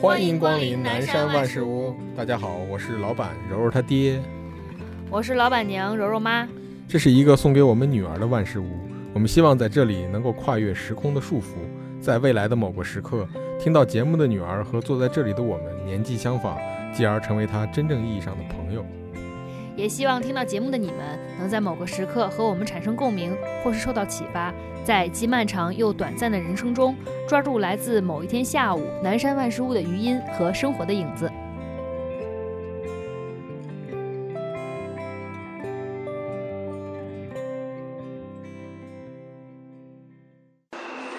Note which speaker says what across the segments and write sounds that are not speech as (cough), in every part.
Speaker 1: 欢迎光临南山万事屋。大家好，我是老板柔柔他爹。
Speaker 2: 我是老板娘柔柔妈。
Speaker 1: 这是一个送给我们女儿的万事屋，我们希望在这里能够跨越时空的束缚，在未来的某个时刻，听到节目的女儿和坐在这里的我们年纪相仿，继而成为她真正意义上的朋友。
Speaker 2: 也希望听到节目的你们，能在某个时刻和我们产生共鸣，或是受到启发，在既漫长又短暂的人生中，抓住来自某一天下午南山万事屋的余音和生活的影子。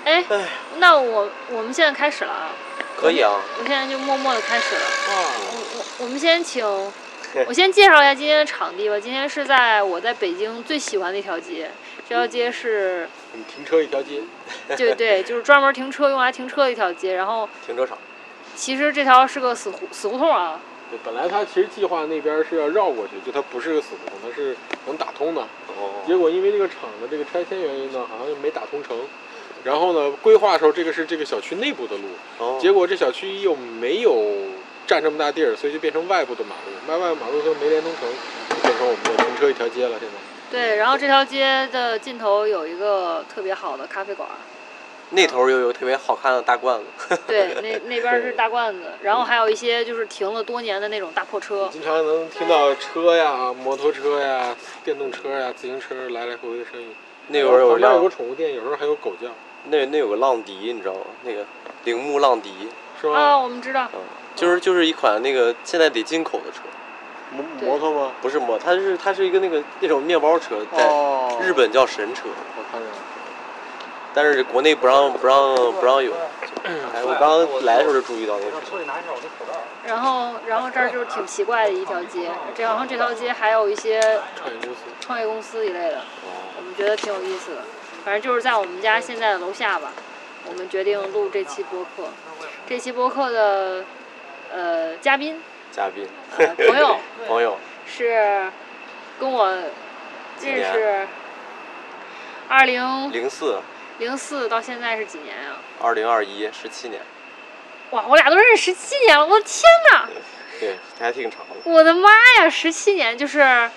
Speaker 2: 哎，那我我们现在开始了啊，
Speaker 3: 可以啊。
Speaker 2: 我现在就默默的开始了。
Speaker 1: 嗯
Speaker 3: 哦，
Speaker 2: 我我我们
Speaker 1: (laughs)
Speaker 2: 先请，我先介绍一下今天的场地吧。今天是在我在北京最喜欢的一条街，这条
Speaker 1: (laughs)
Speaker 2: 街是，
Speaker 3: 你停车一条街，
Speaker 2: 对对，就是专门停车用来停车的一条街。然后
Speaker 3: 停车场。
Speaker 2: 其实这条是个死胡死胡同啊，
Speaker 1: 对，本来他其实计划那边是要绕过去，就它不是个死胡同，它是能打通的。
Speaker 3: 哦，
Speaker 1: 结果因为这个厂的这个拆迁原因呢，好像就没打通成。然后呢，规划的时候这个是这个小区内部的路，
Speaker 3: 哦
Speaker 1: 结果这小区又没有占这么大地儿，所以就变成外部的马路，外外马路都没连通成，就变成我们的停车一条街了。现在
Speaker 2: 对。然后这条街的尽头有一个特别好的咖啡馆，
Speaker 3: 那头又有特别好看的大罐子。
Speaker 2: 对，那那边是大罐子，然后还有一些就是停了多年的那种大破车。
Speaker 1: 经常能听到车呀、摩托车呀、电动车呀、自行车来来回回的声音。
Speaker 3: 那会儿有
Speaker 1: 哦旁边有个
Speaker 3: 辆，
Speaker 1: 宠物店，有时候还有狗叫，
Speaker 3: 那那有个浪迪，你知道吗？那个铃木浪迪，
Speaker 1: 是吗？
Speaker 2: 啊，我们知道，
Speaker 3: 嗯，就是就是一款那个现在得进口的车，
Speaker 1: 摩
Speaker 2: 对
Speaker 1: 摩托吗？
Speaker 3: 不是摩，它是它是一个那个那种面包车，在
Speaker 1: 哦，
Speaker 3: 日，本叫神车，
Speaker 1: 我看见了。
Speaker 3: 但是国内不让不让不让有。
Speaker 1: 嗯
Speaker 3: 哎，我刚刚来的时候就注意到那
Speaker 4: 我
Speaker 3: 个车
Speaker 4: 出去拿一下我的口罩。
Speaker 2: 然后然后这儿就是挺奇怪的一条街，这然后这条街还有一些
Speaker 1: 创业公司，
Speaker 2: 创业公司一类的。
Speaker 3: 哦
Speaker 2: 我们觉得挺有意思的。反正就是在我们家现在的楼下吧，我们决定录这期播客。这期播客的呃嘉宾
Speaker 3: 嘉宾 (laughs)
Speaker 2: 呃朋友
Speaker 3: 朋友，
Speaker 2: 是跟我认
Speaker 3: 几啊
Speaker 2: 识二零
Speaker 3: 零四
Speaker 2: 零四到现在是几年啊？
Speaker 3: 二零二一十七年，
Speaker 2: 哇，我俩都认识十七年了，我的天哪！
Speaker 3: 对，还挺长的。
Speaker 2: 我的妈呀，十七年就是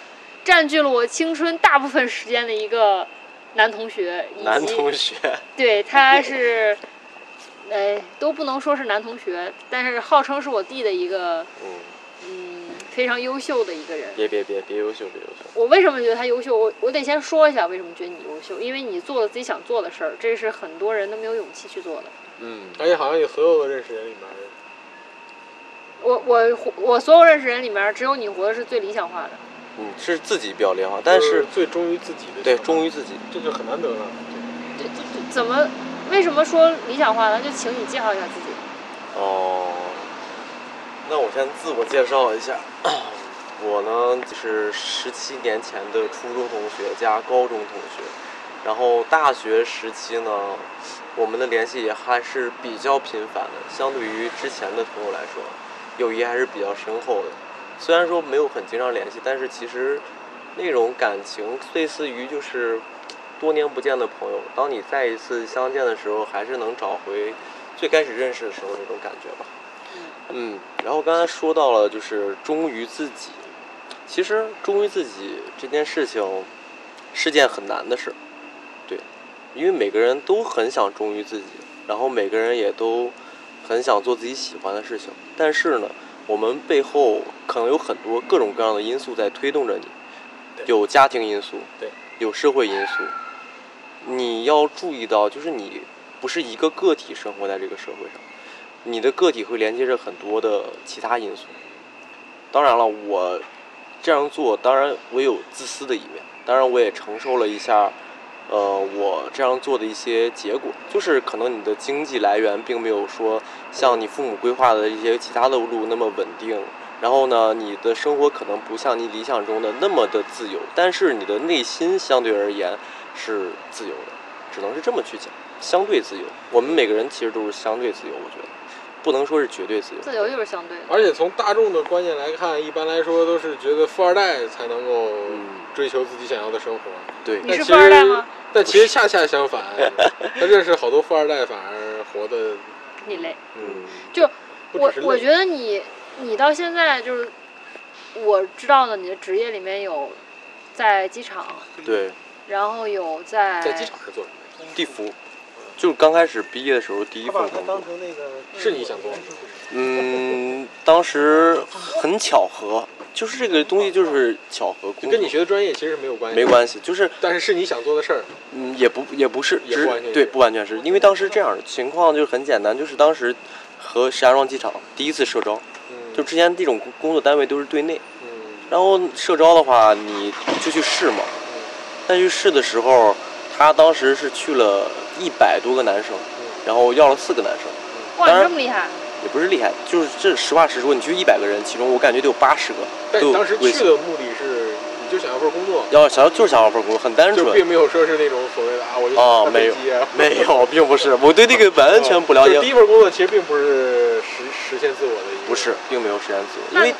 Speaker 2: 占据了我青春大部分时间的一个男同学，以及
Speaker 3: 男同学，
Speaker 2: 对，他是，哎，都不能说是男同学，但是号称是我弟的一个，
Speaker 3: 嗯。
Speaker 2: 嗯，非常优秀的一个人。
Speaker 3: 别别别别优秀，别优秀。
Speaker 2: 我为什么觉得他优秀？我我得先说一下为什么觉得你优秀，因为你做了自己想做的事儿，这是很多人都没有勇气去做的。
Speaker 3: 嗯，
Speaker 1: 而且好像也所有的认识人里面，
Speaker 2: 我我活我所有认识人里面儿，只有你活的是最理想化的。
Speaker 3: 你嗯是自己比较莲花，但
Speaker 1: 就是是最忠于自己的，
Speaker 3: 对忠于自己。
Speaker 1: 这就很难得了。
Speaker 2: 这这这怎么？为什么说理想化呢？就请你介绍一下自己。
Speaker 3: 哦，那我先自我介绍一下，我呢是十七年前的初中同学加高中同学，然后大学时期呢，我们的联系也还是比较频繁的，相对于之前的朋友来说，友谊还是比较深厚的。虽然说没有很经常联系，但是其实那种感情类似于就是多年不见的朋友，当你再一次相见的时候，还是能找回最开始认识的时候那种感觉吧。嗯，然后刚才说到了就是忠于自己，其实忠于自己这件事情是件很难的事，对，因为每个人都很想忠于自己，然后每个人也都很想做自己喜欢的事情，但是呢，我们背后可能有很多各种各样的因素在推动着你，
Speaker 1: 对
Speaker 3: 有家庭因素，
Speaker 1: 对，
Speaker 3: 有社会因素，你要注意到，就是你不是一个个体生活在这个社会上。你的个体会连接着很多的其他因素。当然了，我这样做，当然我有自私的一面，当然我也承受了一下，呃，我这样做的一些结果，就是可能你的经济来源并没有说像你父母规划的一些其他的路那么稳定。然后呢，你的生活可能不像你理想中的那么的自由，但是你的内心相对而言是自由的，只能是这么去讲，相对自由。我们每个人其实都是相对自由，我觉得不能说是绝对自由。
Speaker 2: 自由就是相对的。
Speaker 1: 而且从大众的观念来看，一般来说都是觉得富二代才能够
Speaker 3: 嗯，
Speaker 1: 追求自己想要的生活。
Speaker 3: 对，
Speaker 2: 你是
Speaker 1: 但
Speaker 2: 富二代吗？
Speaker 1: 但其实恰恰相
Speaker 3: (laughs)
Speaker 1: 反，他认识好多富二代反而活得
Speaker 2: 你累。
Speaker 3: 嗯，
Speaker 2: 就
Speaker 3: 不
Speaker 2: 我
Speaker 3: 只是
Speaker 2: 我
Speaker 3: 累
Speaker 2: 觉得你你到现在就是我知道的，你的职业里面有在机场，
Speaker 3: 对，
Speaker 2: 然后有在
Speaker 1: 在机场是做什么？
Speaker 3: 地服，就是刚开始毕业的时候第一
Speaker 1: 他把
Speaker 3: 份
Speaker 1: 它
Speaker 3: 工作
Speaker 1: 当，成那个
Speaker 2: 是
Speaker 1: 你想做的，
Speaker 3: 嗯，当时很巧合，就是这个东西就是巧合，
Speaker 1: 就跟你学的专业其实没有关系，
Speaker 3: 没关系，就是
Speaker 1: 但是是你想做的事儿。
Speaker 3: 嗯，也不也不是，
Speaker 1: 也
Speaker 3: 只
Speaker 1: 不完全
Speaker 3: 对，
Speaker 1: 是
Speaker 3: 不完全是因为当时这样的情况就是很简单，就是当时和石家庄机场第一次社招，
Speaker 1: 嗯，
Speaker 3: 就之前这种工工作单位都是对内，
Speaker 1: 嗯，
Speaker 3: 然后社招的话你就去试嘛，
Speaker 1: 嗯
Speaker 3: 但去试的时候，他当时是去了一百多个男生，然后要了四个男生，当
Speaker 2: 哇，
Speaker 3: 然
Speaker 2: 这么厉害，
Speaker 3: 也不是厉害，就是这实话实说，你去一百个人，其中我感觉得有八十个
Speaker 1: 但
Speaker 3: 都
Speaker 1: 你
Speaker 3: 有
Speaker 1: 当时
Speaker 3: 微
Speaker 1: 去
Speaker 3: 信，
Speaker 1: 的目的是，你就想要份工作，
Speaker 3: 要想要就是想要份工作，很单
Speaker 1: 就
Speaker 3: 纯，
Speaker 1: 并没有说是那种所谓的啊，我就
Speaker 3: 哦
Speaker 1: 想上飞机啊，
Speaker 3: (laughs) 没有，并不是，我对这个完全不了
Speaker 1: 就
Speaker 3: 解
Speaker 1: 是第，一份工作其实并不是实实现自我的一个，
Speaker 3: 不是，并没有时间自由，因
Speaker 2: 那
Speaker 3: 为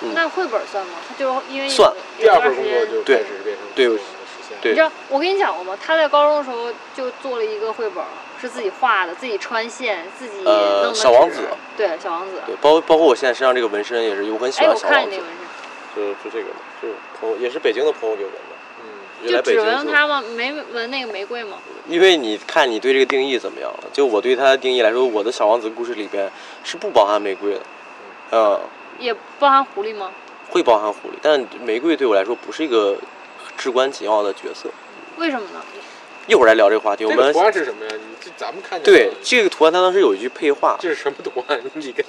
Speaker 3: 嗯
Speaker 2: 那绘本算吗？他就是因为有
Speaker 3: 算
Speaker 2: 有
Speaker 1: 第二
Speaker 2: 段
Speaker 1: 份
Speaker 2: 时
Speaker 1: 工
Speaker 2: 间
Speaker 1: 作就
Speaker 3: 对
Speaker 1: 开始变成
Speaker 3: 对
Speaker 1: 自我的实现了
Speaker 3: 对
Speaker 2: 你知道我跟你讲过吗？他在高中的时候就做了一个绘本，是自己画的，自己穿线，自己弄
Speaker 3: 呃
Speaker 2: 的纸
Speaker 3: 小王子
Speaker 2: 对，小王子。
Speaker 3: 对，包包括我现在身上这个纹身也是，我很喜
Speaker 2: 哎，
Speaker 3: 欢
Speaker 2: 我
Speaker 3: 小
Speaker 2: 看
Speaker 3: 王
Speaker 2: 见
Speaker 3: 子
Speaker 2: 那，个是，
Speaker 3: 就就这个嘛，就是朋友也是北京的朋友给我纹的，
Speaker 1: 嗯，
Speaker 3: 原
Speaker 2: 就
Speaker 3: 来北
Speaker 2: 只
Speaker 3: 京
Speaker 2: 闻
Speaker 3: 做
Speaker 2: 它吗？没闻那个玫瑰吗？
Speaker 3: 因为你看你对这个定义怎么样了？就我对它的定义来说，我的小王子故事里边是不包含玫瑰的，嗯，
Speaker 2: 也包含狐狸吗？
Speaker 3: 会包含狐狸，但玫瑰对我来说不是一个至关紧要的角色。
Speaker 2: 为什么呢？
Speaker 3: 一会儿来聊这个话题，我
Speaker 1: 那个
Speaker 3: 们
Speaker 1: 图案是什么呀？你这咱们看见
Speaker 3: 对
Speaker 1: 了
Speaker 3: 这个图案，它当时有一句配话，
Speaker 1: 这是什么图案？你跟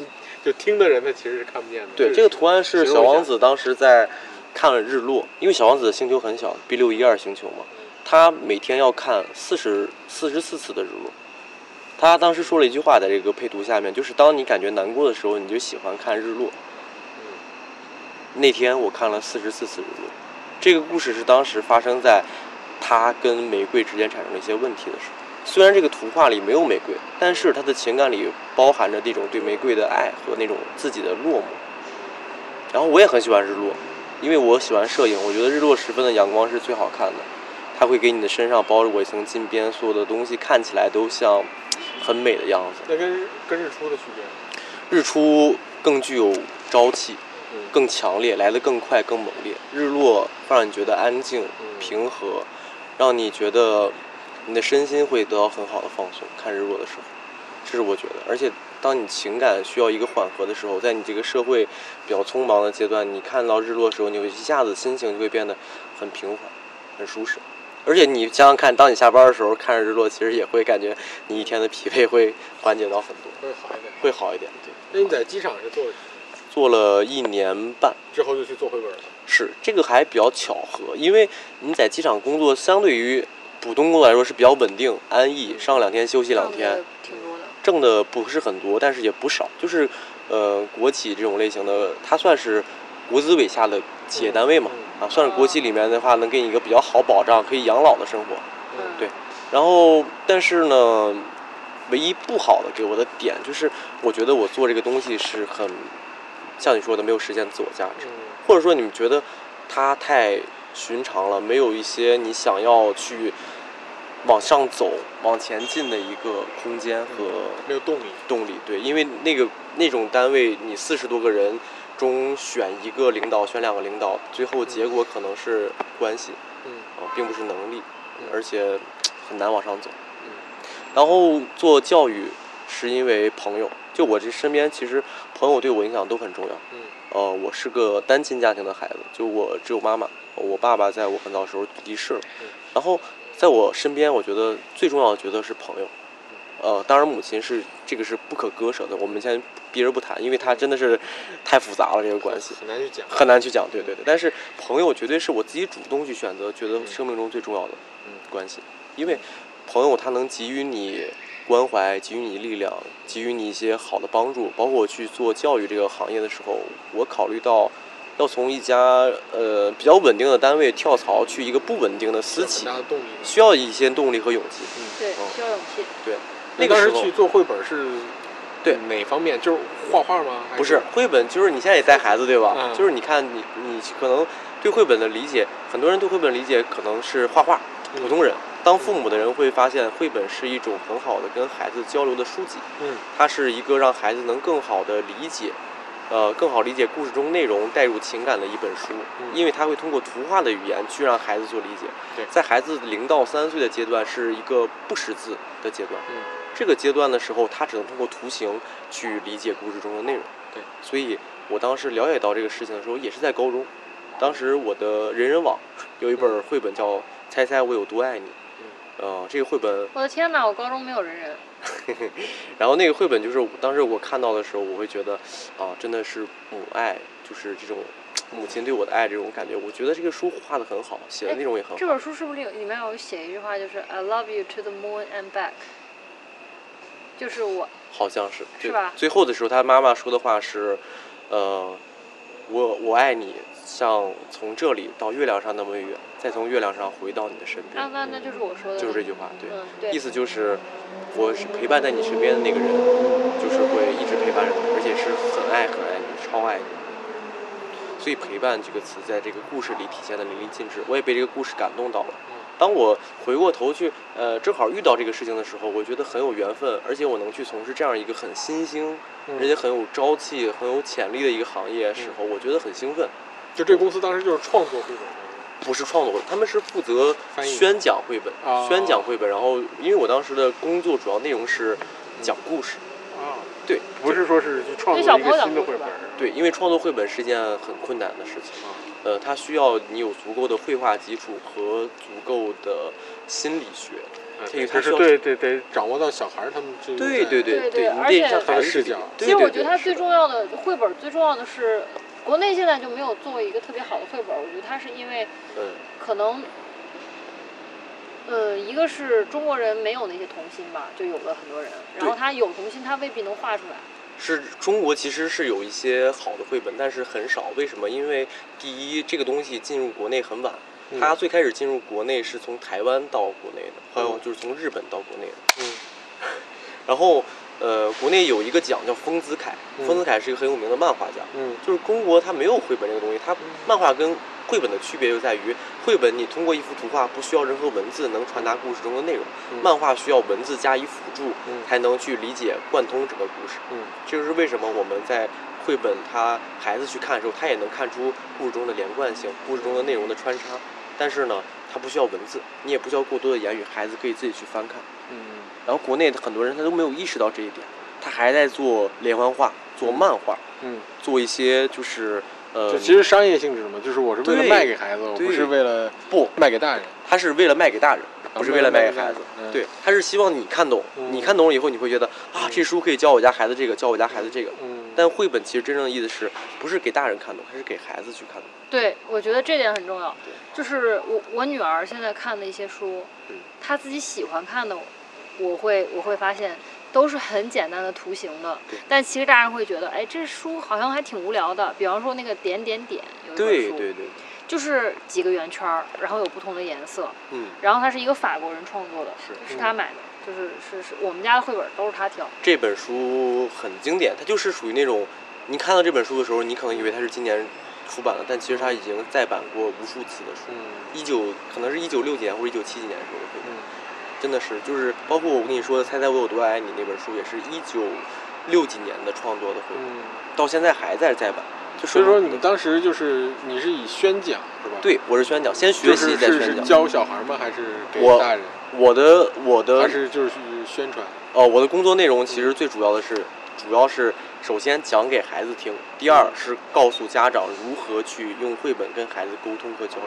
Speaker 1: 就听的人他其实是看不见的。
Speaker 3: 对
Speaker 1: 是
Speaker 3: 这个图案是
Speaker 1: 形
Speaker 3: 小
Speaker 1: 容一下
Speaker 3: 王子当时在看了日落，因为小王子的星球很小，B 六一二星球嘛，他每天要看四十四十四次的日落。他当时说了一句话，在这个配图下面，就是当你感觉难过的时候，你就喜欢看日落。
Speaker 1: 嗯
Speaker 3: 那天我看了四十四次日落。这个故事是当时发生在他跟玫瑰之间产生了一些问题的时候。虽然这个图画里没有玫瑰，但是他的情感里包含着那种对玫瑰的爱和那种自己的落寞。然后我也很喜欢日落，因为我喜欢摄影，我觉得日落时分的阳光是最好看的，它会给你的身上包裹一层金边，所有的东西看起来都像很美的样子。
Speaker 1: 那跟日跟日出的区别，
Speaker 3: 日出更具有朝气，
Speaker 1: 嗯
Speaker 3: 更强烈，来得更快、更猛烈。日落让你觉得安静、平和，让你觉得你的身心会得到很好的放松。看日落的时候，这是我觉得。而且，当你情感需要一个缓和的时候，在你这个社会比较匆忙的阶段，你看到日落的时候，你会一下子心情就会变得很平缓、很舒适。而且你想想看，当你下班的时候看着日落，其实也会感觉你一天的疲惫会缓解到很多，
Speaker 1: 会好一点。
Speaker 3: 会好一点。对，
Speaker 1: 那你在机场是做
Speaker 3: 做了一年半。
Speaker 1: 之后就去做绘本了，
Speaker 3: 是，这个还比较巧合，因为你在机场工作，相对于普通工作来说是比较稳定、安逸，上两天休息两
Speaker 2: 看
Speaker 3: 天
Speaker 2: 着，挺多的。
Speaker 3: 挣的不是很多，但是也不少。就是，呃，国企这种类型的，它算是国资委下的企业单位嘛，啊，算是国企里面的话，能给你一个比较好保障，可以养老的生活。
Speaker 2: 嗯，
Speaker 3: 对然后，但是呢，唯一不好的给我的点就是，我觉得我做这个东西是很，像你说的，没有实现自我价值。
Speaker 1: 嗯，
Speaker 3: 或者说你们觉得它太寻常了，没有一些你想要去往上走、往前进的一个空
Speaker 1: 嗯
Speaker 3: 间和
Speaker 1: 没有动力，
Speaker 3: 动力。对，因为那个那种单位，你四十多个人中选一个领导、选两个领导，最后结果可能是关系
Speaker 1: 嗯
Speaker 3: 啊、并不是能力
Speaker 1: 嗯，
Speaker 3: 而且很难往上走。
Speaker 1: 嗯
Speaker 3: 然后做教育是因为朋友，就我这身边其实朋友对我影响都很重要。
Speaker 1: 嗯
Speaker 3: 呃，我是个单亲家庭的孩子，就我只有妈妈，我爸爸在我很早时候离世了
Speaker 1: 嗯。
Speaker 3: 然后在我身边，我觉得最重要的角色是朋友。呃，当然母亲是这个是不可割舍的，我们先避而不谈，因为它真的是太复杂了这个关系，
Speaker 1: 很难去讲。
Speaker 3: 很难去讲。对对对，但是朋友绝对是我自己主动去选择，觉得生命中最重要的
Speaker 1: 嗯
Speaker 3: 关系，因为朋友他能给予你关怀，给予你力量，给予你一些好的帮助。包括我去做教育这个行业的时候，我考虑到要从一家呃比较稳定的单位跳槽去一个不稳定的私
Speaker 1: 很
Speaker 3: 企，
Speaker 1: 大的动力。
Speaker 3: 需要一些动力和勇气。
Speaker 2: 对，
Speaker 3: 哦
Speaker 2: 需要勇气。
Speaker 3: 那
Speaker 1: 那
Speaker 3: 个
Speaker 1: 当
Speaker 3: 时
Speaker 1: 时
Speaker 3: 候
Speaker 1: 去做绘本是
Speaker 3: 对
Speaker 1: 哪方面？就是画画吗？还
Speaker 3: 不是绘本，就是你现在也带孩子对吧？
Speaker 1: 嗯
Speaker 3: 就是你看你你可能对绘本的理解，很多人对绘本的理解可能是画画，
Speaker 1: 嗯
Speaker 3: 普通人。当父母的人会发现，绘本是一种很好的跟孩子交流的书籍，
Speaker 1: 嗯，
Speaker 3: 它是一个让孩子能更好的理解，呃，更好理解故事中内容、带入情感的一本书，
Speaker 1: 嗯
Speaker 3: 因为它会通过图画的语言去让孩子做理解。
Speaker 1: 对
Speaker 3: 在孩子零到三岁的阶段是一个不识字的阶段，
Speaker 1: 嗯
Speaker 3: 这个阶段的时候，他只能通过图形去理解故事中的内容。
Speaker 1: 对，
Speaker 3: 所以我当时了解到这个事情的时候，也是在高中。当时我的人人网有一本绘本叫《猜猜我有多爱你》，呃，这个绘本，
Speaker 2: 我的天哪，我高中没有人人，
Speaker 3: 然后那个绘本就是当时我看到的时候，我会觉得，啊，真的是母爱，就是这种母亲对我的爱这种感觉。我觉得这个书画的很好，写的内容也很好。
Speaker 2: 哎这本书是不是有里面有写一句话，就是 I love you to the moon and back，就是我
Speaker 3: 好像是，
Speaker 2: 是
Speaker 3: 对
Speaker 2: 吧
Speaker 3: 最后的时候，他妈妈说的话是，呃，我我爱你，像从这里到月亮上那么远，再从月亮上回到你的身
Speaker 2: 那
Speaker 3: 边，
Speaker 2: 那那就是我说的，
Speaker 3: 就是这句话，对，
Speaker 2: 嗯对
Speaker 3: 意思就是我是陪伴在你身边的那个人，就是会一直陪伴着你，而且是很爱很爱你，超爱你。所以“陪伴”这个词在这个故事里体现的淋漓尽致，我也被这个故事感动到了。
Speaker 1: 嗯
Speaker 3: 当我回过头去，呃，正好遇到这个事情的时候，我觉得很有缘分，而且我能去从事这样一个很新兴、
Speaker 1: 嗯
Speaker 3: 而且很有朝气、很有潜力的一个行业的时候，我觉得很兴奋。
Speaker 1: 就这公司当时就是创作绘本的，
Speaker 3: 不是创作，他们是负责
Speaker 1: 翻译
Speaker 3: 宣讲绘本
Speaker 1: 哦，
Speaker 3: 宣讲绘本。然后，因为我当时的工作主要内容是讲故事，
Speaker 1: 啊，
Speaker 3: 对，
Speaker 1: 不是说是去创
Speaker 2: 给
Speaker 1: 作
Speaker 2: 小
Speaker 1: 一
Speaker 2: 朋友
Speaker 1: 个
Speaker 2: 讲
Speaker 1: 新的
Speaker 2: 故
Speaker 1: 绘
Speaker 2: 事吧
Speaker 1: 本儿，
Speaker 3: 对，因为创作绘本是一件很困难的事情，
Speaker 2: 嗯
Speaker 1: 啊，
Speaker 3: 呃，它需要你有足够的绘画基础和足够的心理学。这个
Speaker 1: 就
Speaker 3: 它需
Speaker 1: 啊是
Speaker 3: 要
Speaker 1: 对对得掌握到小孩儿他们这个
Speaker 3: 对
Speaker 1: 在
Speaker 3: 对
Speaker 2: 对对
Speaker 3: 对，
Speaker 2: 而
Speaker 3: 你得
Speaker 2: 且
Speaker 3: 让
Speaker 1: 他
Speaker 3: 孩
Speaker 1: 的
Speaker 3: 子
Speaker 1: 视
Speaker 3: 理解
Speaker 1: 角
Speaker 2: 其
Speaker 3: 对
Speaker 2: 实
Speaker 3: 对
Speaker 2: 我
Speaker 3: 对，
Speaker 2: 觉得它
Speaker 3: 是
Speaker 2: 最
Speaker 3: 的
Speaker 2: 重要的绘本，最重要的是，国内现在就没有做一个特别好的绘本。我觉得它是因为
Speaker 3: 嗯。
Speaker 2: 可能，呃，一个是中国人没有那些童心吧，就有了很多人。然后他有童心，他未必能画出来。
Speaker 3: 是中国其实是有一些好的绘本，但是很少。为什么？因为第一，这个东西进入国内很晚，
Speaker 1: 嗯
Speaker 3: 它最开始进入国内是从台湾到国内的，还有
Speaker 2: 哦
Speaker 1: 嗯
Speaker 3: 就是从日本到国内的。
Speaker 1: 嗯
Speaker 3: (laughs) 然后，呃，国内有一个奖叫丰子恺，
Speaker 1: 嗯
Speaker 3: 丰子恺是一个很有名的漫画家。
Speaker 1: 嗯
Speaker 3: 就是中国它没有绘本这个东西，它漫画跟绘本的区别就在于，绘本你通过一幅图画不需要任何文字能传达故事中的内容，
Speaker 1: 嗯
Speaker 3: 漫画需要文字加以辅助
Speaker 1: 嗯
Speaker 3: 才能去理解贯通整个故事。
Speaker 1: 嗯
Speaker 3: 这就是为什么我们在绘本他孩子去看的时候，他也能看出故事中的连贯性，故事中的内容的穿插。但是呢，他不需要文字，你也不需要过多的言语，孩子可以自己去翻看。
Speaker 1: 嗯
Speaker 3: 然后国内的很多人他都没有意识到这一点，他还在做连环画、做漫画、
Speaker 1: 嗯，
Speaker 3: 做一些就是呃
Speaker 1: 就，其实商业性质嘛，就是我是为了
Speaker 3: 对
Speaker 1: 卖给孩子，我
Speaker 3: 对
Speaker 1: 不是为了
Speaker 3: 嗯不，
Speaker 1: 卖给大人，
Speaker 3: 他是为了卖给大人，
Speaker 1: 啊
Speaker 3: 不是为了卖给孩子。
Speaker 1: 嗯
Speaker 3: 对，他是希望你看懂，
Speaker 1: 嗯
Speaker 3: 你看懂了以后，你会觉得啊，
Speaker 1: 嗯
Speaker 3: 这书可以教我家孩子这个，教我家孩子这个。
Speaker 1: 嗯，
Speaker 3: 但绘本其实真正的意思是不是给大人看懂，它是给孩子去看懂。
Speaker 2: 对，我觉得这点很重要
Speaker 3: 对。
Speaker 2: 就是我我女儿现在看的一些书
Speaker 3: 嗯，
Speaker 2: 她自己喜欢看的，我会我会发现都是很简单的图形的
Speaker 3: 对。
Speaker 2: 但其实大家会觉得，哎，这书好像还挺无聊的。比方说那个点点点有一本
Speaker 3: 对
Speaker 2: 书，
Speaker 3: 对对，
Speaker 2: 就是几个圆圈儿，然后有不同的颜色。
Speaker 3: 嗯，
Speaker 2: 然后它是一个法国人创作的，
Speaker 3: 是
Speaker 2: 是他买的，就是是是我们家的绘本都是他挑。
Speaker 3: 这本书很经典，它就是属于那种，你看到这本书的时候，你可能以为它是今年出版的，但其实它已经再版过无数次的书。
Speaker 1: 嗯
Speaker 3: 一九可能是一九六几年或者一九七几年的时候的绘本，
Speaker 1: 嗯
Speaker 3: 真的是就是包括我跟你说的《猜猜我有多爱你》那本书，也是一九六几年的创作的绘本，
Speaker 1: 嗯，
Speaker 3: 到现在还在再版。就
Speaker 1: 所以说你们
Speaker 3: 们
Speaker 1: 当时就是你是以宣讲是吧？，
Speaker 3: 对我是宣讲，先学
Speaker 1: 就是
Speaker 3: 习再
Speaker 1: 是
Speaker 3: 宣
Speaker 1: 是
Speaker 3: 讲。
Speaker 1: 教小孩儿吗？还是给
Speaker 3: 我呃
Speaker 1: 大人？
Speaker 3: 我的我的
Speaker 1: 还是嗯就是宣传？
Speaker 3: 哦，我的工作内容其实最主要的是，主要是首先讲给孩子听，第二
Speaker 1: 嗯
Speaker 3: 是告诉家长如何去用绘本跟孩子沟通和交流。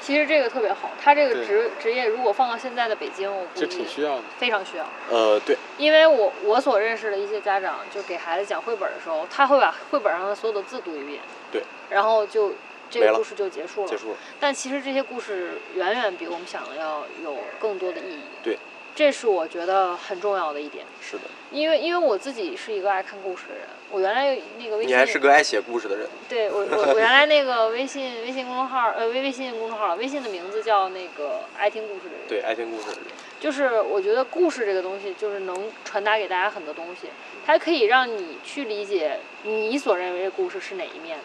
Speaker 2: 其实这个特别好，他这个
Speaker 1: 对
Speaker 2: 职职业如果放到现在的北京，我估
Speaker 1: 这挺需
Speaker 2: 计
Speaker 1: 要的。
Speaker 2: 非常需要。
Speaker 3: 呃，对，
Speaker 2: 因为我我所认识的一些家长，就给孩子讲绘本的时候，他会把绘本上的所有的字读一遍，
Speaker 3: 对，
Speaker 2: 然后就这
Speaker 3: 没
Speaker 2: 个
Speaker 3: 了
Speaker 2: 故事就结束了。
Speaker 3: 结束了。
Speaker 2: 但其实这些故事远远比我们想的要有更多的意义。
Speaker 3: 对，
Speaker 2: 这是我觉得很重要的一点。
Speaker 3: 是的，
Speaker 2: 因为因为我自己是一个爱看故事的人，我原来那个微信
Speaker 3: 你还是个爱写故事的人。
Speaker 2: 对我我我原来那个微信微信公众号呃微微信公众号微信的名字叫那个爱听故事的人，
Speaker 3: 对，爱听故事的人。
Speaker 2: 就是我觉得故事这个东西就是能传达给大家很多东西，它可以让你去理解你所认为的故事是哪一面的，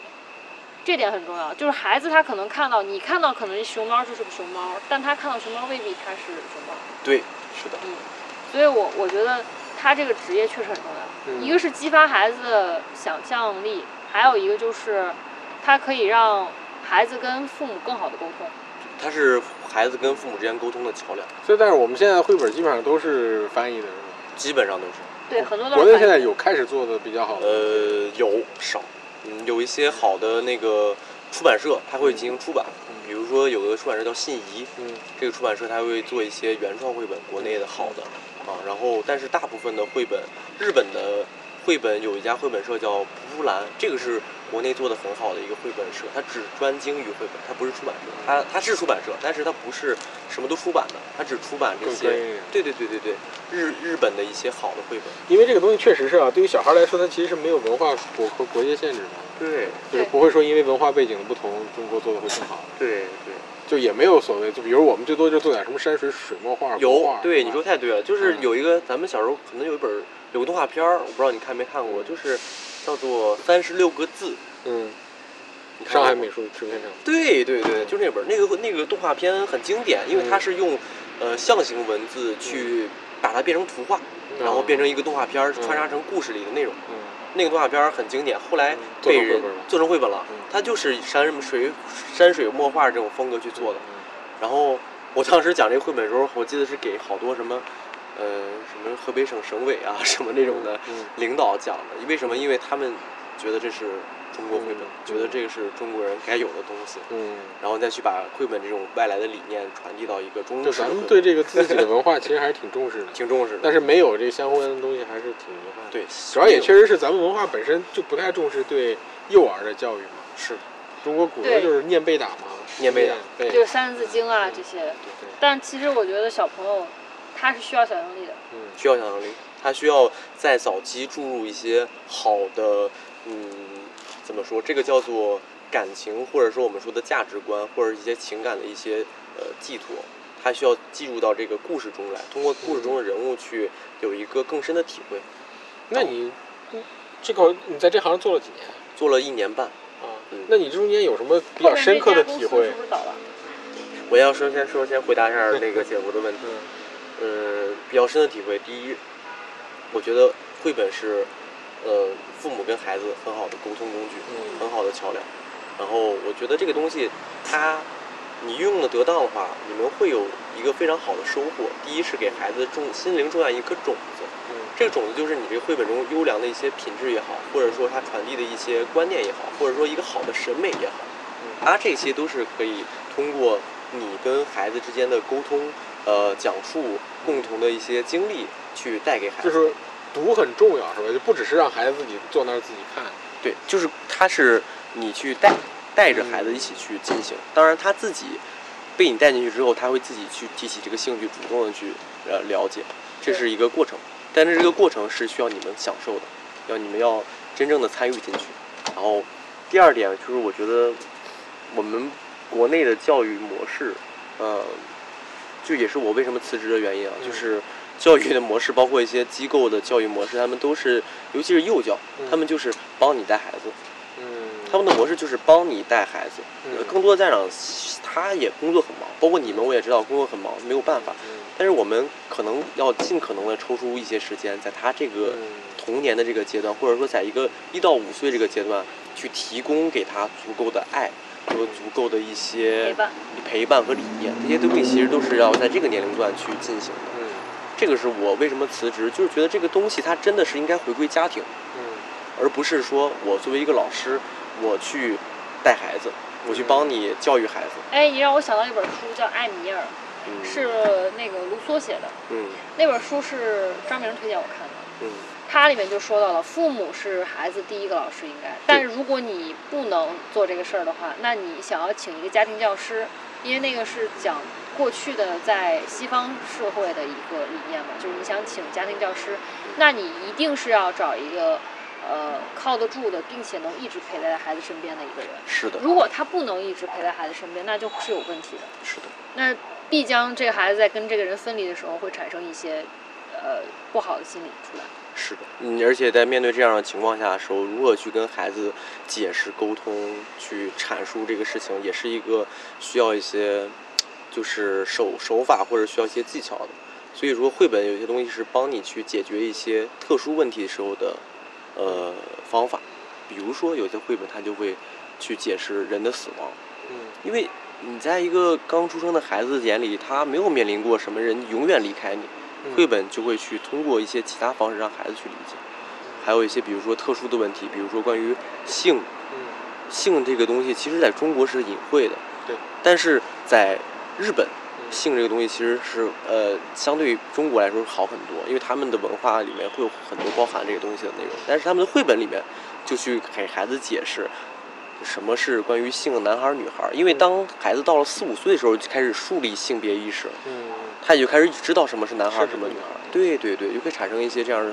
Speaker 2: 这点很重要。就是孩子他可能看到你看到可能熊猫就是个熊猫，但他看到熊猫未必他是熊猫。
Speaker 3: 对，是的，
Speaker 2: 所以我我觉得他这个职业确实很重要，
Speaker 1: 嗯
Speaker 2: 一个是激发孩子的想象力，还有一个就是他可以让孩子跟父母更好的沟通。
Speaker 3: 它是孩子跟父母之间沟通的桥梁，
Speaker 1: 所以，但是我们现在绘本基本上都是翻译的，是吧？
Speaker 3: 基本上都是。
Speaker 2: 对，很多都
Speaker 1: 嗯国
Speaker 2: 是
Speaker 1: 内
Speaker 2: 孩
Speaker 1: 现
Speaker 2: 子
Speaker 1: 在有开始做的比较好的，
Speaker 3: 呃，有少，嗯，有一些好的那个出版社，它会进行出版，比如说有个出版社叫信宜，
Speaker 1: 嗯，
Speaker 3: 这个出版社它会做一些原创绘本，国内的好的啊，然后但是大部分的绘本，日本的绘本有一家绘本社叫蒲蒲兰，这个是国内做的很好的一个绘本社，它只专精于绘本，它不是出版社，它它是出版社，但是它不是什么都出版的，它只出版这
Speaker 1: 更专
Speaker 3: 些。
Speaker 1: 业。
Speaker 3: 对对对对对，日日本的一些好的绘本，
Speaker 1: 因为这个东西确实是啊，对于小孩来说，他其实是没有文化国和国界限制的，
Speaker 3: 对
Speaker 1: 就是
Speaker 2: 对
Speaker 1: 不会说因为文化背景的不同，中国做的会更好，
Speaker 3: 对对。
Speaker 1: 就也没有所谓，就比如我们最多就做点什么山水水墨画，国
Speaker 3: 有
Speaker 1: 画，
Speaker 3: 对
Speaker 1: 是吧
Speaker 3: 你说太对了，就是
Speaker 1: 嗯
Speaker 3: 有一个咱们小时候可能有一本儿有个动画片儿，我不知道你看没看过，就是叫做《三十六个字》，
Speaker 1: 嗯，
Speaker 3: 你看
Speaker 1: 上海
Speaker 3: 过吗
Speaker 1: 美术制片厂，
Speaker 3: 对对对，就那本儿那个那个动画片很经典，因为
Speaker 1: 嗯
Speaker 3: 它是用呃象形文字去把它变成图画，然后变成一个动画片儿，
Speaker 1: 嗯
Speaker 3: 穿插成故事里的内容。
Speaker 1: 嗯，
Speaker 3: 那个动画片儿很经典，后来
Speaker 1: 嗯做
Speaker 3: 被
Speaker 1: 成绘
Speaker 3: 人
Speaker 1: 本了
Speaker 3: 做成绘本了
Speaker 1: 嗯，
Speaker 3: 它就是以山水山水墨画这种风格去
Speaker 1: 嗯
Speaker 3: 做的。然后我当时讲这个绘本的时候，我记得是给好多什么，呃，什么河北省省委啊， (laughs) 什么那种的
Speaker 1: 嗯，
Speaker 3: 领导讲的。为什么？因为他们觉得这是中国绘本
Speaker 1: 嗯，
Speaker 3: 觉得这个是中国人该有的东西，
Speaker 1: 嗯，
Speaker 3: 然后再去把绘本这种外来的理念传递到一个
Speaker 1: 嗯，
Speaker 3: 中式
Speaker 1: 就
Speaker 3: 的
Speaker 1: 咱
Speaker 3: 绘
Speaker 1: 们
Speaker 3: 本，
Speaker 1: 对这个自己的文化其实还是挺重视的，
Speaker 3: 挺重视的。
Speaker 1: 但是没有这相关的东西还是挺遗憾的。，
Speaker 3: 对，
Speaker 1: 主要也确实是咱们文化本身就不太重视对幼儿的教育嘛。
Speaker 3: 是
Speaker 1: 中国古人就是念背打嘛，
Speaker 3: 念背打
Speaker 1: 背，
Speaker 2: 就是
Speaker 1: 对，
Speaker 2: 三字经啊这些，但其实我觉得小朋友他是需要想象力的，
Speaker 1: 嗯，
Speaker 3: 需要想象力，它需要在早期注入一些好的，嗯，怎么说？这个叫做感情，或者说我们说的价值观，或者一些情感的一些呃寄托，它需要记入到这个故事中来，通过故事中的人物去有一个更深的体会。
Speaker 1: 那你嗯这个你在这行做了几年
Speaker 3: 做了一年半，
Speaker 1: 啊
Speaker 3: 嗯？
Speaker 1: 那你中间有什么比
Speaker 2: 后
Speaker 1: 较
Speaker 2: 面
Speaker 1: 深
Speaker 2: 这
Speaker 1: 刻
Speaker 2: 家
Speaker 1: 的
Speaker 2: 公
Speaker 1: 体
Speaker 2: 司
Speaker 1: 会
Speaker 2: 是？不是倒了？
Speaker 3: 我要说先说先回答一下那个姐夫的问题。
Speaker 1: 嗯
Speaker 3: 嗯，比较深的体会，第一，我觉得绘本是，呃，父母跟孩子很好的沟通工具，
Speaker 1: 嗯
Speaker 3: 很好的桥梁。然后我觉得这个东西，它你运用的得当的话，你们会有一个非常好的收获。第一是给孩子种心灵种下一颗种子，
Speaker 1: 嗯
Speaker 3: 这个种子就是你这个绘本中优良的一些品质也好，或者说它传递的一些观念也好，或者说一个好的审美也好，它这些都是可以通过你跟孩子之间的沟通，呃，讲述共同的一些经历去带给孩
Speaker 1: 就
Speaker 3: 子。
Speaker 1: 是读很重要是吧？就不只是让孩子自己坐那儿自己看，
Speaker 3: 对，就是它是你去带带着孩子一起去进行，当然他自己被你带进去之后，他会自己去提起这个兴趣，主动的去呃了解，这是一个过程，但是这个过程是需要你们享受的，要你们要真正的参与进去。然后第二点就是，我觉得我们国内的教育模式，呃，就也是我为什么辞职的原因啊，
Speaker 1: 嗯
Speaker 3: 就是教育的模式，包括一些机构的教育模式，他们都是，尤其是幼教，
Speaker 1: 嗯
Speaker 3: 他们就是帮你带孩子，
Speaker 1: 嗯，
Speaker 3: 他们的模式就是帮你带孩子。
Speaker 1: 嗯
Speaker 3: 呃更多的家长他也工作很忙，包括你们我也知道工作很忙，没有办法。
Speaker 1: 嗯
Speaker 3: 但是我们可能要尽可能的抽出一些时间，在他这
Speaker 1: 嗯
Speaker 3: 个童年的这个阶段，或者说在一个一到五岁这个阶段，去提供给他足够的爱和足够的一
Speaker 2: 陪
Speaker 3: 些
Speaker 2: 伴，
Speaker 3: 陪伴和理念，这些东西其实都是要在这个年龄段去进行的。
Speaker 1: 嗯
Speaker 3: 这个是我为什么辞职，就是觉得这个东西它真的是应该回归家庭，
Speaker 1: 嗯
Speaker 3: 而不是说我作为一个老师，我去带孩子，我去帮你教育孩子。
Speaker 2: 哎，你让我想到一本书叫《艾米尔》，
Speaker 3: 嗯，
Speaker 2: 是那个卢梭写的，
Speaker 3: 嗯
Speaker 2: 那本书是张明推荐我看的。
Speaker 3: 嗯
Speaker 2: 它里面就说到了，父母是孩子第一个老师应该，但是如果你不能做这个事儿的话，那你想要请一个家庭教师，因为那个是讲过去的在西方社会的一个理念嘛，就是你想请家庭教师，那你一定是要找一个呃靠得住的，并且能一直陪在孩子身边的一个人。
Speaker 3: 是的，
Speaker 2: 如果他不能一直陪在孩子身边，那就是有问题的。
Speaker 3: 是的，
Speaker 2: 那必将这个孩子在跟这个人分离的时候，会产生一些呃不好的心理出来。
Speaker 3: 是的，嗯，而且在面对这样的情况下的时候，如何去跟孩子解释、沟通、去阐述这个事情，也是一个需要一些就是手手法或者需要一些技巧的。所以说，绘本有些东西是帮你去解决一些特殊问题时候的呃方法，比如说有些绘本它就会去解释人的死亡，
Speaker 1: 嗯，
Speaker 3: 因为你在一个刚出生的孩子眼里，他没有面临过什么人永远离开你。
Speaker 1: 嗯
Speaker 3: 绘本就会去通过一些其他方式让孩子去理解，还有一些比如说特殊的问题，比如说关于性，
Speaker 1: 嗯
Speaker 3: 性这个东西其实在中国是隐晦的，
Speaker 1: 对，
Speaker 3: 但是在日本，
Speaker 1: 嗯
Speaker 3: 性这个东西其实是呃相对于中国来说是好很多，因为他们的文化里面会有很多包含这个东西的内容，但是他们的绘本里面就去给孩子解释。什么是关于性的男孩儿女孩儿？
Speaker 1: 嗯
Speaker 3: 因为当孩子到了四五岁的时候，就开始树立性别意识了。
Speaker 1: 嗯
Speaker 3: 他也就开始知道什么是男孩儿，
Speaker 1: 是
Speaker 3: 什么
Speaker 1: 是
Speaker 3: 女孩儿。对对对，就会产生一些这样的，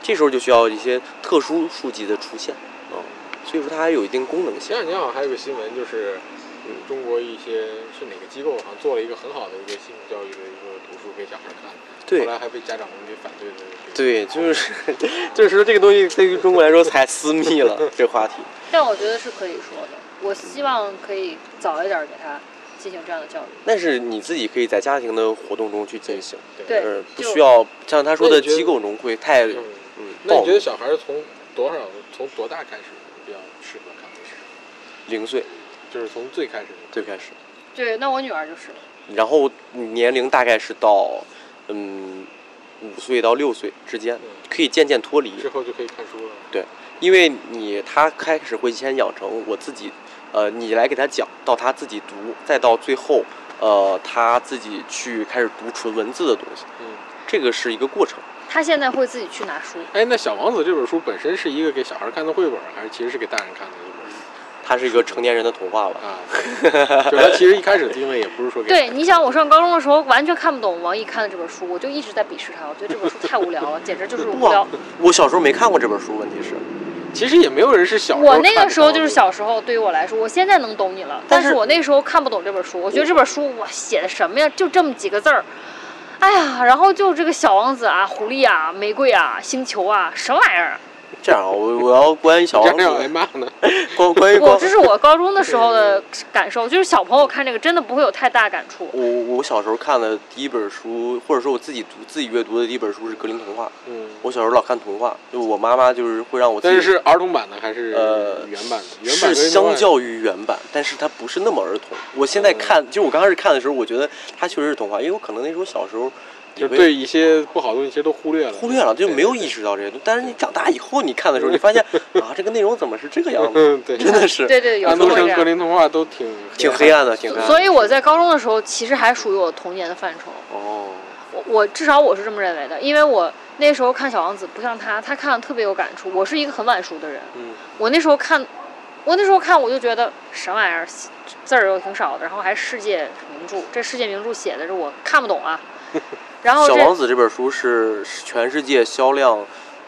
Speaker 3: 这时候就需要一些特殊书籍的出现啊、所以说它还有一定功能
Speaker 1: 前。
Speaker 3: 性
Speaker 1: 两天好像还有个新闻，就是
Speaker 3: 嗯
Speaker 1: 中国一些是哪个机构好像做了一个很好的一个性教育的一个读书给小孩看，
Speaker 3: 对
Speaker 1: 后来还被家长们给反对的。
Speaker 3: 对，就是 (laughs) 就是说这个东西对于中国来说太私密了，这话题。
Speaker 2: 但我觉得是可以说的。我希望可以早一点给他进行这样的教育。
Speaker 3: 但是你自己可以在家庭的活动中去进行，
Speaker 2: 对
Speaker 3: 呃，不
Speaker 2: 就
Speaker 3: 需要像他说
Speaker 1: 那
Speaker 3: 的
Speaker 1: 你觉得
Speaker 3: 机构融会太
Speaker 1: 嗯，
Speaker 3: 嗯，
Speaker 1: 那你觉
Speaker 3: 暴
Speaker 1: 得
Speaker 3: 力
Speaker 1: 小孩从多少从多大开始比较适合看电视？
Speaker 3: 零岁
Speaker 1: 就是从最开始的
Speaker 3: 最开始，
Speaker 2: 对，那我女儿就是，
Speaker 3: 然后年龄大概是到嗯五岁到六岁之间，
Speaker 1: 嗯
Speaker 3: 可以渐渐脱离。
Speaker 1: 之后就可以看书了。
Speaker 3: 因为你他开始会先养成我自己，呃，你来给他讲，到他自己读，再到最后，呃，他自己去开始读纯文字的东西，
Speaker 1: 嗯，
Speaker 3: 这个是一个过程。
Speaker 2: 她现在会自己去拿书。
Speaker 1: 哎，那《小王子》这本书本身是一个给小孩看的绘本，还是其实是给大人看的一本书
Speaker 3: 它是一个成年人的童话吧？
Speaker 1: 啊？
Speaker 3: (laughs)
Speaker 1: 对就是它其实一开始定位也不是说给
Speaker 2: 对，你想我上高中的时候完全看不懂王毅看的这本书，我就一直在鄙视他，我觉得这本书太无聊了，简直就是
Speaker 1: 嗯
Speaker 2: 无聊。
Speaker 3: 我小时候没看过这本书，问题是，
Speaker 1: 其实也没有人是小时候
Speaker 2: 我那
Speaker 1: 看
Speaker 2: 个
Speaker 1: 的
Speaker 2: 时候就是
Speaker 1: 小
Speaker 2: 小时候，对于我来说，我现在能懂你了，
Speaker 3: 但
Speaker 2: 但
Speaker 3: 是
Speaker 2: 是我那时候看不懂这本书，我觉得这本书哇写的什么呀，就这么几个字儿，哎呀，然后就这个小王子啊、狐狸啊、玫瑰啊、星球啊，什么玩意儿啊？
Speaker 3: 这样啊，我我要关于小
Speaker 1: 王
Speaker 3: 王
Speaker 1: 子，这样要啊
Speaker 3: (laughs)
Speaker 1: 挨
Speaker 3: 子，
Speaker 1: 骂呢。
Speaker 3: 关关于
Speaker 2: (laughs) 我
Speaker 3: 关
Speaker 2: 这是我高中的时候的感受，就是小朋友看这个真的不会有太大感触。
Speaker 3: 我我小时候看的第一本书，或者说我自己读自己阅读的第一本书是格林童话。
Speaker 1: 嗯，
Speaker 3: 我小时候老看童话，就我妈妈就是会让我自
Speaker 1: 但
Speaker 3: 己
Speaker 1: 是是儿童版的还是
Speaker 3: 呃
Speaker 1: 原版的？原版
Speaker 3: 是
Speaker 1: 跟
Speaker 3: 相较于原版，但是它不是那么儿童。我现在看，
Speaker 1: 嗯
Speaker 3: 就我刚开始看的时候，我觉得它确实是童话，因为我可能那时候小时候也
Speaker 1: 就
Speaker 3: 会
Speaker 1: 对一些不好的东西其实都忽略了，
Speaker 3: 忽略了，就没有意
Speaker 1: 识。
Speaker 3: 识到这些东西。但是你长大以后，你看的时候，你发现啊，这个内容怎么是这个样子？
Speaker 1: 嗯， (laughs) 对，
Speaker 3: (laughs) 真的是
Speaker 2: 对对，有
Speaker 1: 安
Speaker 2: 时候
Speaker 1: 徒
Speaker 2: 会这
Speaker 1: 生、格
Speaker 2: 样。
Speaker 1: 林童话都挺
Speaker 3: 挺黑暗的，挺黑暗的。
Speaker 2: 所以我在高中的时候，其实还属于我童年的范畴。
Speaker 3: 哦，
Speaker 2: 我我至少我是这么认为的，因为我那时候看《小王子》不像他，他看的特别有感触。我是一个很晚熟的人，
Speaker 1: 嗯
Speaker 2: 我那时候看，我那时候看我就觉得什么玩意儿，字儿又挺少的，然后还世界名著，这世界名著写的是我看不懂
Speaker 3: (laughs)
Speaker 2: 啊。然后
Speaker 3: 《小王
Speaker 2: 这
Speaker 3: 子》这本书是全世界销量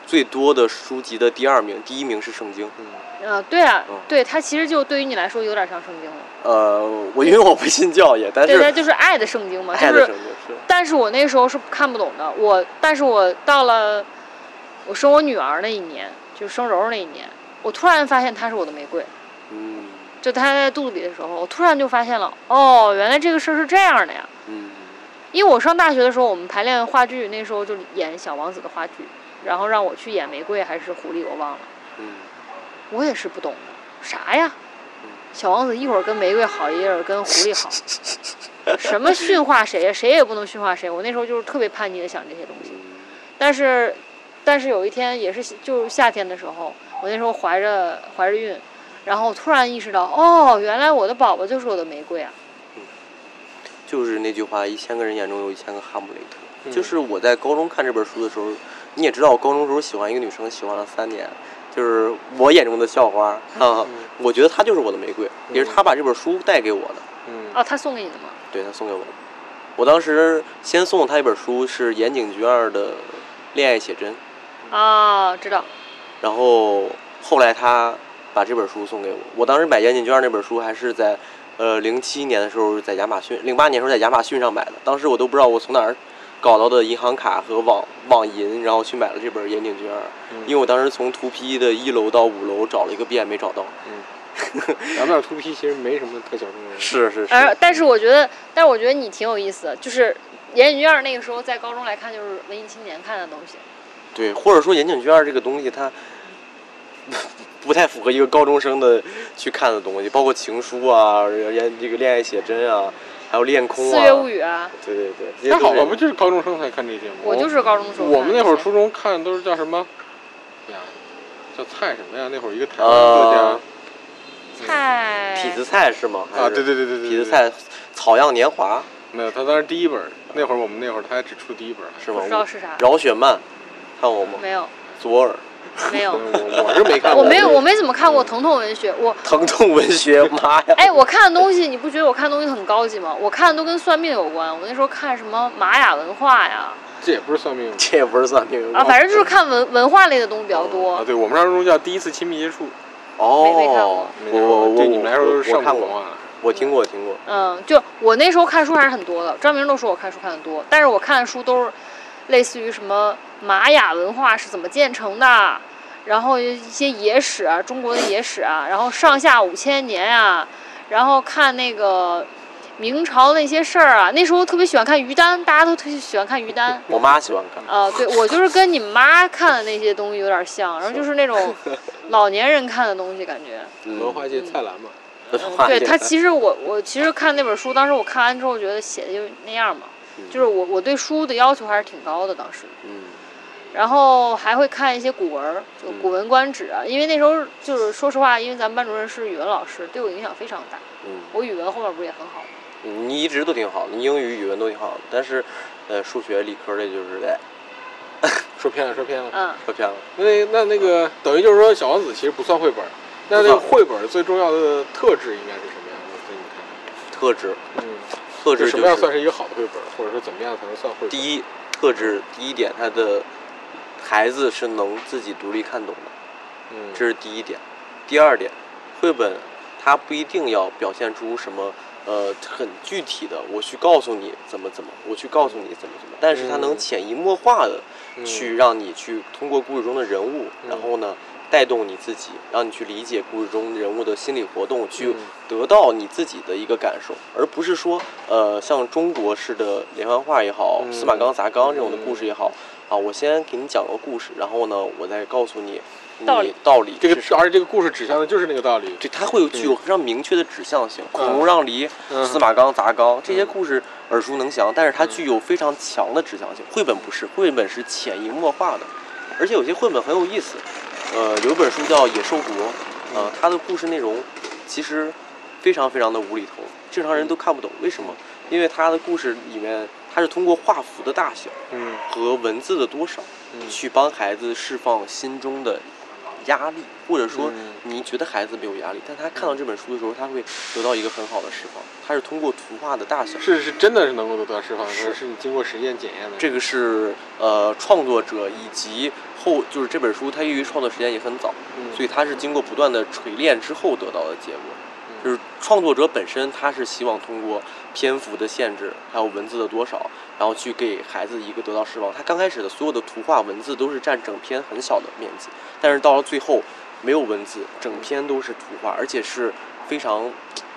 Speaker 3: 最多的书籍的第二名，第一名是《圣经》。
Speaker 1: 嗯，
Speaker 2: 呃，对啊
Speaker 3: 嗯，
Speaker 2: 对他其实就对于你来说有点像圣经了，
Speaker 3: 呃，我因为我不信教也，但
Speaker 2: 对他
Speaker 3: 是
Speaker 2: 就是爱的圣经嘛，
Speaker 3: 爱
Speaker 2: 就
Speaker 3: 的
Speaker 2: 是
Speaker 3: 圣经是
Speaker 2: 但是我那时候是看不懂的，我但是我到了我生我女儿那一年，就是生柔柔那一年，我突然发现她是我的玫瑰。
Speaker 3: 嗯
Speaker 2: 就她在肚子里的时候，我突然就发现了，哦，原来这个事儿是这样的呀。
Speaker 3: 嗯
Speaker 2: 因为我上大学的时候，我们排练话剧，那时候就演《小王子》的话剧，然后让我去演玫瑰还是狐狸，我忘了，
Speaker 3: 嗯
Speaker 2: 我也是不懂的，啥呀
Speaker 3: 嗯？
Speaker 2: 小王子一会儿跟玫瑰好，一会儿跟狐狸好，什么驯化谁呀？谁也不能驯化谁。我那时候就是特别叛逆的想这些东西。
Speaker 3: 嗯
Speaker 2: 但是，但是有一天也是就是夏天的时候，我那时候怀着怀着孕，然后突然意识到，哦，原来我的宝宝就是我的玫瑰啊！
Speaker 3: 就是那句话，一千个人眼中有一千个哈姆雷特。
Speaker 1: 嗯
Speaker 3: 就是我在高中看这本书的时候，你也知道，我高中时候喜欢一个女生，喜欢了三年，就是我眼中的校花啊。
Speaker 1: 嗯
Speaker 3: (laughs) 我觉得她就是我的玫瑰，也
Speaker 2: 嗯
Speaker 3: 是她把这本书带给我的，
Speaker 1: 嗯
Speaker 2: 哦，他送给你的吗？
Speaker 3: 对她送给我的。我当时先送她一本书，是岩井俊二的《恋爱写真》，嗯
Speaker 2: 啊、知道。
Speaker 3: 然后后来她把这本书送给我。我当时买岩井俊二那本书还是在。呃，零七年的时候在亚马逊，零八年的时候在亚马逊上买的，当时我都不知道我从哪儿搞到的银行卡和网网银，然后去买了这本《岩井俊二》，因为我当时从图批的一楼到五楼找了一个遍没找到。
Speaker 1: 咱们俩秃皮其实没什么特小众的，
Speaker 3: 是是是，
Speaker 2: 而但是我觉得，但是我觉得你挺有意思的，就是言语院那个时候在高中来看就是文艺青年看的东西，
Speaker 3: 对，或者说岩井俊二这个东西它不太符合一个高中生的去看的东西，包括情书啊，恋这个恋爱写真啊，还有恋空
Speaker 2: 四
Speaker 3: 啊
Speaker 2: 月，物语》啊，
Speaker 3: 对对对，这些
Speaker 1: 还好
Speaker 3: 都
Speaker 1: 吧，
Speaker 3: 是
Speaker 1: 不就是高中生才看这些吗？
Speaker 2: 我就是高中时候看的。
Speaker 1: 我们那会儿初中看都是叫什么？哎呀，叫蔡什么呀？那会儿一个台湾作
Speaker 3: 啊
Speaker 1: 家，
Speaker 2: 菜
Speaker 3: 痞子菜是吗？还
Speaker 1: 啊，
Speaker 3: 是
Speaker 1: 对对对对对，
Speaker 3: 痞子蔡《草样年华
Speaker 1: 没有，他当时第一本儿，那会儿我们那会儿他还只出第一本儿，》
Speaker 3: 是
Speaker 2: 不
Speaker 3: 吗
Speaker 2: 知？道是啥，
Speaker 3: 饶雪漫，看过吗？
Speaker 2: 没有
Speaker 3: 左耳，
Speaker 2: 没
Speaker 3: 哦
Speaker 2: 有，
Speaker 1: 我我是没看过，
Speaker 2: 我没有我没怎么看过疼痛文学，我
Speaker 3: 疼痛文学，妈呀！
Speaker 2: 哎，我看的东西，你不觉得我看的东西很高级吗？我看的都跟算命有关。我那时候看什么玛雅文化呀，
Speaker 1: 这也不是算命
Speaker 3: 这也不是算命
Speaker 2: 啊，反正就是看文文化类的东西比较多。
Speaker 1: 啊。对我们上初中叫第一次亲密接触，
Speaker 3: 哦，
Speaker 2: 没没看过
Speaker 1: 没
Speaker 3: 我
Speaker 1: 看
Speaker 3: 我
Speaker 1: 过
Speaker 3: 我
Speaker 1: 对你们来说都是上
Speaker 3: 我我看
Speaker 1: 古文
Speaker 3: 过，
Speaker 1: 化了。
Speaker 3: 我听过听过。
Speaker 2: 嗯，就我那时候看书还是很多的，张明都说我看书看的多，但是我看的书都是类似于什么玛雅文化是怎么建成的，然后一些野史啊，中国的野史啊，然后上下五千年啊，然后看那个明朝那些事儿啊，那时候特别喜欢看于丹，大家都特别喜欢看于丹。
Speaker 3: 我妈喜欢看，
Speaker 2: 啊，对我就是跟你妈看的那些东西有点像，然后就是那种老年人看的东西，感觉。
Speaker 3: 嗯
Speaker 1: 文化界蔡澜嘛，
Speaker 3: 化
Speaker 2: 对
Speaker 3: 界
Speaker 2: 他，其实我我其实看那本书，当时我看完之后觉得写的就那样嘛，就是我我对书的要求还是挺高的当时，
Speaker 3: 嗯，
Speaker 2: 然后还会看一些古文儿，就《古文观止》啊，因为那时候就是说实话，因为咱们班主任是语文老师，对我影响非常大。
Speaker 3: 嗯
Speaker 2: 我语文后面不是也很好吗？
Speaker 3: 嗯你一直都挺好，你英语、语文都挺好，但是，呃，数学、理科类就是哎，
Speaker 1: 说偏了说偏了。
Speaker 2: 嗯，
Speaker 3: 说偏了。
Speaker 1: 那那那个等于就是说，小王子其实不算绘本儿，那那个绘本儿最重要的特质应该是什么样？我给你
Speaker 3: 特质，
Speaker 1: 看。嗯。
Speaker 3: 特质
Speaker 1: 什么样算
Speaker 3: 是
Speaker 1: 是一个好的绘本，或者说怎么样才能算绘本？一，
Speaker 3: 第一特质，第一点，他的孩子是能自己独立看懂的。
Speaker 1: 嗯，
Speaker 3: 这是第一点。第二点，绘本它不一定要表现出什么呃很具体的，我去告诉你怎么怎么，我去告诉你怎么怎么，但是它能
Speaker 1: 嗯
Speaker 3: 潜移默化的
Speaker 1: 嗯
Speaker 3: 去让你去通过故事中的人物，
Speaker 1: 嗯
Speaker 3: 然后呢带动你自己，让你去理解故事中人物的心理活动，去
Speaker 1: 嗯
Speaker 3: 得到你自己的一个感受，而不是说呃像中国式的连环画也好，
Speaker 1: 嗯
Speaker 3: 司马刚砸缸这种的
Speaker 1: 嗯
Speaker 3: 故事也好。啊，我先给你讲个故事，然后呢，我再告诉你
Speaker 2: 道
Speaker 3: 你
Speaker 2: 理
Speaker 3: 嗯道理
Speaker 1: 这
Speaker 3: 是嗯
Speaker 1: 个
Speaker 3: 什么
Speaker 1: 而且这个故事指向的就是那个道理。
Speaker 3: 这它会有具有非常明确的指向性。孔融让梨、
Speaker 1: 嗯
Speaker 3: 司马刚砸缸这些故事耳熟能详，但是它具有非常强的指向性。绘本不是，绘本是潜移默化的，而且有些绘本很有意思。呃，有一本书叫《野兽国》，呃，它的故事内容其实非常非常的无厘头，正常人都看不懂。为什么？因为它的故事里面，它是通过画幅的大小
Speaker 1: 嗯
Speaker 3: 和文字的多少，
Speaker 1: 嗯
Speaker 3: 去帮孩子释放心中的压力，或者说
Speaker 1: 嗯
Speaker 3: 你觉得孩子没有压力，但他看到这本书的时候，他会得到一个很好的释放。他是通过图画的大小，
Speaker 1: 是是真的是能够得到释放，
Speaker 3: 是
Speaker 1: 是是你经过实践检验的。
Speaker 3: 这个是呃创作者以及后就是这本书，它由于创作时间也很早，
Speaker 1: 嗯
Speaker 3: 所以它是经过不断的锤炼之后得到的结果。
Speaker 1: 嗯
Speaker 3: 就是创作者本身，他是希望通过篇幅的限制，还有文字的多少，然后去给孩子一个得到释放。他刚开始的所有的图画文字都是占整篇很小的面积，但是到了最后没有文字，整篇都是图画，
Speaker 1: 嗯
Speaker 3: 而且是非常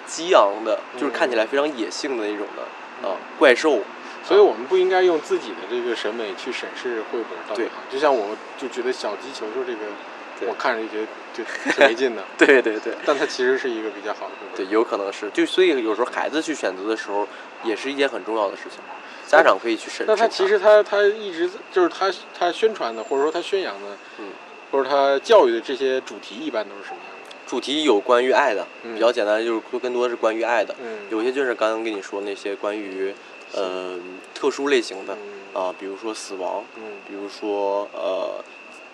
Speaker 3: 激昂的，就是看起来非常野性的那种
Speaker 1: 嗯
Speaker 3: 的，啊、怪兽，
Speaker 1: 所以我们不应该用自己的这个审美去审视绘本到底
Speaker 3: 对
Speaker 1: 好。就像我就觉得小鸡球球这
Speaker 3: 对
Speaker 1: 个，我看着就觉得就挺没
Speaker 3: (laughs)
Speaker 1: 劲的，
Speaker 3: 对对对。
Speaker 1: 但它其实是一个比较好的绘本。
Speaker 3: 对，有可能是，就所以有时候孩子去选择的时候，也是一件很重要的事情。家长可以去审视。
Speaker 1: 那他其实他他一直就是他他宣传的，或者说他宣扬的，
Speaker 3: 嗯，
Speaker 1: 或者他教育的这些主题一般都是什么样的？
Speaker 3: 主题有关于爱的，
Speaker 1: 嗯
Speaker 3: 比较简单，就是更多是关于爱的。
Speaker 1: 嗯
Speaker 3: 有些就是刚刚跟你说那些关于呃特殊类型的啊、
Speaker 1: 嗯
Speaker 3: 比如说死亡，
Speaker 1: 嗯
Speaker 3: 比如说呃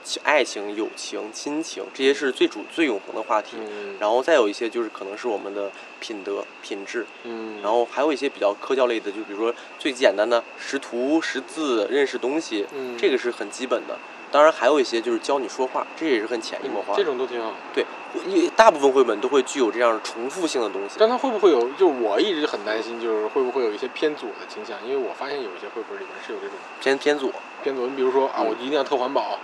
Speaker 3: 亲爱情、友情、亲情，这些是最主最永恒的话题。
Speaker 1: 嗯
Speaker 3: 然后再有一些就是可能是我们的品德、品质，
Speaker 1: 嗯，
Speaker 3: 然后还有一些比较科教类的，就比如说最简单的识图、识字、认识东西，
Speaker 1: 嗯
Speaker 3: 这个是很基本的。当然还有一些就是教你说话，这也是很潜移默化的。
Speaker 1: 嗯这种都挺好。
Speaker 3: 对，一大部分绘本都会具有这样重复性的东西。
Speaker 1: 但它会不会有？就我一直很担心，就是会不会有一些偏左的倾向？因为我发现有一些绘本里面是有这种
Speaker 3: 偏偏左，
Speaker 1: 偏左。你比如说啊，
Speaker 3: 嗯
Speaker 1: 我一定要特环保。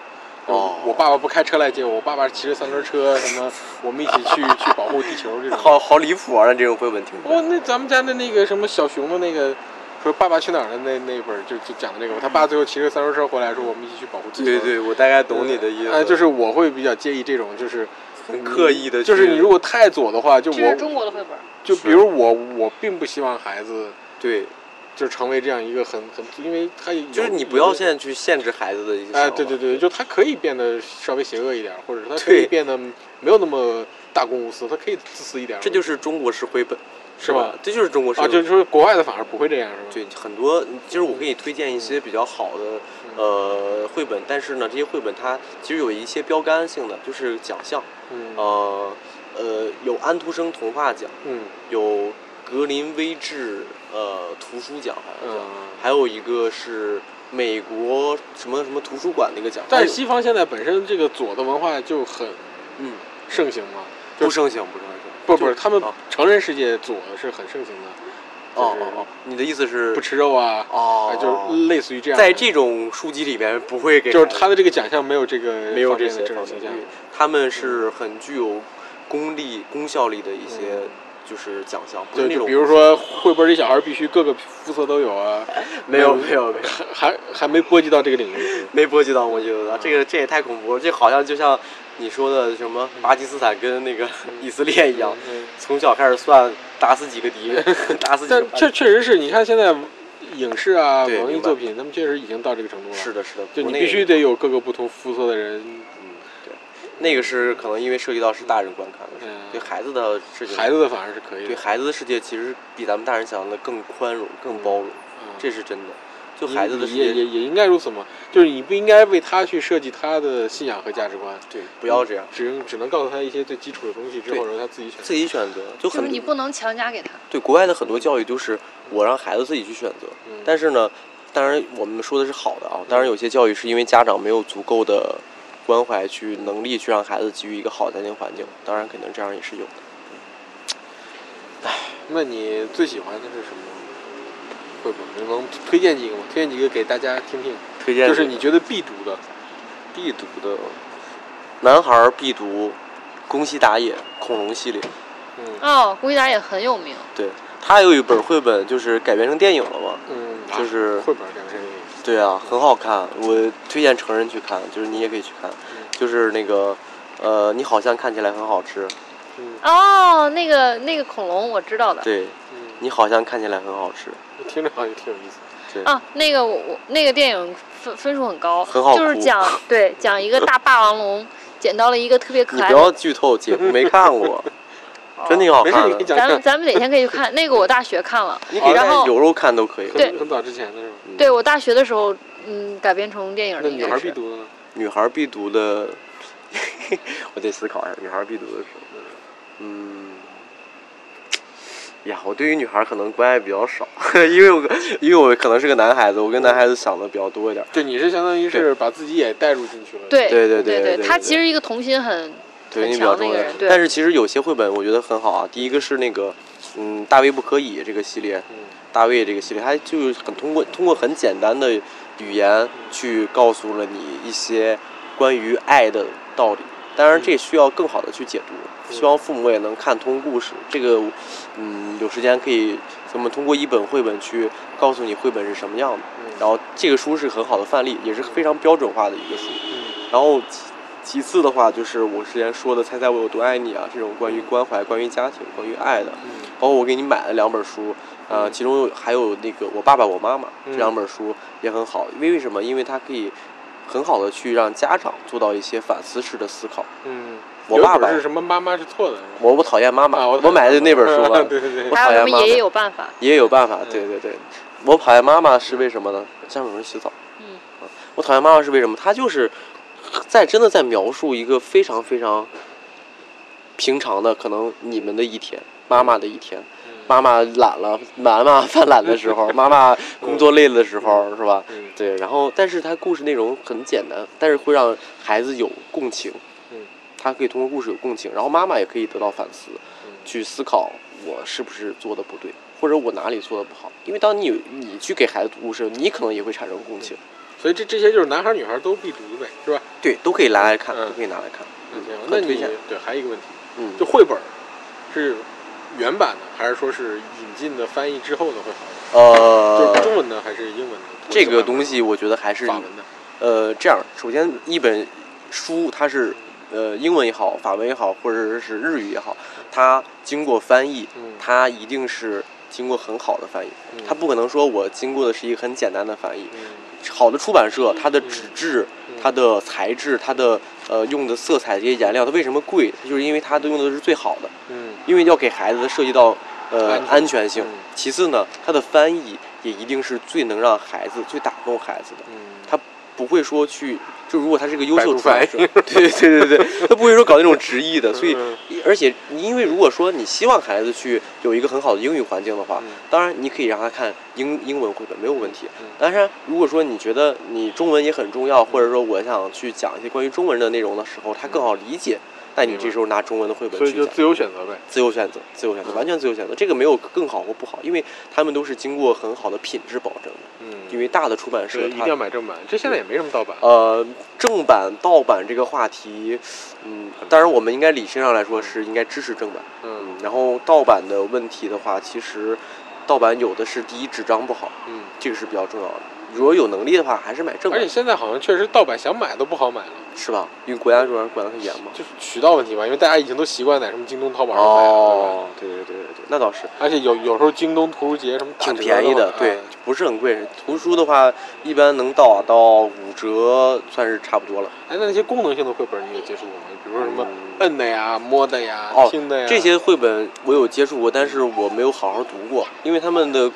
Speaker 3: 哦
Speaker 1: 我爸爸不开车来接我，我爸爸骑着三轮车，什
Speaker 3: (laughs)
Speaker 1: 么我们一起去去保护地球这种。
Speaker 3: 好好离谱啊！让这种绘本听
Speaker 1: 哦，
Speaker 3: 着，
Speaker 1: 那咱们家的那个什么小熊的那个，说《爸爸去哪儿》的那那本儿就就讲的这个，他爸最后骑着三轮车回来，说我们一起去保护地球。
Speaker 3: 对对，我大概懂你的意思。
Speaker 1: 哎，就是我会比较介意这种，就是
Speaker 3: 很刻意地去
Speaker 1: 就是你如果太左的话，就
Speaker 2: 这是
Speaker 1: 我
Speaker 2: 中国的绘本儿，
Speaker 1: 就比如我，我并不希望孩子
Speaker 3: 对，
Speaker 1: 就成为这样一个很很，因为他有
Speaker 3: 就是你不要现
Speaker 1: 在
Speaker 3: 在去限制孩子的一个想
Speaker 1: 哎，
Speaker 3: 法。
Speaker 1: 对对对，就他可以变得稍微邪恶一点，或者是他可以
Speaker 3: 对
Speaker 1: 变得没有那么大公无私，他可以自私一点，
Speaker 3: 这就是中国式绘本，
Speaker 1: 是
Speaker 3: 吧
Speaker 1: 吧？
Speaker 3: 这就是中国式
Speaker 1: 啊，就是说国外的反而不会这样，是吧？
Speaker 3: 对很多，就是我给你推荐一些比较好的呃绘本，但是呢，这些绘本它其实有一些标杆性的，就是奖项，
Speaker 1: 嗯，
Speaker 3: 呃呃，有安徒生童话奖，
Speaker 1: 嗯
Speaker 3: 有格林威治呃图书奖，好像
Speaker 1: 嗯
Speaker 3: 叫，。还有一个是美国什么什么图书馆的一个奖，
Speaker 1: 但
Speaker 3: 还
Speaker 1: 是
Speaker 3: 有
Speaker 1: 西方现在本身这个左的文化就很
Speaker 3: 嗯
Speaker 1: 盛行嘛，就
Speaker 3: 不盛行不盛行，
Speaker 1: 不不，
Speaker 3: 就是
Speaker 1: 他们
Speaker 3: 啊
Speaker 1: 成人世界左是很盛行的，
Speaker 3: 哦
Speaker 1: 就是
Speaker 3: 哦哦，你的意思是
Speaker 1: 不吃肉啊，啊，，
Speaker 3: 哦
Speaker 1: 就是类似于这样的。
Speaker 3: 在这种书籍里边不会给
Speaker 1: 就是
Speaker 3: 孩子
Speaker 1: 他的这个奖项没有这个
Speaker 3: 没有
Speaker 1: 方
Speaker 3: 这
Speaker 1: 面
Speaker 3: 些
Speaker 1: 的这种
Speaker 3: 方
Speaker 1: 倾
Speaker 3: 面
Speaker 1: 向。
Speaker 3: 对他们是很具有功利、功效力的一些
Speaker 1: 嗯
Speaker 3: 就是奖项，不
Speaker 1: 就是
Speaker 3: 那
Speaker 1: 就
Speaker 3: 种
Speaker 1: 比如说绘本里小孩必须各个肤色都有啊，
Speaker 3: 没有没有没有
Speaker 1: 还还还没波及到这个领
Speaker 3: (laughs)
Speaker 1: 域。
Speaker 3: 没波及到，我觉得这个这也太恐怖了，这好像就像你说的什么巴基斯坦跟那个 (laughs) 以色列一样，
Speaker 1: 嗯
Speaker 3: 从小开始算打死几个敌人， (laughs) 打死几个
Speaker 1: 但
Speaker 3: 叛
Speaker 1: 确确实是你看现在影视啊、
Speaker 3: 对
Speaker 1: 文艺
Speaker 3: 明白
Speaker 1: 作品，他们确实已经到这个程度
Speaker 3: 徒
Speaker 1: 了。
Speaker 3: 是，的是的，
Speaker 1: 就
Speaker 3: 国
Speaker 1: 你
Speaker 3: 内
Speaker 1: 必须得有各个不同肤色的人，
Speaker 3: 嗯对，那个是可能因为涉及到是大人观看的事
Speaker 1: 嗯，
Speaker 3: 对孩子的事情，
Speaker 1: 孩子的反而是可以
Speaker 3: 对
Speaker 1: 的。
Speaker 3: 孩子的世界其实比咱们大人想象的更宽容、更包容，
Speaker 1: 嗯
Speaker 3: 这是真的。就孩子的世
Speaker 1: 也
Speaker 3: 界
Speaker 1: 也也应该如此嘛，就是你不应该为他去设计他的信仰和价值观，
Speaker 3: 对，不要这样，
Speaker 1: 只能只能告诉他一些最基础的东西之后，
Speaker 3: 对
Speaker 1: 让他自己选择。
Speaker 3: 自己选择就
Speaker 2: 就是
Speaker 3: 很
Speaker 2: 你不能强加给他。
Speaker 3: 对国外的很多教育就是我让孩子自己去选择，
Speaker 1: 嗯
Speaker 3: 但是呢，当然我们说的是好的啊，当然有些教育是因为家长没有足够的关怀去能力去让孩子给予一个好的家庭环境，当然肯定这样也是有的。
Speaker 1: 那你最喜欢的是什么绘本？能推荐几个吗？推荐几个给大家听听，
Speaker 3: 推荐
Speaker 1: 就是你觉得必读的。
Speaker 3: 必读的，哦男孩儿必读宫西达也恐龙系列，
Speaker 1: 嗯
Speaker 2: 哦，龚一达也很有名，
Speaker 3: 对他有一本绘本就是改编成电影了嘛，
Speaker 1: 嗯，
Speaker 3: 就是
Speaker 1: 啊绘本儿这个是
Speaker 3: 对啊，很好看，我推荐成人去看，就是你也可以去看，就是那个，呃，你好像看起来很好吃，
Speaker 1: 嗯
Speaker 2: 哦，那个那个恐龙我知道的。
Speaker 3: 对
Speaker 1: 嗯，
Speaker 3: 你好像看起来很好吃，
Speaker 1: 听着好像也挺有意思。
Speaker 3: 对，
Speaker 2: 啊，那个我我那个电影分分数很高，
Speaker 3: 很好
Speaker 2: 就是
Speaker 3: 哭
Speaker 2: 讲
Speaker 3: (laughs)
Speaker 2: 对讲一个大霸王龙捡到了一个特别可
Speaker 3: 你
Speaker 2: 爱
Speaker 3: 不
Speaker 2: 的，
Speaker 3: 要剧透，姐夫没
Speaker 2: (laughs)
Speaker 3: 看过，真
Speaker 2: 哦
Speaker 3: 挺好
Speaker 1: 没事，
Speaker 3: 看
Speaker 1: 你可以
Speaker 3: 的，
Speaker 1: 讲
Speaker 2: 咱
Speaker 1: 讲。
Speaker 2: 们咱们哪天可以去看？那个我大学看了，
Speaker 3: 你给
Speaker 2: 然
Speaker 3: 看
Speaker 2: 后
Speaker 3: 有肉看都可以。
Speaker 2: 对
Speaker 1: 很很早之前的是吧？
Speaker 3: 嗯
Speaker 2: 对我大学的时候，嗯，改编成电影
Speaker 1: 那
Speaker 2: 的应
Speaker 1: 女
Speaker 2: 该
Speaker 1: 孩必
Speaker 2: 是。
Speaker 1: 读的呢？
Speaker 3: 女孩必读的， (laughs) 我得思考一下，女孩必读的是什么？嗯，呀，我对于女孩可能关爱比较少， (laughs) 因为我因为我可能是个男孩子，我跟男孩子想的比较多一点。
Speaker 1: 对，你是相当于是把自己也带入进去了。，
Speaker 2: 对
Speaker 3: 对
Speaker 2: 对
Speaker 3: 对对对对
Speaker 2: 他其实一个童心很
Speaker 3: 对
Speaker 2: 很
Speaker 3: 你比较
Speaker 2: 强的一
Speaker 3: 重
Speaker 2: 个
Speaker 3: 要
Speaker 2: 人。
Speaker 3: 但
Speaker 2: 对，
Speaker 3: 是其实有些绘本我觉得很好啊，第一个是那个，嗯，大卫不可以这个系列，
Speaker 1: 嗯
Speaker 3: 大卫这个系列，它就是很通过通过很简单的语言
Speaker 2: 嗯
Speaker 3: 去告诉了你一些关于爱的道理。当
Speaker 2: 嗯
Speaker 3: 然，这需要更好的去解读，
Speaker 1: 嗯
Speaker 3: 希望父母也能看通故事。这个，嗯，有时间可以咱们通过一本绘本去告诉你绘本是什么样的。
Speaker 1: 嗯，
Speaker 3: 然后这个书是很好的范例，也是非常标准化的一个书。
Speaker 1: 嗯
Speaker 3: 然后其其次的话，就是我之前说的《猜猜我有多爱你》啊，这种关于关怀、关于家庭、关于爱的，
Speaker 1: 嗯
Speaker 3: 包括我给你买了两本书，呃，
Speaker 1: 嗯
Speaker 3: 其中有还有那个我爸爸我妈妈这
Speaker 1: 嗯
Speaker 3: 两本书也很好，因为为什么？因为它可以很好的去让家长做到一些反思式的思考。
Speaker 1: 嗯，
Speaker 3: 我
Speaker 1: 有一
Speaker 3: 爸
Speaker 1: 本
Speaker 3: 爸
Speaker 1: 是什么？妈妈是错的，是吧？
Speaker 3: 我不讨厌妈妈，
Speaker 1: 啊
Speaker 3: 我买的那本书
Speaker 1: (laughs)
Speaker 3: 啊 (laughs) 吧，
Speaker 1: 对对对
Speaker 3: 我，
Speaker 2: 还有
Speaker 3: 讨
Speaker 2: 什
Speaker 3: 厌
Speaker 2: 么
Speaker 3: 妈
Speaker 2: 爷
Speaker 3: 妈
Speaker 2: 爷有办法？
Speaker 3: 也有办法。
Speaker 1: 嗯
Speaker 3: 对对对，我讨厌妈妈是为什么呢？像有人洗澡。啊
Speaker 2: 嗯，
Speaker 3: 我讨厌妈妈是为什么？她就是在真的在描述一个非常非常平常的，可能你们的一天，妈妈的一天，妈妈懒了，妈妈 (laughs) 犯懒的时候，妈妈工作累了的时候，是吧？
Speaker 1: 嗯
Speaker 3: 对，然后但是它故事内容很简单，但是会让孩子有共情。
Speaker 1: 嗯，
Speaker 3: 他可以通过故事有共情，然后妈妈也可以得到反思，
Speaker 1: 嗯
Speaker 3: 去思考我是不是做的不对，或者我哪里做的不好。因为当你有你去给孩子读故事，你可能也会产生共情。
Speaker 1: 所以这这些就是男孩儿女孩儿都必读的呗，是吧？
Speaker 3: 对，都可以拿来看，
Speaker 1: 嗯
Speaker 3: 都可以拿来看。
Speaker 1: 嗯，行那
Speaker 3: 很推
Speaker 1: 你
Speaker 3: 荐。
Speaker 1: 对还有一个问题，
Speaker 3: 嗯，
Speaker 1: 就绘本儿是原版的，还是说是引进的翻译之后的会好一点？就是中
Speaker 3: 嗯呃，
Speaker 1: 文的还是英文的？
Speaker 3: 这个东西我觉得还是
Speaker 1: 法文的，
Speaker 3: 呃，这样，首先一本书它是呃英文也好，法文也好，或者是日语也好，它经过翻译，
Speaker 1: 嗯，
Speaker 3: 它一定是经过很好的翻译，
Speaker 1: 嗯
Speaker 3: 它不可能说我经过的是一个很简单的翻译。
Speaker 1: 嗯
Speaker 3: 好的出版社，它的纸质、
Speaker 1: 嗯
Speaker 3: 它的材质、它的呃用的色彩这些颜料，它为什么贵？就是因为它都用的是最好的，
Speaker 1: 嗯
Speaker 3: 因为要给孩子涉及到呃
Speaker 1: 安全
Speaker 3: 安全性
Speaker 1: 嗯。
Speaker 3: 其次呢，它的翻译也一定是最能让孩子、最打动孩子的。
Speaker 1: 嗯，
Speaker 3: 他不会说去，就如果他是个优
Speaker 1: 百
Speaker 3: 秀
Speaker 1: 度
Speaker 3: 出版
Speaker 1: 翻
Speaker 3: 社， (laughs) 对对对对，他不会说搞那种直译的，所以
Speaker 1: 嗯
Speaker 3: 而且因为如果说你希望孩子去有一个很好的英语环境的话
Speaker 1: 嗯，
Speaker 3: 当然你可以让他看英英文绘本没有问题
Speaker 1: 嗯。
Speaker 3: 但是如果说你觉得你中文也很重要，或者说我想去讲一些关于中文的内容的时候，他更好理解。那你
Speaker 1: 明白
Speaker 3: 这时候拿中文的绘本
Speaker 1: 嗯所以
Speaker 3: 去
Speaker 1: 就
Speaker 3: 讲，
Speaker 1: 自由选择呗。
Speaker 3: 自由选择，自由选择，
Speaker 1: 嗯
Speaker 3: 完全自由选择，这个没有更好或不好，因为他们都是经过很好的品质保证的。
Speaker 1: 嗯，
Speaker 3: 因为大的出版社
Speaker 1: 对，一
Speaker 3: 它
Speaker 1: 定要买正版，这现在也没什么盗版。
Speaker 3: 呃，正版盗版这个话题，嗯，当然我们应该理性上来说是应该支持正版。
Speaker 1: 嗯
Speaker 3: 嗯，然后盗版的问题的话，其实盗版有的是第一纸张不好，
Speaker 1: 嗯，
Speaker 3: 这个是比较重要的。如果有能力的话，还是买正
Speaker 1: 而
Speaker 3: 版
Speaker 1: 且，现在好像确实盗版想买都不好买了，
Speaker 3: 是吧？因为国家主管管得很严嘛。
Speaker 1: 就是渠道问题吧，因为大家已经都习惯在什么京东、淘宝上买了，
Speaker 3: 哦，对对对对对，那倒是
Speaker 1: 对吧？而且有有时候京东、图书节什么打折
Speaker 3: 挺便宜的
Speaker 1: 话，
Speaker 3: 对
Speaker 1: 啊，
Speaker 3: 就不是很贵。图书的话，一般能到到五折，算是差不多了。
Speaker 1: 哎，那那些功能性的绘本你有接触过吗？比如说什么
Speaker 3: 嗯
Speaker 1: 摁的呀、摸的呀、
Speaker 3: 哦
Speaker 1: 听的呀，
Speaker 3: 这些绘本我有接触过，但是我没有好好读过，因为他们的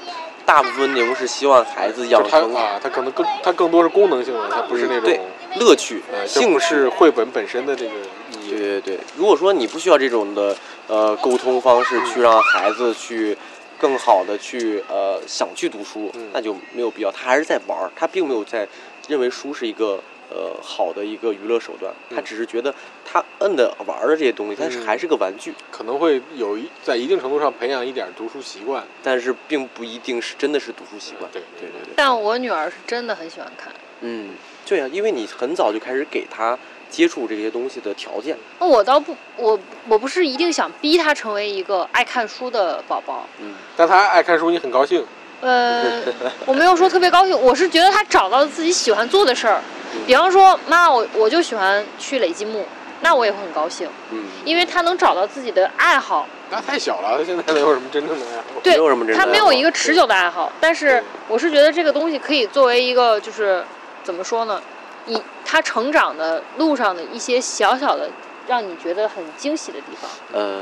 Speaker 3: 大部分内容是希望孩子
Speaker 1: 就
Speaker 3: 养
Speaker 1: 是它
Speaker 3: 成
Speaker 1: 啊，它可能更它更多是功能性的，它不是那
Speaker 3: 对
Speaker 1: 种
Speaker 3: 乐趣、
Speaker 1: 呃，这
Speaker 3: 兴
Speaker 1: 不
Speaker 3: 趣
Speaker 1: 是。绘本本身的这个意
Speaker 3: 对
Speaker 1: 义。
Speaker 3: 对对，如果说你不需要这种的呃沟通方式去让孩子去更好的去呃想去读书，
Speaker 1: 嗯
Speaker 3: 那就没有必要。他还是在玩儿，他并没有在认为书是一个呃好的一个娱乐手段，他
Speaker 1: 嗯
Speaker 3: 只是觉得他摁的玩儿的这些东西，它是
Speaker 1: 嗯
Speaker 3: 还是个玩具。
Speaker 1: 可能会有一在一定程度上培养一点读书习惯。
Speaker 3: 但是并不一定是真的是读书习惯。
Speaker 1: 对
Speaker 3: 对对对，
Speaker 2: 但我女儿是真的很喜欢看。
Speaker 3: 嗯，对啊，因为你很早就开始给他接触这些东西的条件，
Speaker 2: 那我倒不，我我不是一定想逼她成为一个爱看书的宝宝。
Speaker 3: 嗯，
Speaker 1: 但他爱看书，你很高兴。
Speaker 2: 呃，我没有说特别高兴，我是觉得她找到了自己喜欢做的事儿
Speaker 3: 嗯。
Speaker 2: 比方说，妈，我我就喜欢去垒积木，那我也会很高兴，
Speaker 3: 嗯，
Speaker 2: 因为她能找到自己的爱好。
Speaker 1: 那太小了，他现在能有什么真正的爱好？
Speaker 2: 对
Speaker 3: 没有什么真正的
Speaker 2: 他没有一个持久的爱好，但是
Speaker 1: 对
Speaker 2: 我是觉得这个东西可以作为一个就是怎么说呢，你他成长的路上的一些小小的让你觉得很惊喜的地方。
Speaker 3: 呃，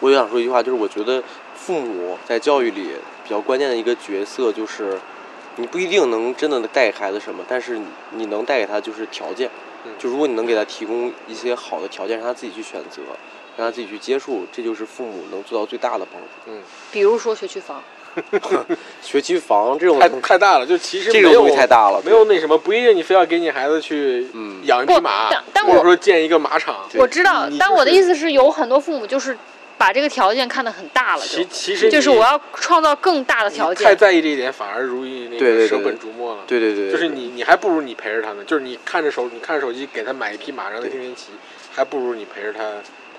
Speaker 3: 我也想说一句话，就是我觉得父母在教育里比较关键的一个角色就是。你不一定能真的带给孩子什么，但是你能带给他就是条件，
Speaker 1: 嗯
Speaker 3: 就如果你能给他提供一些好的条件，让他自己去选择，让他自己去接触，这就是父母能做到最大的帮助。
Speaker 1: 嗯，
Speaker 2: 比如说学区房，
Speaker 3: 学区房这种
Speaker 1: 太
Speaker 3: 东西
Speaker 1: 太大了，就其实
Speaker 3: 这
Speaker 1: 没
Speaker 3: 种
Speaker 1: 有
Speaker 3: 东西太大了，
Speaker 1: 没有那什么，不一定你非要给你孩子去
Speaker 3: 嗯
Speaker 1: 养一匹
Speaker 2: 不
Speaker 1: 马
Speaker 2: 但，但
Speaker 1: 或者
Speaker 2: 我
Speaker 1: 说建一个马场。
Speaker 3: 对
Speaker 2: 我知道
Speaker 1: 你，
Speaker 2: 但
Speaker 1: 就
Speaker 2: 我的
Speaker 1: 是
Speaker 2: 意思是有很多父母就是把这个条件看得很大了就，
Speaker 1: 其其实
Speaker 2: 就是
Speaker 1: 你
Speaker 2: 我要创造更大的
Speaker 1: 你
Speaker 2: 条
Speaker 1: 太
Speaker 2: 件。
Speaker 1: 在意这一点，反而容易那
Speaker 3: 对对
Speaker 1: 个
Speaker 3: 对
Speaker 1: 舍
Speaker 3: 对
Speaker 1: 本逐末了。
Speaker 3: 对对对，对
Speaker 1: 就是你，你还不如你陪着他呢。就是你看着手，你看着手机，给他买一匹马，让他
Speaker 3: 对
Speaker 1: 天天骑，还不如你陪着他，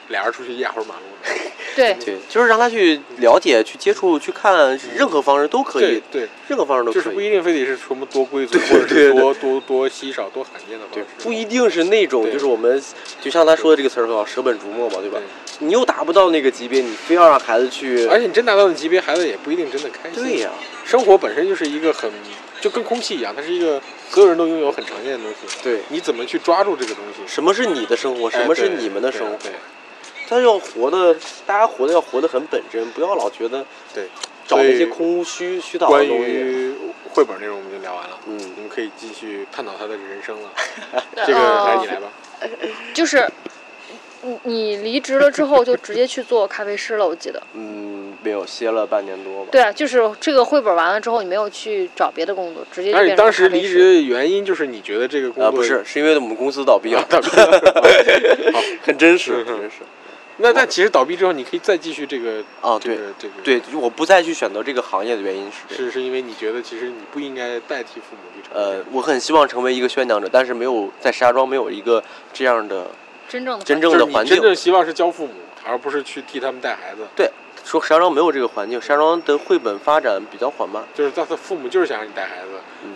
Speaker 1: 俩人出去压会儿马路呢。
Speaker 2: 对，
Speaker 3: 对，就是让他去了解、去接触、去看，任何方式都可以，
Speaker 1: 对，
Speaker 3: 任何方式都
Speaker 1: 就是
Speaker 3: 可
Speaker 1: 不
Speaker 3: 以。
Speaker 1: 一定非得是什么多
Speaker 3: (laughs)
Speaker 1: 贵族，
Speaker 3: 对
Speaker 1: 或者
Speaker 3: 对
Speaker 1: 是
Speaker 3: 对
Speaker 1: 多多多稀少、多罕见的方式。
Speaker 3: 不一定是那种，
Speaker 1: 对
Speaker 3: 就是我们就像他说的这个词儿很好，舍本逐末嘛，对
Speaker 1: 对？
Speaker 3: 吧
Speaker 1: 哎
Speaker 3: 你又达不到那个级别，你非要让孩子去，
Speaker 1: 而且你真达到那级别，孩子也不一定真的开心。
Speaker 3: 对呀，
Speaker 1: 生活本身就是一个很，就跟空气一样，它是一个所有人都拥有很常见的东西。
Speaker 3: 对
Speaker 1: 你怎么去抓住这个东西？
Speaker 3: 什么是你的生活，什
Speaker 1: 哎
Speaker 3: 么是
Speaker 1: 对
Speaker 3: 你们的
Speaker 1: 对
Speaker 3: 生活？
Speaker 1: 对，啊
Speaker 3: 他要活的，大家活的要活得很本真，不要老觉得
Speaker 1: 对
Speaker 3: 找那
Speaker 1: 所
Speaker 3: 些
Speaker 1: 以
Speaker 3: 空虚虚岛
Speaker 1: 关
Speaker 3: 的东西。
Speaker 1: 于绘本内容我们就聊完了，
Speaker 3: 嗯
Speaker 1: 你们可以继续探讨他的人
Speaker 3: (laughs)
Speaker 1: 生了。
Speaker 2: 呃
Speaker 1: 这个来你来吧。
Speaker 2: 就是你你离职了之后就直接去做咖啡师了，我记得。
Speaker 3: 嗯，没有歇了半年多吧。
Speaker 2: 对啊，就是这个绘本完了之后，你没有去找别的工作，直接就
Speaker 1: 那你
Speaker 2: 变成
Speaker 1: 当时
Speaker 2: 咖啡
Speaker 1: 离
Speaker 2: 师
Speaker 1: 职的原因就是你觉得这个工
Speaker 3: 啊，
Speaker 1: 作
Speaker 3: 不是，是因为我们公司倒闭
Speaker 1: (laughs)
Speaker 3: 了， (laughs) 很真实，很真实。
Speaker 1: 嗯那但其实倒闭之后，你可以再继续这个
Speaker 3: 啊，
Speaker 1: 这
Speaker 3: 对
Speaker 1: 个这个
Speaker 3: 对，就我不再去选择这个行业的原因是这个。
Speaker 1: 是是因为你觉得其实你不应该代替父母去承
Speaker 3: 呃
Speaker 1: 担。，
Speaker 3: 我很希望成为一个宣讲者，但是没有在石家庄没有一个这样的
Speaker 2: 真正的
Speaker 3: 真
Speaker 2: 环
Speaker 3: 正
Speaker 1: 就是
Speaker 3: 的
Speaker 1: 你
Speaker 3: 环境
Speaker 1: 真。正希望是教父母，而不是去替他们带孩子。
Speaker 3: 说石家庄没有这个环境，石家庄的绘本发展比较缓慢。
Speaker 1: 就是他的父母就是想让你带孩子，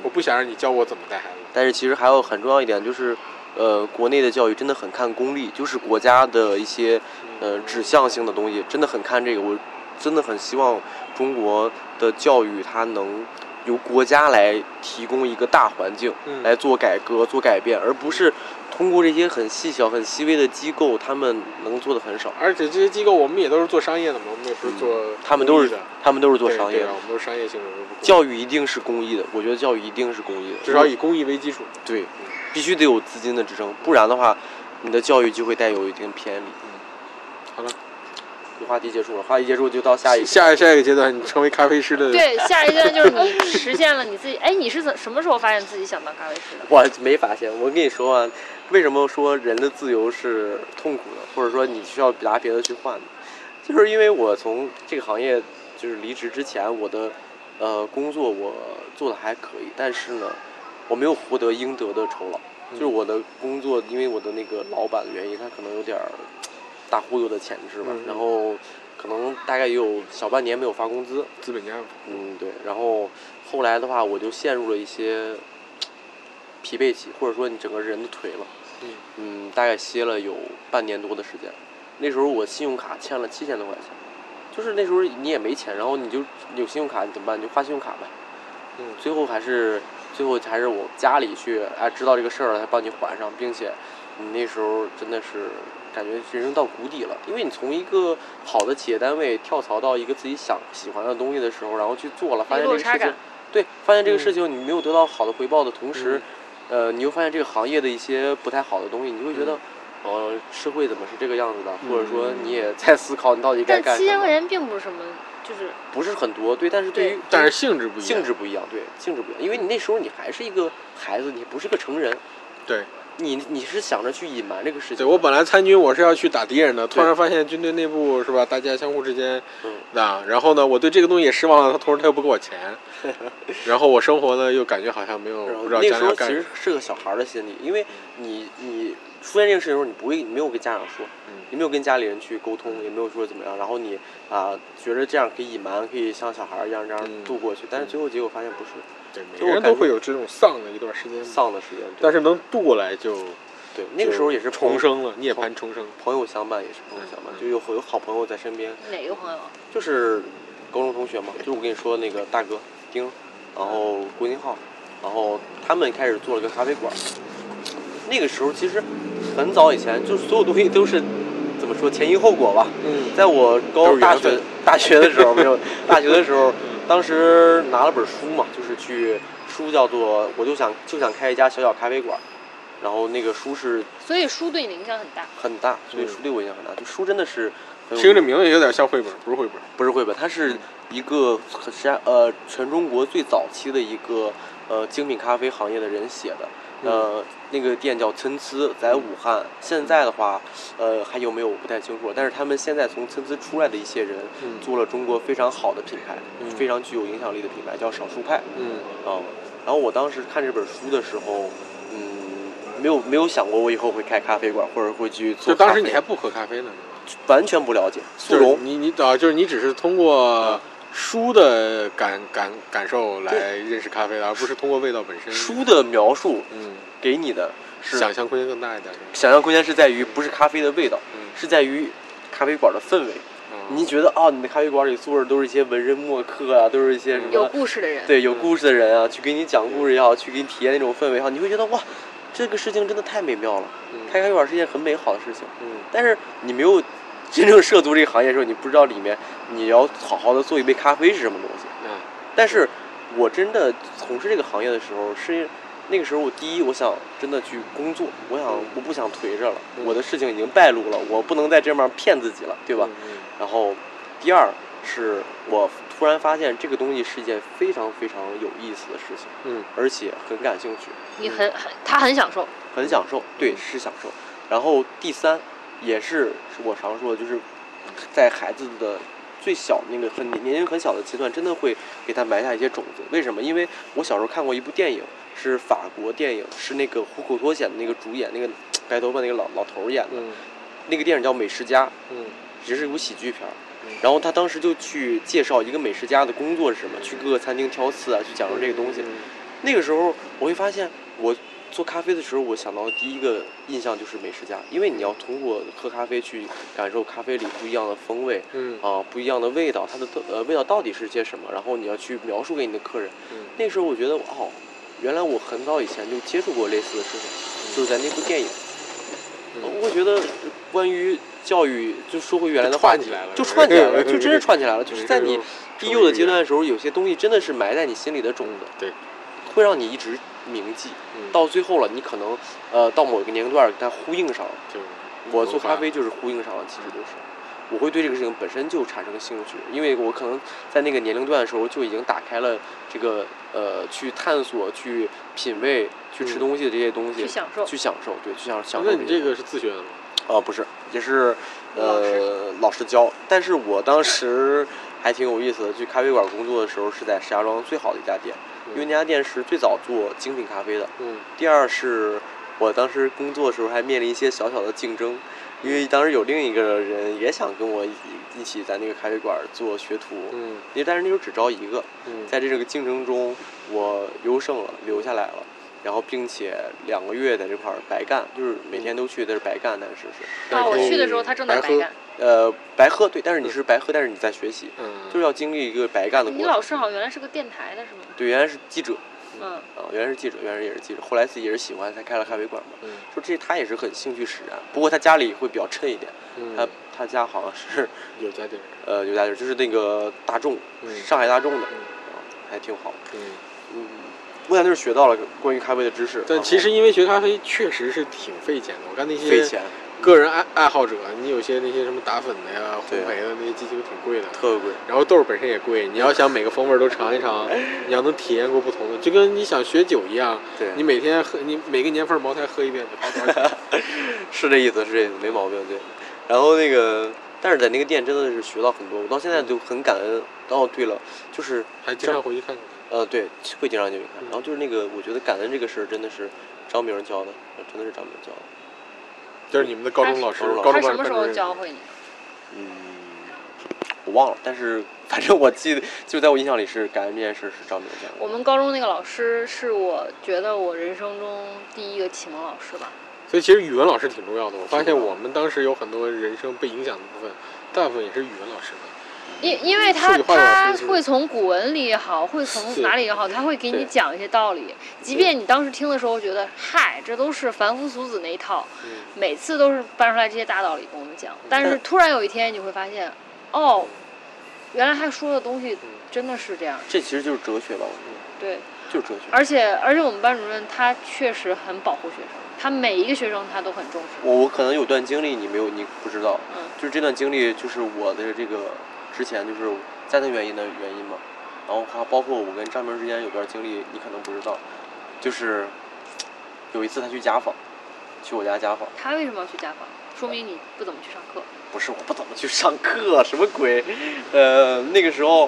Speaker 1: 我
Speaker 3: 嗯，
Speaker 1: 不想让你教我怎么带孩子。
Speaker 3: 但是其实还有很重要一点就是，呃，国内的教育真的很看功利，就是国家的一些呃指向性的东西，真的很看这个。我真的很希望中国的教育它能由国家来提供一个大环境。
Speaker 1: 嗯
Speaker 3: 来做改革、做改变，而不是通过这些很细小、很细微的机构，他们能做的很少。
Speaker 1: 而且这些机构我们也都是做商业的嘛，我们也不是做公益的、
Speaker 3: 嗯他们都是他们都是做
Speaker 1: 对
Speaker 3: 商
Speaker 1: 对
Speaker 3: 业
Speaker 1: 啊
Speaker 3: 的，
Speaker 1: 我们都是商业性质，我们不
Speaker 3: 教育一定是公益的。我觉得教育一定是公益的，
Speaker 1: 至少以公益为基础。
Speaker 3: 对，必须得有资金的支撑，不然的话，你的教育就会带有一定偏离。嗯
Speaker 1: 好了，
Speaker 3: 这话题结束了，话题结束就到下一个。
Speaker 1: 下下一个阶段，你成为咖啡师的，
Speaker 2: 对，下一段就是你实现了你自己。哎，你是怎什么时候发现自己想当咖啡师的？
Speaker 3: 我没发现，我跟你说啊，为什么说人的自由是痛苦的，或者说你需要拿别的去换的，就是因为我从这个行业就是离职之前，我的呃工作我做的还可以，但是呢，我没有获得应得的酬劳，
Speaker 1: 嗯
Speaker 3: 就是我的工作，因为我的那个老板的原因，他可能有点儿大忽悠的潜质吧
Speaker 1: 嗯，
Speaker 3: 然后可能大概也有小半年没有发工资，
Speaker 1: 资本家嘛。
Speaker 3: 嗯，对。然后后来的话，我就陷入了一些疲惫期，或者说你整个人的颓了。
Speaker 1: 嗯
Speaker 3: 嗯，大概歇了有半年多的时间。那时候我信用卡欠了七千多块钱，就是那时候你也没钱，然后你就有信用卡，你怎么办？你就花信用卡呗。
Speaker 1: 嗯
Speaker 3: 最后还是最后还是我家里去哎知道这个事儿了，才帮你还上，并且你那时候真的是感觉人生到谷底了，因为你从一个好的企业单位跳槽到一个自己想喜欢的东西的时候，然后去做了，发现这
Speaker 2: 落
Speaker 3: 个
Speaker 2: 差
Speaker 3: 事情
Speaker 2: 感，
Speaker 3: 对，发现这个
Speaker 1: 嗯
Speaker 3: 事情你没有得到好的回报的同时。
Speaker 1: 嗯
Speaker 3: 呃，你又发现这个行业的一些不太好的东西，你就会觉得，
Speaker 1: 嗯
Speaker 3: 呃，社会怎么是这个样子的？或者说你也在思考你到底该
Speaker 2: 但
Speaker 3: 干
Speaker 2: 七
Speaker 3: 什
Speaker 2: 千块
Speaker 3: 么？
Speaker 2: 钱并不是什么，就是
Speaker 3: 不是很多，对，但是对于
Speaker 1: 但是性质不一样，
Speaker 3: 性质不一样，对，性质不一样，因为你那时候你还是一个孩子，你不是个成人，
Speaker 1: 对
Speaker 3: 你你是想着去隐瞒这个事
Speaker 1: 对，
Speaker 3: 情，
Speaker 1: 我本来参军我是要去打敌人的，突
Speaker 3: 对
Speaker 1: 然发现军队内部是吧，大家相互之间
Speaker 3: 嗯
Speaker 1: 啊，然后呢，我对这个东西也失望了，他同时他又不给我
Speaker 3: (laughs)
Speaker 1: 钱，然后我生活呢又感觉好像没有
Speaker 3: 然后
Speaker 1: 不知道
Speaker 3: 那
Speaker 1: 将来
Speaker 3: 个时候
Speaker 1: 要
Speaker 3: 其
Speaker 1: 干什嗯
Speaker 3: 实
Speaker 1: 么，
Speaker 3: 是个小孩儿的心理，因为你你出现这个事情的时候，你不会，你没有跟家长说，
Speaker 1: 嗯
Speaker 3: 你没有跟家里人去沟通，也没有说怎么样，然后你啊、觉得这样可以隐瞒，可以像小孩儿一样
Speaker 1: 嗯
Speaker 3: 这样度过去，但是最后结果发现不是，
Speaker 1: 对，每
Speaker 3: 就
Speaker 1: 个
Speaker 3: 我
Speaker 1: 人
Speaker 3: 感
Speaker 1: 都
Speaker 3: 觉
Speaker 1: 会有这种丧的一段时间，
Speaker 3: 丧的时间。对
Speaker 1: 嗯但是能度过来就
Speaker 3: 对，那个时候也是
Speaker 1: 重
Speaker 3: 朋友，
Speaker 1: 生了，涅槃重生。
Speaker 3: 朋友相伴也是朋友相伴，
Speaker 1: 嗯
Speaker 3: 就有有好朋友在身边，
Speaker 2: 哪个朋友？
Speaker 3: 就是高中同学嘛，就是我跟你说那个大哥丁，然后郭金浩，然后他们开始做了个咖啡馆儿。那个时候其实很早以前，就所有东西都是怎么说前因后果吧。
Speaker 1: 嗯，
Speaker 3: 在我
Speaker 1: 都
Speaker 3: 高
Speaker 1: 是缘
Speaker 3: 大
Speaker 1: 分
Speaker 3: 学大学的时候没有，大学的时候，当时拿了本书嘛，就是去书叫做我就想就想开一家小小咖啡馆儿，然后那个书是
Speaker 2: 所以书对你的影响很大。
Speaker 3: 很大，所以书对我影响很大。就书真的是很有
Speaker 1: 听着名嗯字有点像绘本，不是绘本。
Speaker 3: 不是绘本，它是一个很实际上呃全中国最早期的一个呃精品咖啡行业的人写的。
Speaker 1: 嗯
Speaker 3: 呃，那个店叫参差，在武汉。现在的话，呃，还有没有我不太清楚。但是他们现在从参差出来的一些人，
Speaker 1: 嗯
Speaker 3: 做了中国非常好的品牌，
Speaker 1: 嗯
Speaker 3: 非常具有影响力的品牌，叫少数派啊、
Speaker 1: 嗯
Speaker 3: 然后我当时看这本书的时候，嗯，没有没有想过我以后会开咖啡馆，或者会去做
Speaker 1: 就
Speaker 3: 咖啡。
Speaker 1: 当时你还不喝咖啡呢，
Speaker 3: 完全不了解，速
Speaker 1: 就是
Speaker 3: 溶。
Speaker 1: 你你啊，就是你只是通过
Speaker 3: 嗯
Speaker 1: 书的感感感受来认识咖啡的，而不是通过味道本身。
Speaker 3: 书的描述
Speaker 1: 嗯，
Speaker 3: 给你的是
Speaker 1: 想象空间更大一点。是吧
Speaker 3: 想象空间是在于不是咖啡的味道，
Speaker 1: 嗯
Speaker 3: 是在于咖啡馆的氛围。
Speaker 1: 嗯
Speaker 3: 你觉得啊、你的咖啡馆里坐着都是一些文人墨客啊，都是一些什
Speaker 2: 有
Speaker 3: 么
Speaker 2: 故事的人，
Speaker 3: 对有故事的人啊，去给你讲故事也好，去给你体验那种氛围也好，你会觉得哇，这个事情真的太美妙了。开咖啡馆是一件很美好的事情，
Speaker 1: 嗯
Speaker 3: 但是你没有真正涉足这个行业的时候，你不知道里面你要好好的做一杯咖啡是什么东西。
Speaker 1: 嗯
Speaker 3: 但是我真的从事这个行业的时候，是那个时候我第一，我想真的去工作，我想
Speaker 1: 嗯
Speaker 3: 我不想颓着了，
Speaker 1: 嗯
Speaker 3: 我的事情已经败露了，我不能在这面骗自己了，对吧？
Speaker 1: 嗯
Speaker 3: 然后第二，是我突然发现这个东西是一件非常非常有意思的事情，
Speaker 1: 嗯，
Speaker 3: 而且很感兴趣，
Speaker 2: 你很很，他很享受，
Speaker 3: 很享受，对，是享受。然后第三，也是我常说的，就是在孩子的最小那个很年龄很小的阶段，真的会给他埋下一些种子。为什么？因为我小时候看过一部电影，是法国电影，是那个虎口脱险的那个主演，那个白头发那个老老头儿演的。
Speaker 1: 嗯
Speaker 3: 那个电影叫《美食家》，
Speaker 1: 嗯
Speaker 3: 其实是一部喜剧片儿
Speaker 1: 嗯。
Speaker 3: 然后他当时就去介绍一个美食家的工作是什么，去各个餐厅挑刺啊，去讲述这个
Speaker 1: 嗯
Speaker 3: 东西。那个时候我会发现，我做咖啡的时候，我想到第一个印象就是美食家，因为你要通过喝咖啡去感受咖啡里不一样的风味
Speaker 1: 嗯
Speaker 3: 啊、不一样的味道，它的特呃味道到底是些什么，然后你要去描述给你的客人。
Speaker 1: 嗯
Speaker 3: 那时候我觉得哦，原来我很早以前就接触过类似的事情，就是在那部电影。
Speaker 1: 嗯
Speaker 3: 呃我觉得关于教育，就说回原来的话
Speaker 1: 串
Speaker 3: 题
Speaker 1: 起来了
Speaker 3: 就串起来了，
Speaker 1: (laughs) 对对
Speaker 3: 就真是串起来了。就是
Speaker 1: (laughs)
Speaker 3: 在你低幼的阶段
Speaker 1: 嗯
Speaker 3: 的时候，有些东西真的是埋在你心里的种子，
Speaker 1: 对，
Speaker 3: 会让你一直铭记。
Speaker 1: 嗯
Speaker 3: 到最后了，你可能呃到某一个年龄段儿跟它呼应上了。
Speaker 1: 就
Speaker 3: 我做咖啡就是呼应上了，其实就是我会对这个事情本身就产生兴趣，因为我可能在那个年龄段的时候就已经打开了这个呃去探索、去品味、去吃
Speaker 1: 嗯
Speaker 3: 东西的这些东西，
Speaker 2: 去享受。
Speaker 3: 去享受，对，去享享
Speaker 1: 那
Speaker 3: 受些东西。
Speaker 1: 你这个是自学的吗？
Speaker 3: 啊，不是，也是呃老师教，但是我当时还挺有意思的。去咖啡馆工作的时候是在石家庄最好的一家店，因为那家店是最早做精品咖啡的。
Speaker 1: 嗯
Speaker 3: 第二是我当时工作的时候还面临一些小小的竞争，因为当时有另一个人也想跟我一起一起在那个咖啡馆做学徒，
Speaker 1: 嗯
Speaker 3: 因为但是那时候只招一个，
Speaker 1: 嗯，
Speaker 3: 在这个竞争中我优胜了，留下来了。然后，并且两个月在这块儿白干，就是每天都去，但是白干，但是是，
Speaker 2: 啊，我去的时候他正在白干。
Speaker 3: 呃，白喝对，但是你是白喝，但是你在学习，
Speaker 1: 嗯，
Speaker 3: 就是要经历一个白干的
Speaker 2: 你
Speaker 3: 过
Speaker 2: 老
Speaker 3: 程。
Speaker 2: 师好像原来是个电台的是吗？
Speaker 3: 对，原来是记者
Speaker 2: 嗯，
Speaker 3: 啊、原来是记者，原来也是记者，后来自己也是喜欢，才开了咖啡馆嘛。
Speaker 1: 嗯
Speaker 3: 就这他也是很兴趣使然，不过他家里会比较衬一点，他
Speaker 1: 嗯
Speaker 3: 他家好像是
Speaker 1: 有家底儿，
Speaker 3: 呃有家底儿，就是那个大众，
Speaker 1: 嗯
Speaker 3: 上海大众的，
Speaker 1: 嗯
Speaker 3: 啊还挺好。
Speaker 1: 嗯。
Speaker 3: 嗯，我在那儿学到了关于咖啡的知识，
Speaker 1: 但
Speaker 3: 然后
Speaker 1: 其实因为学咖啡确实是挺费钱的，我看那
Speaker 3: 费
Speaker 1: 些
Speaker 3: 钱，
Speaker 1: 个人爱爱好者，你有些那些什么打粉的呀、烘
Speaker 3: 对
Speaker 1: 焙的那些机器都挺贵的，
Speaker 3: 特贵。
Speaker 1: 然后豆儿本身也贵，你要想每个风味儿都尝一 (laughs) 尝，你要能体验过不同的，就跟你想学酒一样，
Speaker 3: 对，
Speaker 1: 你每天喝，你每个年份茅台喝一遍得花多少钱？
Speaker 3: 是这意思，是这意思，没毛病。对，然后那个，但是在那个店真的是学到很多，我到现
Speaker 1: 嗯
Speaker 3: 在就很感恩。哦，对了，就是
Speaker 1: 还经常回去看看。
Speaker 3: 呃，对，会经常去看。
Speaker 1: 嗯
Speaker 3: 然后就是那个，我觉得感恩这个事儿真的是张明教的，呃真的是张明教的。
Speaker 1: 就是你们的高中老师，
Speaker 3: 他
Speaker 1: 高
Speaker 2: 他
Speaker 1: 中班
Speaker 2: 什么时候教会你？
Speaker 3: 嗯，我忘了，但是反正我记得，就在我印象里是感恩这件事是张明教的。
Speaker 2: 我们高中那个老师是我觉得我人生中第一个启蒙老师吧。
Speaker 1: 所以其实语文老师挺重要的。我发现我们当时有很多人生被影响的部分，大部分也是语文老师的。
Speaker 2: 因因为他
Speaker 1: 数理化老
Speaker 2: 他
Speaker 1: 师是
Speaker 2: 会从古文里也好，会
Speaker 1: 是
Speaker 2: 从哪里也好，他会给
Speaker 3: 对
Speaker 2: 你讲一些道理。即便你当时听的时候觉得，嗨，这都是凡夫俗子那一套，
Speaker 1: 嗯
Speaker 2: 每次都是搬出来这些大道理跟我们讲。但
Speaker 1: 哎
Speaker 2: 是突然有一天，你会发现，哦，原来他说的东西
Speaker 1: 嗯
Speaker 2: 真的是这样。
Speaker 3: 这其实就是哲学吧，我觉
Speaker 2: 对，
Speaker 3: 得就是哲学。
Speaker 2: 而且而且我们班主任他确实很保护学生，他每一个学生他都很重视。
Speaker 3: 我我可能有段经历你没有你不知道，
Speaker 2: 嗯
Speaker 3: 就是这段经历就是我的这个之前就是家庭原因的原因嘛，然后还包括我跟张明之间有段经历你可能不知道，就是有一次他去家访，去我家家访，
Speaker 2: 他为什么要去家访？说明你不怎么去上课。
Speaker 3: 不是我不怎么去上课，什么鬼？呃，那个时候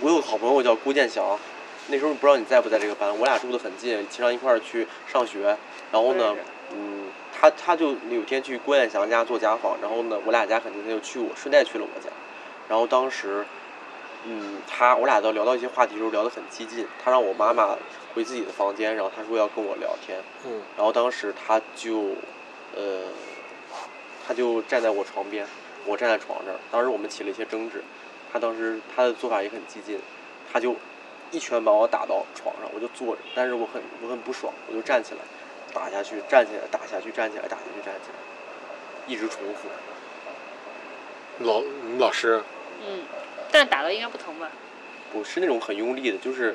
Speaker 3: 我有个好朋友叫郭建祥，那时候不知道你在不在这个班，我俩住的很近，经常一块儿去上学。然后呢
Speaker 2: 我也是，
Speaker 3: 嗯，他他就有天去郭建祥家做家访，然后呢，我俩家很近，他就去我，顺带去了我家。然后当时，嗯，他我俩都聊到一些话题的时候聊得很激进，他让我妈妈回自己的房间，然后他说要跟我聊天，
Speaker 1: 嗯
Speaker 3: 然后当时他就，呃，他就站在我床边，我站在床这儿。当时我们起了一些争执，他当时他的做法也很激进，他就一拳把我打到床上，我就坐着，但是我很我很不爽，我就站起来，打下去，站起来，打下去，站起来，打下去，站起来，一直重复。
Speaker 1: 老你们老师，
Speaker 2: 嗯，但打到应该不疼吧？
Speaker 3: 不是那种很用力的，就是，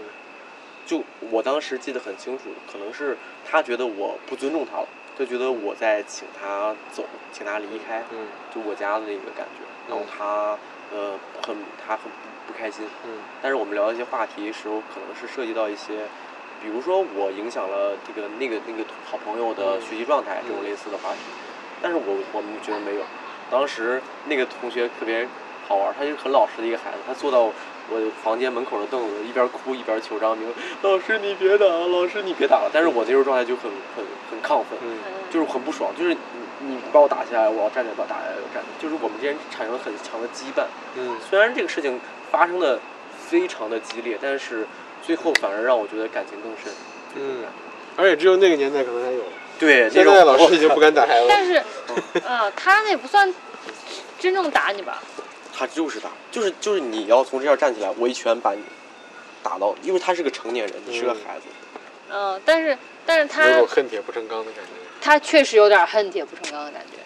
Speaker 3: 就我当时记得很清楚，可能是他觉得我不尊重他了，就觉得我在请他走，请他离开，
Speaker 1: 嗯
Speaker 3: 就我家的那个感觉。然后他呃很他很不不开心，
Speaker 1: 嗯
Speaker 3: 但是我们聊一些话题时候，可能是涉及到一些，比如说我影响了这个那个那个好朋友的
Speaker 1: 嗯
Speaker 3: 学习状态这种类似的话题，但是我我们觉得没有。当时那个同学特别好玩儿，他就是很老实的一个孩子，他坐到我房间门口的凳子，一边哭一边求张明：“老师你别打，老师你别打了。”但是我那时候状态就很很很亢奋，
Speaker 1: 嗯
Speaker 3: 就是很不爽，就是你你把我打下来，我要站起来把打下来，我站起来，就是我们之间产生了很强的羁绊。
Speaker 1: 嗯
Speaker 3: 虽然这个事情发生的非常的激烈，但是最后反而让我觉得感情更深。
Speaker 1: 嗯，而且只有那个年代可能才有，
Speaker 3: 对，
Speaker 1: 现在老师已经不敢打孩子了。
Speaker 3: (laughs)
Speaker 2: 但是，啊，他那也不算真正打你吧？
Speaker 3: 他就是打，就是就是你要从这样站起来，我一拳把你打到，因为他是个成年人，你是个孩子。
Speaker 2: 嗯，但是但是
Speaker 1: 有
Speaker 2: 他
Speaker 1: 种恨铁不成钢的感觉。
Speaker 2: 他确实有点恨铁不成钢的感觉。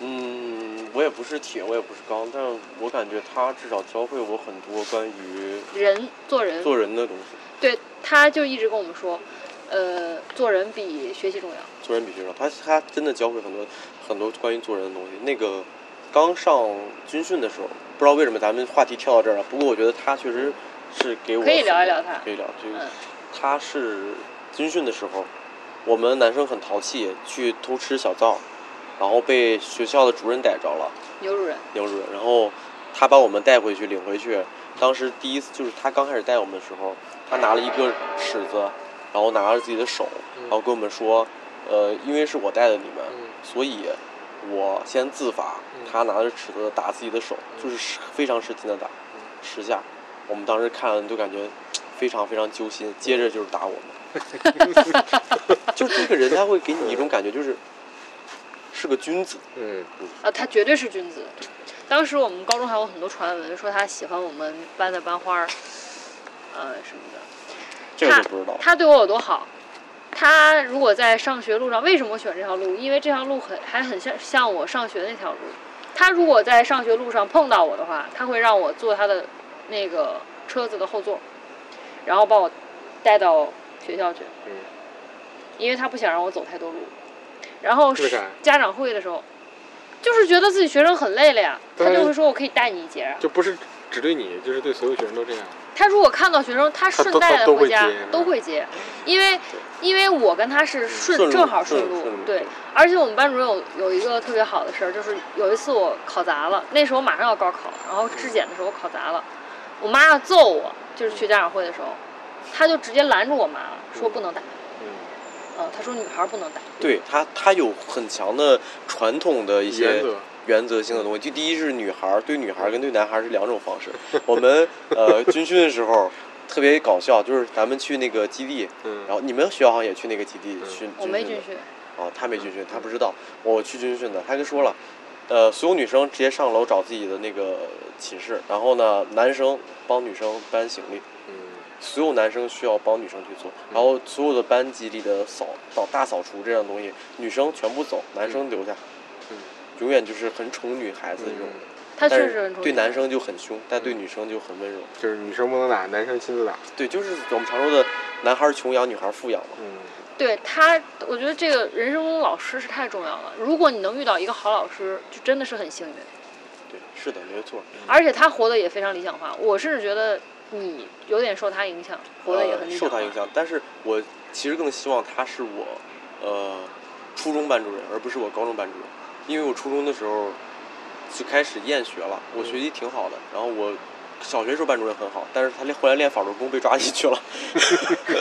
Speaker 3: 嗯，我也不是铁，我也不是钢，但是我感觉他至少教会我很多关于
Speaker 2: 人做人，
Speaker 3: 做人的东西。
Speaker 2: 对，他就一直跟我们说，呃，做人比学习重要。
Speaker 3: 做人必须要，他他真的教会很多很多关于做人的东西。那个刚上军训的时候，不知道为什么咱们话题跳到这儿了。不过我觉得他确实是给我
Speaker 2: 可以聊一
Speaker 3: 很多
Speaker 2: 聊他
Speaker 3: 可以聊。就
Speaker 2: 嗯
Speaker 3: 是他是军训的时候，我们男生很淘气，去偷吃小灶，然后被学校的主任逮着了，
Speaker 2: 牛主任，
Speaker 3: 牛主任，然后他把我们带回去领回去。当时第一次就是他刚开始带我们的时候，他拿了一个尺子，然后拿着自己的手，然后跟我们说，呃，因为是我带的你们，
Speaker 1: 嗯
Speaker 3: 所以我先自罚，
Speaker 1: 嗯
Speaker 3: 他拿着尺子打自己的手，就是 (laughs) 使非常使劲的打，
Speaker 1: 嗯
Speaker 3: 十下。我们当时看了就感觉非常非常揪心，接着就是打我们，
Speaker 1: (laughs)
Speaker 3: 就是这个人他会给你一种感觉，就是是个君子，
Speaker 1: 嗯
Speaker 2: 啊，他绝对是君子。当时我们高中还有很多传闻说他喜欢我们班的班花儿，呃什么的。
Speaker 3: 这个就不知道了。
Speaker 2: 他对我有多好？他如果在上学路上，为什么我喜欢这条路？因为这条路很还很像像我上学那条路。他如果在上学路上碰到我的话，他会让我坐他的那个车子的后座，然后把我带到学校去，
Speaker 1: 嗯，
Speaker 2: 因为他不想让我走太多路。然后
Speaker 1: 为啥呀
Speaker 2: 家长会的时候，就是觉得自己学生很累了呀，他
Speaker 1: 但是
Speaker 2: 就会说我可以带你一节啊。
Speaker 1: 就不是只对你，就是对所有学生都这样。
Speaker 2: 他如果看到学生，他顺带的回家
Speaker 1: 都都
Speaker 2: 都
Speaker 1: 会
Speaker 2: 会接，因为因为我跟他是顺
Speaker 3: 嗯顺路
Speaker 2: 正好
Speaker 3: 顺
Speaker 2: 路
Speaker 3: 顺路
Speaker 2: 对。而且我们班主任有有一个特别好的事儿，就是有一次我考砸了，那时候马上要高考，然后质检的时候我考砸了，我妈要揍我，就是去家长会的时候，他就直接拦住我妈了，说不能打，
Speaker 1: 嗯，
Speaker 2: 嗯，他说女孩儿不能打，
Speaker 3: 对他，他有很强的传统的一
Speaker 1: 原
Speaker 3: 些
Speaker 1: 则。
Speaker 3: 原则性的东西。就第一是女孩儿对女孩儿跟对男孩儿是两种
Speaker 1: (laughs)
Speaker 3: 方式。我们呃军训的时候特别搞笑，就是咱们去那个基地，
Speaker 1: 嗯，
Speaker 3: 然后你们学校好像也去那个基地
Speaker 1: 嗯
Speaker 3: 训
Speaker 2: 我没
Speaker 3: 军
Speaker 2: 军
Speaker 3: 训
Speaker 2: 训，
Speaker 3: 的哦，他没军训，他不知道。我去军训的，他就说了，呃，所有女生直接上楼找自己的那个寝室，然后呢，男生帮女生搬行李。
Speaker 1: 嗯
Speaker 3: 所有男生需要帮女生去做，然后所有的班级里的扫扫大扫除这样的东西，女生全部走，男生留下，
Speaker 1: 嗯，
Speaker 3: 永远就是很宠女孩子这种，
Speaker 2: 他
Speaker 3: 但
Speaker 2: 确
Speaker 3: 是
Speaker 2: 实很重
Speaker 3: 对男生就很凶，但对
Speaker 1: 嗯
Speaker 3: 女生就很温柔。
Speaker 1: 就是女生不能打，男生亲自打。
Speaker 3: 对，就是我们常说的男孩穷养，女孩富养嘛。
Speaker 1: 嗯
Speaker 2: 对他，我觉得这个人生中老师是太重要了，如果你能遇到一个好老师，就真的是很幸运。
Speaker 3: 对，是的，没错。
Speaker 2: 而且他活得也非常理想化，我甚至觉得你有点受他影响，活得也很理想
Speaker 3: 呃受
Speaker 2: 化。
Speaker 3: 他影响，但是我其实更希望他是我，呃，初中班主任，而不是我高中班主任，因为我初中的时候就开始厌学了，我学习挺好的，然后我小学时候班主任很好，但是他练后来练法轮功被抓进去了， (laughs)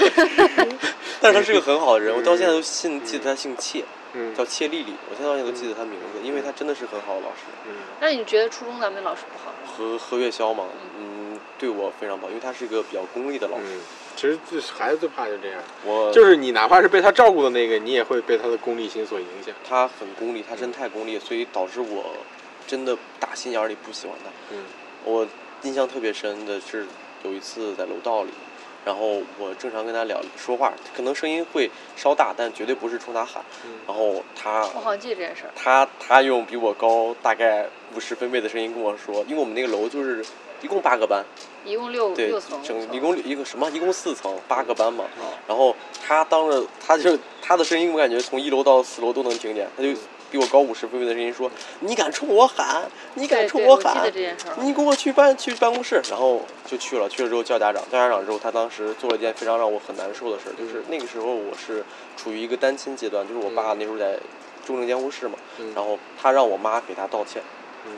Speaker 3: 但是他是个很好的人，我到现在都信记得他姓切，
Speaker 1: 嗯
Speaker 3: 叫切丽丽，我现在到现在都记得他名字，因为他真的是很好的老师。
Speaker 1: 嗯
Speaker 2: 那你觉得初中咱们老师不好？
Speaker 3: 何何月霄嘛，嗯，对我非常好，因为他是一个比较功利的老师，
Speaker 1: 嗯，其实这孩子最怕就这样，
Speaker 3: 我
Speaker 1: 就是你哪怕是被他照顾的那个，你也会被他的功利心所影响。
Speaker 3: 他很功利，他真太功利，所以导致我真的打心眼儿里不喜欢他。
Speaker 1: 嗯
Speaker 3: 我印象特别深的是有一次在楼道里，然后我正常跟他聊说话，可能声音会稍大，但绝对不是冲他喊。
Speaker 1: 嗯
Speaker 3: 然后他
Speaker 2: 我好像记得这件事儿。
Speaker 3: 他他用比我高大概五十分贝的声音跟我说，因为我们那个楼就是一共八个班，
Speaker 2: 一共六
Speaker 3: 对
Speaker 2: 六层，，
Speaker 3: 整一共一个什么一共四层八个班嘛。
Speaker 1: 哦
Speaker 3: 然后他当着他就他的声音，我感觉从一楼到四楼都能听见，他就比我高五十分贝的声音说：“你敢冲我喊？你
Speaker 2: 对对，
Speaker 3: 敢冲我
Speaker 2: 记得
Speaker 3: 喊？”
Speaker 2: 这件事儿。
Speaker 3: 你给我去办去办公室，然后就去了。去了之后叫家长，叫家长之后，他当时做了一件非常让我很难受的事儿，就是那个时候我是处于一个单亲阶段，就是我爸那时候在重症监护室嘛，
Speaker 1: 嗯
Speaker 3: 然后他让我妈给他道歉，
Speaker 1: 嗯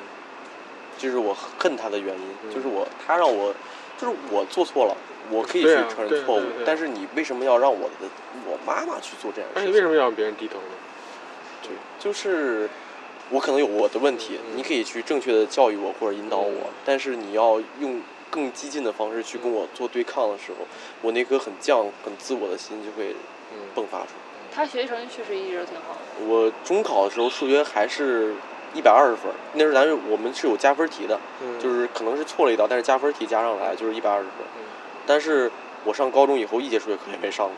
Speaker 3: 这是我恨他的原因，
Speaker 1: 嗯
Speaker 3: 就是我他让我就是我做错了，我可以去
Speaker 1: 对啊
Speaker 3: 承
Speaker 1: 对
Speaker 3: 认
Speaker 1: 啊
Speaker 3: 错误
Speaker 1: 对啊对啊，
Speaker 3: 但是你为什么要让我的我妈妈去做这件
Speaker 1: 那
Speaker 3: 事
Speaker 1: 你为？
Speaker 3: 情
Speaker 1: 什么要让别人低头呢？
Speaker 3: 对，就是我可能有我的问题，
Speaker 1: 嗯嗯
Speaker 3: 你可以去正确的教育我或者引导我，
Speaker 1: 嗯
Speaker 3: 但是你要用更激进的方式去跟我做对抗的时候，我那颗很犟、很自我的心就会
Speaker 1: 嗯，
Speaker 3: 迸发出
Speaker 2: 他学习成绩确实一直都挺好的，
Speaker 3: 来。我中考的时候数学还是一百二十分，那时候咱是我们是有加分题的，
Speaker 1: 嗯
Speaker 3: 就是可能是错了一道，但是加分题加上来就是一百二十分。
Speaker 1: 嗯
Speaker 3: 但是我上高中以后一节数学课也没上过，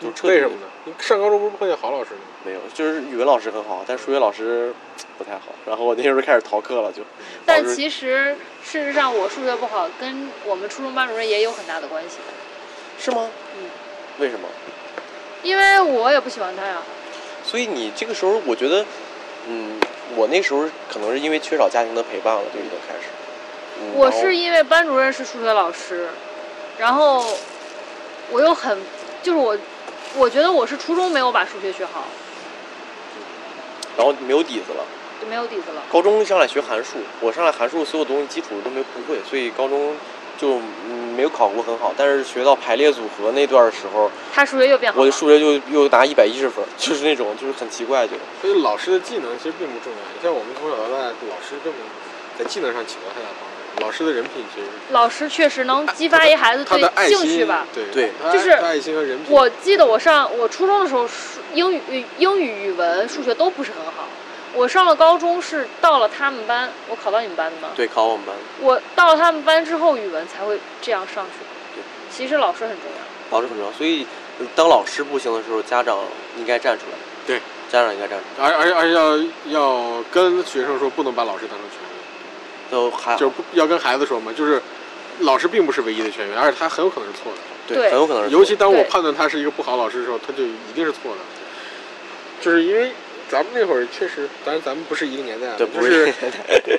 Speaker 3: 就彻
Speaker 1: 嗯
Speaker 3: 底
Speaker 1: 为什么呢？你上高中不是碰见好老师吗？
Speaker 3: 没有，就是语文老师很好，但数学老师不太好。然后我那时候开始逃课了，就
Speaker 2: 但
Speaker 3: 老师
Speaker 2: 其实事实上我数学不好，跟我们初中班主任也有很大的关系，
Speaker 3: 是吗？
Speaker 2: 嗯，
Speaker 3: 为什么？
Speaker 2: 因为我也不喜欢他呀。
Speaker 3: 所以你这个时候，我觉得，嗯，我那时候可能是因为缺少家庭的陪伴了，就已经开始。嗯、
Speaker 2: 我
Speaker 3: 然后
Speaker 2: 是因为班主任是数学老师，然后我又很就是我，我觉得我是初中没有把数学学好，
Speaker 3: 然后没有底子了。
Speaker 2: 就没有底子了。
Speaker 3: 高中上来学函数，我上来函数所有东西基础都没不会，所以高中就嗯没有考过很好。但是学到排列组合那段儿时候，
Speaker 2: 他数学又变好
Speaker 3: 我
Speaker 2: 了
Speaker 3: 的。数学就又拿一百一十分儿， (laughs) 就是那种就是很奇怪，就
Speaker 1: 所以老师的技能其实并不重要。你像我们从小到大，老师并没有在技能上起到太大帮助。老师的人品其实是
Speaker 2: 老师确实能激发一孩子
Speaker 1: 他
Speaker 2: 对
Speaker 1: 的爱
Speaker 2: 兴
Speaker 1: 心
Speaker 2: 趣吧。
Speaker 1: 对
Speaker 3: 对
Speaker 1: 他
Speaker 2: 就是
Speaker 1: 他爱心和人品。
Speaker 2: 我记得我上我初中的时候，数英语、英语、语文、数学都不是很好。我上了高中是到了他们班，我考到你们班的吗？
Speaker 3: 对考我们班
Speaker 2: 我到了他们班之后，语文才会这样上去
Speaker 3: 对。
Speaker 2: 其实老师很重要，
Speaker 3: 老师很重要。所以呃当老师不行的时候，家长应该站出来。
Speaker 1: 对，
Speaker 3: 家长应该站出来。
Speaker 1: 而而而且要要跟学生说，不能把老师当成权威，
Speaker 3: 都还
Speaker 1: 就是不要跟孩子说嘛，就是老师并不是唯一的权威，而且他很有可能是错的。
Speaker 2: 对
Speaker 3: 很有可能是
Speaker 1: 尤其当我
Speaker 2: 对
Speaker 1: 判断他是一个不好老师的时候，他就一定是错的。就是因为咱们那会儿确实，当然咱们不是一个年代啊，
Speaker 3: 对
Speaker 1: 就
Speaker 3: 不是
Speaker 1: 是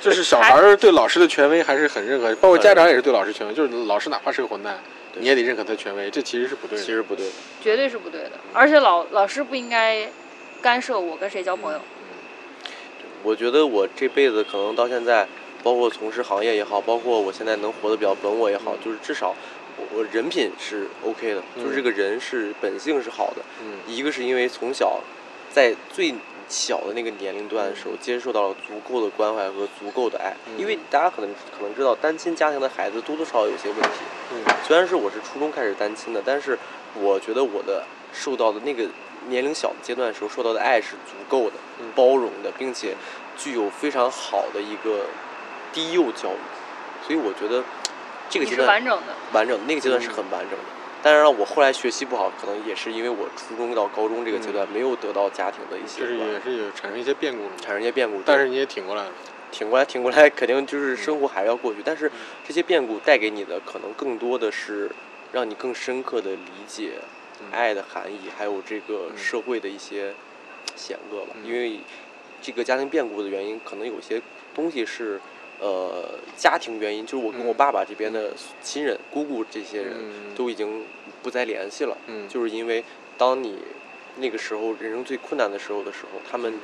Speaker 1: (laughs) 就是小孩儿对老师的权威还是很认可，包括家长也是对老师权威，就是老师哪怕是个混蛋，
Speaker 3: 对
Speaker 1: 你也得认可他的权威，这其实是不对的。
Speaker 3: 其实不对的。
Speaker 2: 绝对是不对的。而且老老师不应该干涉我跟谁交朋友。
Speaker 3: 嗯我觉得我这辈子可能到现在，包括从事行业也好，包括我现在能活得比较本我也好，
Speaker 1: 嗯
Speaker 3: 就是至少我我人品是 OK 的，
Speaker 1: 嗯
Speaker 3: 就是这个人是本性是好的。
Speaker 1: 嗯，
Speaker 3: 一个是因为从小在最小的那个年龄段的时候，接受到了足够的关怀和足够的爱，
Speaker 1: 嗯
Speaker 3: 因为大家可能可能知道，单亲家庭的孩子多多少少有些问题。
Speaker 1: 嗯
Speaker 3: 虽然是我是初中开始单亲的，但是我觉得我的受到的那个年龄小的阶段的时候受到的爱是足够的、
Speaker 1: 嗯
Speaker 3: 包容的，并且具有非常好的一个低幼教育，所以我觉得这个
Speaker 2: 你是
Speaker 3: 阶段
Speaker 2: 完整的，
Speaker 3: 完整，那个阶段是很完整的。当然了，我后来学习不好，可能也是因为我初中到高中这个阶段没有得到家庭的一些
Speaker 1: 就是
Speaker 3: 关
Speaker 1: 也是有产生一些变故了嘛，
Speaker 3: 嗯产生一些变故，
Speaker 1: 但是你也挺过来了。
Speaker 3: 挺过来，挺过来，肯定就是生活还是要
Speaker 1: 嗯
Speaker 3: 过去。但是这些变故带给你的，可能更多的是让你更深刻的理解
Speaker 1: 嗯
Speaker 3: 爱的含义，还有这个
Speaker 1: 嗯
Speaker 3: 社会的一些险恶吧。
Speaker 1: 嗯
Speaker 3: 因为这个家庭变故的原因，可能有些东西是呃家庭原因，就是我跟我
Speaker 1: 嗯
Speaker 3: 爸爸这边的亲人、姑姑这些人
Speaker 1: 嗯
Speaker 3: 都已经不再联系了，
Speaker 1: 嗯
Speaker 3: 就是因为当你那个时候人生最困难的时候的时候，他们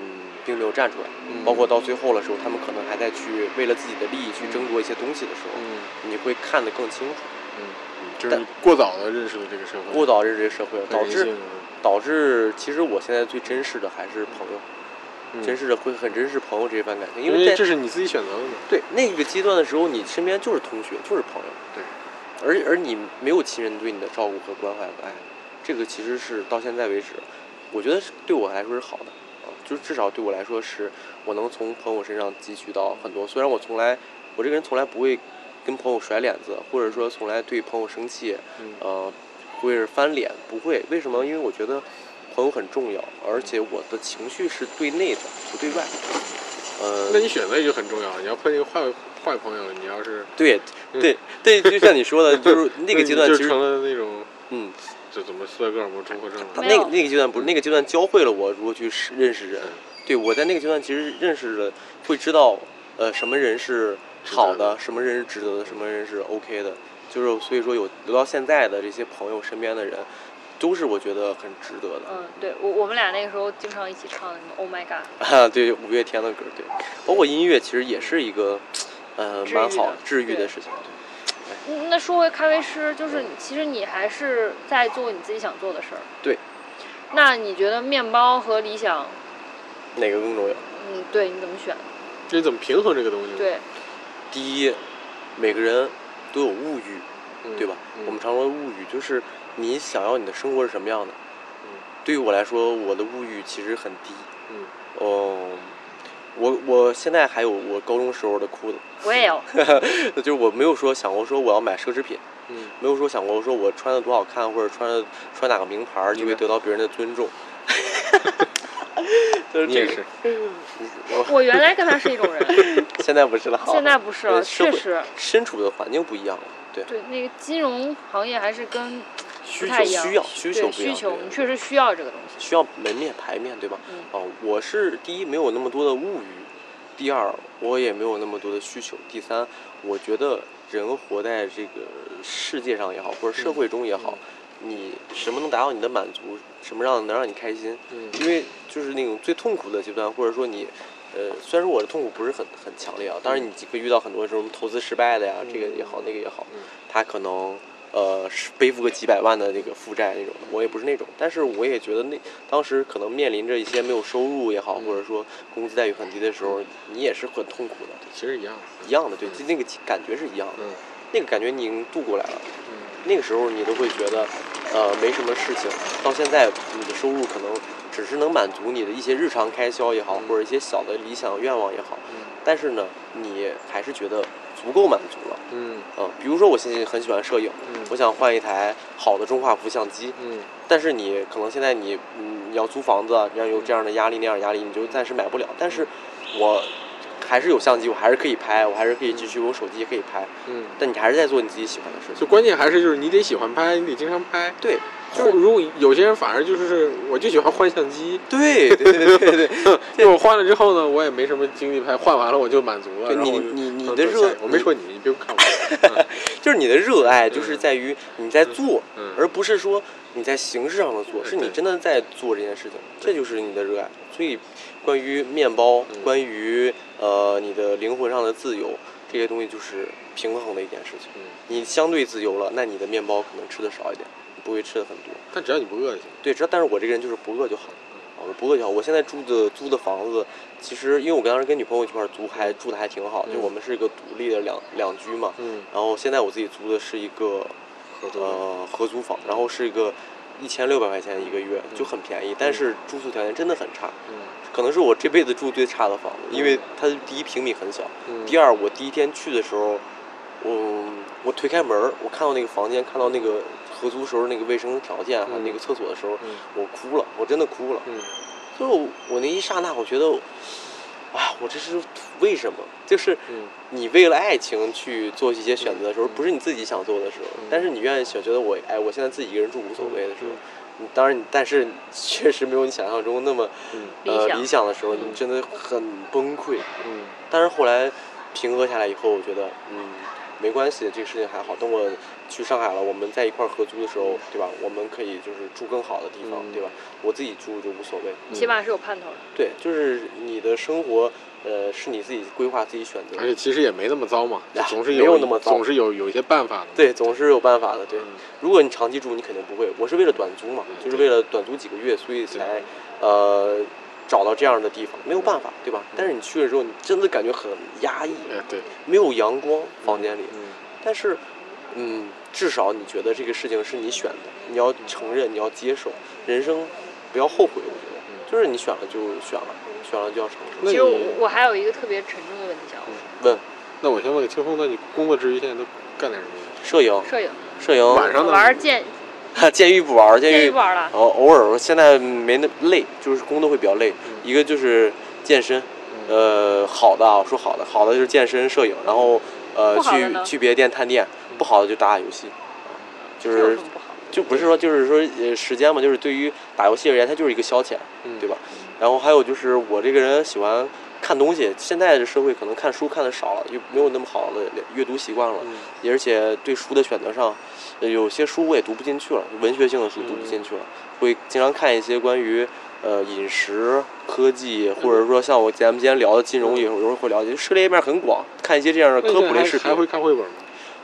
Speaker 3: 嗯并没有站出来。
Speaker 1: 嗯
Speaker 3: 包括到最后的时候，他们可能还在去为了自己的利益去争夺一些东西的时候，
Speaker 1: 嗯
Speaker 3: 你会看得更清楚。
Speaker 1: 嗯，就是
Speaker 3: 但
Speaker 1: 你过早的认识了这个社会，
Speaker 3: 误导认识这个社会，
Speaker 1: 和
Speaker 3: 导
Speaker 1: 人
Speaker 3: 致
Speaker 1: 性
Speaker 3: 导致，其实我现在最珍视的还是朋友，
Speaker 1: 嗯
Speaker 3: 珍视的会很珍视朋友这一份感情，
Speaker 1: 因
Speaker 3: 为在
Speaker 1: 这是你自己选择的嘛。
Speaker 3: 对那个阶段的时候，你身边就是同学，就是朋友，
Speaker 1: 对，
Speaker 3: 而而你没有亲人对你的照顾和关怀和爱，这个其实是到现在为止，我觉得是对我来说是好的啊，就至少对我来说是我能从朋友身上汲取到很多，虽然我从来我这个人从来不会跟朋友甩脸子，或者说从来对朋友生气，
Speaker 1: 嗯
Speaker 3: 呃，会是翻脸，不会。为什么？因为我觉得朋友很重要，而且我的情绪是对内的，不对外。
Speaker 1: 那
Speaker 3: 呃，
Speaker 1: 你选择也就很重要。你要碰见坏坏朋友，你要是
Speaker 3: (laughs) 对，对，对，就像你说的，嗯 (laughs) 就是那个阶段，
Speaker 1: 就
Speaker 3: 其实
Speaker 1: 成了那种
Speaker 3: 嗯，
Speaker 1: 就怎么斯德哥尔摩综合症
Speaker 3: 他
Speaker 1: 了。
Speaker 2: 没
Speaker 3: 那个
Speaker 2: 有
Speaker 3: 那个阶段不是那个阶段教会了我如何去识认识人
Speaker 1: 嗯。
Speaker 3: 对我在那个阶段其实认识了，会知道呃什么人是好
Speaker 1: 值得
Speaker 3: 的，什么人是值得的，什么人是 OK 的。就是所以说有留到现在的这些朋友身边的人，都是我觉得很值得的。
Speaker 2: 嗯，对我我们俩那个时候经常一起唱什么 Oh My God，
Speaker 3: 啊， (laughs) 对五月天的歌，对，包括音乐其实也是一个呃
Speaker 2: 治愈
Speaker 3: 蛮好
Speaker 2: 的
Speaker 3: 治愈的
Speaker 2: 对
Speaker 3: 事情。
Speaker 2: 嗯那说回咖啡师，就是你其实你还是在做你自己想做的事儿。
Speaker 3: 对。
Speaker 2: 那你觉得面包和理想，
Speaker 3: 哪个更重要？
Speaker 2: 嗯，对你怎么选？
Speaker 1: 这怎么平衡这个东西？，
Speaker 2: 对，
Speaker 3: 第一，每个人都有物欲。对吧？
Speaker 1: 嗯
Speaker 3: 我们常说物欲，就是你想要你的生活是什么样的。
Speaker 1: 嗯
Speaker 3: 对于我来说，我的物欲其实很低。
Speaker 1: 嗯，
Speaker 3: 哦，我我现在还有我高中时候的裤子，
Speaker 2: 我
Speaker 3: (laughs)
Speaker 2: 也有。
Speaker 3: 就是我没有说想过说我要买奢侈品，
Speaker 1: 嗯，
Speaker 3: 没有说想过说我穿的多好看，或者穿的穿哪个名牌儿就会得到别人的尊
Speaker 1: (laughs)
Speaker 3: 重。就是
Speaker 1: 你
Speaker 3: 这
Speaker 1: 也
Speaker 3: 个
Speaker 1: 是，
Speaker 3: 我
Speaker 2: 我原来跟他是一种
Speaker 3: (laughs)
Speaker 2: 人，
Speaker 3: 现在不是了，
Speaker 2: 现在不是了，
Speaker 3: 对社
Speaker 2: 确
Speaker 3: 会
Speaker 2: 实，
Speaker 3: 身处的环境不一样了，对，
Speaker 2: 对那个金融行业还是跟
Speaker 3: 需
Speaker 2: 太
Speaker 3: 求
Speaker 2: 一样
Speaker 3: 需要需求
Speaker 2: 对
Speaker 3: 不一样
Speaker 2: 需求，
Speaker 3: 对
Speaker 2: 你确实需要这个东西。
Speaker 3: 需要门面牌面对吧？
Speaker 2: 嗯
Speaker 3: 哦，我是第一没有那么多的物欲，第二我也没有那么多的需求，第三我觉得人活在这个世界上也好，或者社会中也好，你什么能达到你的满足，什么让能让你开心？
Speaker 1: 嗯
Speaker 3: 因为就是那种最痛苦的阶段，或者说你。呃，虽然说我的痛苦不是很很强烈啊，当然你会遇到很多这种投资失败的呀，这个也好，那个也好，他可能呃是背负个几百万的那个负债那种，我也不是那种，但是我也觉得那当时可能面临着一些没有收入也好，或者说工资待遇很低的时候，你也是很痛苦的，
Speaker 1: 其实一样的。
Speaker 3: 一样的，对，
Speaker 1: 嗯
Speaker 3: 就那个感觉是一样的，
Speaker 1: 嗯
Speaker 3: 那个感觉你已经度过来了，
Speaker 1: 嗯
Speaker 3: 那个时候你都会觉得呃没什么事情，到现在你的收入可能只是能满足你的一些日常开销也好，
Speaker 1: 嗯
Speaker 3: 或者一些小的理想愿望也好，
Speaker 1: 嗯
Speaker 3: 但是呢，你还是觉得足够满足了。
Speaker 1: 嗯
Speaker 3: 嗯，比如说我现在很喜欢摄影，
Speaker 1: 嗯
Speaker 3: 我想换一台好的中画幅相机，
Speaker 1: 嗯
Speaker 3: 但是你可能现在你嗯你要租房子，你要有这样的压力那样的压力，你就暂时买不了。但是我还是有相机，我还是可以拍，我还是可以继续用手机也可以拍，
Speaker 1: 嗯，
Speaker 3: 但你还是在做你自己喜欢的事
Speaker 1: 就
Speaker 3: 情。
Speaker 1: 关键还是就是你得喜欢拍，你得经常拍。
Speaker 3: 对，
Speaker 1: 就是如果有些人反而就是我就喜欢换相机，
Speaker 3: 对对对对对对，
Speaker 1: 就我换了之后呢，我也没什么精力拍，换完了我就满足了。
Speaker 3: 对
Speaker 1: 然后
Speaker 3: 你
Speaker 1: 我就
Speaker 3: 你你
Speaker 1: 嗯
Speaker 3: 的
Speaker 1: 等
Speaker 3: 热
Speaker 1: 下一个我没说你，你别看
Speaker 3: (laughs)
Speaker 1: 我。
Speaker 3: 就是你的热爱就是
Speaker 1: 嗯
Speaker 3: 在于你在做，
Speaker 1: 嗯，
Speaker 3: 而不是说你在形式上的做，是你真的在做这件事情，这就是你的热爱。所以，关于面包，
Speaker 1: 嗯
Speaker 3: 关于呃你的灵魂上的自由，这些东西就是平衡的一件事情。
Speaker 1: 嗯
Speaker 3: 你相对自由了，那你的面包可能吃的少一点，你不会吃的很多。
Speaker 1: 但只要你不饿就行。
Speaker 3: 对，只要但是我这个人就是不饿就好了，
Speaker 1: 嗯
Speaker 3: 啊我不饿就好。我现在住的租的房子，其实因为我当时跟女朋友一块儿租还，住的还挺好，
Speaker 1: 嗯
Speaker 3: 就我们是一个独立的两两居嘛。
Speaker 1: 嗯，
Speaker 3: 然后现在我自己租的是一个
Speaker 1: 合作的。
Speaker 3: 呃合租房，然后是一个一千六百块钱一个月，就很便宜，但是住宿条件真的很差，
Speaker 1: 嗯
Speaker 3: 可能是我这辈子住最差的房子，因为它第一平米很小，
Speaker 1: 嗯，
Speaker 3: 第二我第一天去的时候，我我推开门儿，我看到那个房间，看到那个合租时候那个卫生条件还有
Speaker 1: 嗯
Speaker 3: 那个厕所的时候，
Speaker 1: 嗯
Speaker 3: 我哭了，我真的哭了，
Speaker 1: 嗯
Speaker 3: 所以我我那一刹那我觉得。啊，我这是为什么？就是
Speaker 1: 嗯
Speaker 3: 你为了爱情去做一些选择的时候，
Speaker 1: 嗯嗯
Speaker 3: 不是你自己想做的时候，
Speaker 1: 嗯
Speaker 3: 但是你愿意选，觉得我哎，我现在自己一个人住无所谓的时候
Speaker 1: 嗯，
Speaker 3: 你 (laughs) 当然，但是确实没有你想象中那么
Speaker 1: 嗯
Speaker 3: 呃
Speaker 2: 理想
Speaker 3: 理想的时候，你
Speaker 1: 嗯
Speaker 3: 真的很崩溃。
Speaker 1: 嗯
Speaker 3: 但是后来平和下来以后，我觉得嗯没关系，这个事情还好。等我去上海了，我们在一块儿合租的时候，对吧？我们可以就是住更好的地方，
Speaker 1: 嗯
Speaker 3: 对吧？我自己住就无所谓。
Speaker 2: 起码是有盼头的。
Speaker 3: 对，就是你的生活，呃，是你自己规划、自己选择
Speaker 1: 而且
Speaker 3: 的。
Speaker 1: 其实也没那么糟嘛，
Speaker 3: 哎
Speaker 1: 总是
Speaker 3: 没有那么糟
Speaker 1: 总是有有一些办法的。
Speaker 3: 对，总是有办法的。对，
Speaker 1: 嗯
Speaker 3: 如果你长期住，你肯定不会。我是为了短租嘛，
Speaker 1: 嗯
Speaker 3: 就是
Speaker 1: 对
Speaker 3: 为了短租几个月，所以才呃找到这样的地方，
Speaker 1: 嗯
Speaker 3: 没有办法，对吧？但是你去了之后，你真的感觉很压抑，
Speaker 1: 哎对，
Speaker 3: 没有阳光，房间里。
Speaker 1: 嗯
Speaker 3: 但是，嗯，至少你觉得这个事情是你选的，
Speaker 1: 嗯
Speaker 3: 你要承认，你要接受，人生不要后悔。我觉
Speaker 1: 嗯
Speaker 3: 得，就是你选了就选了，选了就要承
Speaker 1: 那
Speaker 3: 认。
Speaker 2: 其实
Speaker 1: 你
Speaker 2: 我我还有一个特别沉重的问题想问，
Speaker 3: 问，
Speaker 1: 那我先问个轻松的，你工作之余现在都干点什么呀？
Speaker 3: 摄影，
Speaker 2: 摄影
Speaker 3: 摄影，
Speaker 1: 晚上呢
Speaker 2: 玩儿剑
Speaker 3: (laughs) 监狱不玩儿，监
Speaker 2: 剑鱼
Speaker 3: 狱，
Speaker 2: 玩儿了，
Speaker 3: 偶偶尔现在没那累，就是工作会比较累。
Speaker 1: 嗯
Speaker 3: 一个就是健身，
Speaker 1: 嗯
Speaker 3: 呃，好的啊，我说好的，好的就是健身、摄影，然后呃
Speaker 2: 不好的
Speaker 3: 去
Speaker 2: 呢嗯
Speaker 3: 去别的店探店，不好的就打打游戏，就
Speaker 2: 这有
Speaker 3: 是
Speaker 2: 什么不好？
Speaker 3: 就不是说就是说呃时间嘛，就是对于打游戏而言，它就是一个消遣，
Speaker 1: 嗯
Speaker 3: 对吧？然后还有就是我这个人喜欢看东西，现在的社会可能看书看的少了，就没有那么好的阅读习惯了，
Speaker 1: 嗯
Speaker 3: 而且对书的选择上，呃有些书我也读不进去了，文学性的书读不进去了，
Speaker 1: 嗯
Speaker 3: 会经常看一些关于。呃，饮食、科技，或者说像我咱们今天聊的金融，
Speaker 1: 嗯
Speaker 3: 有时候会了解，涉猎面很广，看一些这样的
Speaker 1: 那你
Speaker 3: 科普类
Speaker 1: 还
Speaker 3: 视频
Speaker 1: 还。会看绘本吗？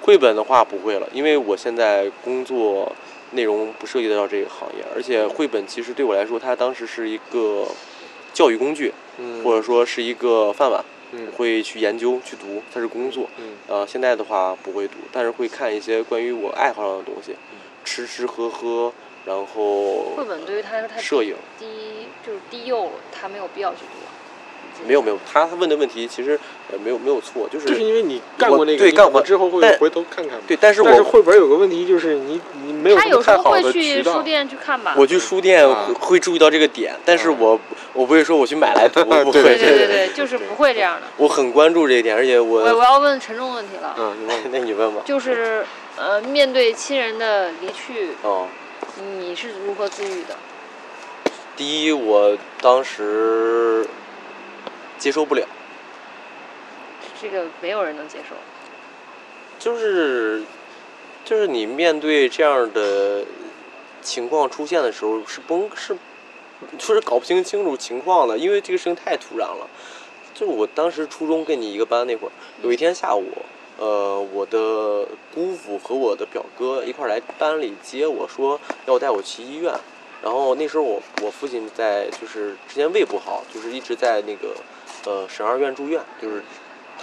Speaker 3: 绘本的话不会了，因为我现在工作内容不涉及到这个行业，而且绘本其实对我来说，它当时是一个教育工具，
Speaker 1: 嗯
Speaker 3: 或者说是一个饭碗，
Speaker 1: 嗯
Speaker 3: 会去研究、去读，它是工作。
Speaker 1: 嗯
Speaker 3: 呃，现在的话不会读，但是会看一些关于我爱好上的东西，
Speaker 1: 嗯
Speaker 3: 吃吃喝喝，然后
Speaker 2: 绘本对于他来说太
Speaker 3: 摄影。
Speaker 2: 低，就是低幼了，他没有必要去读。
Speaker 3: 没有没有，他问的问题其实呃没有没有错，就
Speaker 1: 就是
Speaker 3: 是
Speaker 1: 因为你干过那个，
Speaker 3: 对
Speaker 1: 你
Speaker 3: 干过
Speaker 1: 之后会
Speaker 3: 但
Speaker 1: 回头看看吗。
Speaker 3: 对，但是
Speaker 1: 但是
Speaker 3: 我
Speaker 1: 绘本有个问题就是你你没有
Speaker 2: 他
Speaker 1: 什么
Speaker 2: 有时
Speaker 1: 太
Speaker 2: 候
Speaker 1: 好
Speaker 2: 会
Speaker 1: 的
Speaker 2: 去
Speaker 1: 渠
Speaker 2: 书
Speaker 1: 道。
Speaker 2: 店去看吧。
Speaker 3: 我去书店
Speaker 1: 啊
Speaker 3: 会会注意到这个点，但是
Speaker 1: 啊
Speaker 3: 我我不会说我去买来读，
Speaker 1: (laughs)
Speaker 3: 不会，
Speaker 1: 对
Speaker 2: 对
Speaker 1: 对
Speaker 2: 对对，就是不会这样的。
Speaker 3: 我很关注这一点，而且
Speaker 2: 我
Speaker 3: 我
Speaker 2: 我要问沉重问题了，
Speaker 1: 嗯，你忘了
Speaker 3: (laughs) 那你问吧，
Speaker 2: 就是呃，面对亲人的离去，
Speaker 3: 哦，
Speaker 2: 你是如何自愈的？
Speaker 3: 第一，我当时接受不了，
Speaker 2: 这个没有人能接受。
Speaker 3: 就是就是你面对这样的情况出现的时候，是崩是说是搞不清清楚情况的，因为这个事情太突然了。就我当时初中跟你一个班那会儿，有一天下午，呃，我的姑父和我的表哥一块儿来班里接我说要带我去医院，然后那时候我我父亲在就是之前胃不好，就是一直在那个呃省二院住院，就是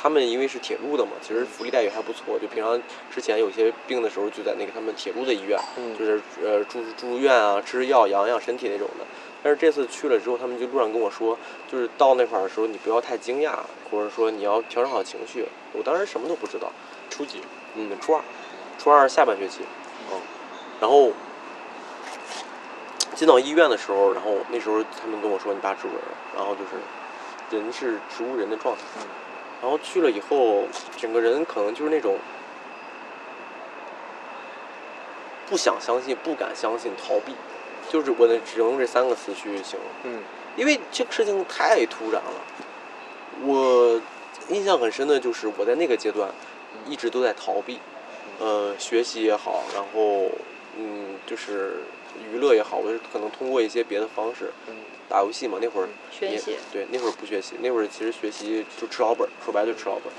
Speaker 3: 他们因为是铁路的嘛，其实福利待遇还不错，就平常之前有些病的时候就在那个他们铁路的医院，
Speaker 1: 嗯
Speaker 3: 就是呃住住院啊，吃药养养身体那种的。但是这次去了之后，他们就路上跟我说，就是到那块儿的时候，你不要太惊讶，或者说你要调整好情绪。我当时什么都不知道，
Speaker 1: 初几？
Speaker 3: 嗯，初二，初二下半学期，嗯，然后进到医院的时候，然后那时候他们跟我说你爸植物人了，然后就是人是植物人的状态，
Speaker 1: 嗯
Speaker 3: 然后去了以后，整个人可能就是那种不想相信、不敢相信、逃避，就是我的只用这三个词去形容。
Speaker 1: 嗯
Speaker 3: 因为这个事情太突然了。我印象很深的就是我在那个阶段一直都在逃避，呃，学习也好，然后嗯，就是娱乐也好，我就可能通过一些别的方式，
Speaker 1: 嗯
Speaker 3: 打游戏嘛，那会儿
Speaker 2: 宣
Speaker 3: 也
Speaker 2: 泄
Speaker 3: 对，那会儿不学习，那会儿其实学习就吃老本儿，说白了就吃老本儿。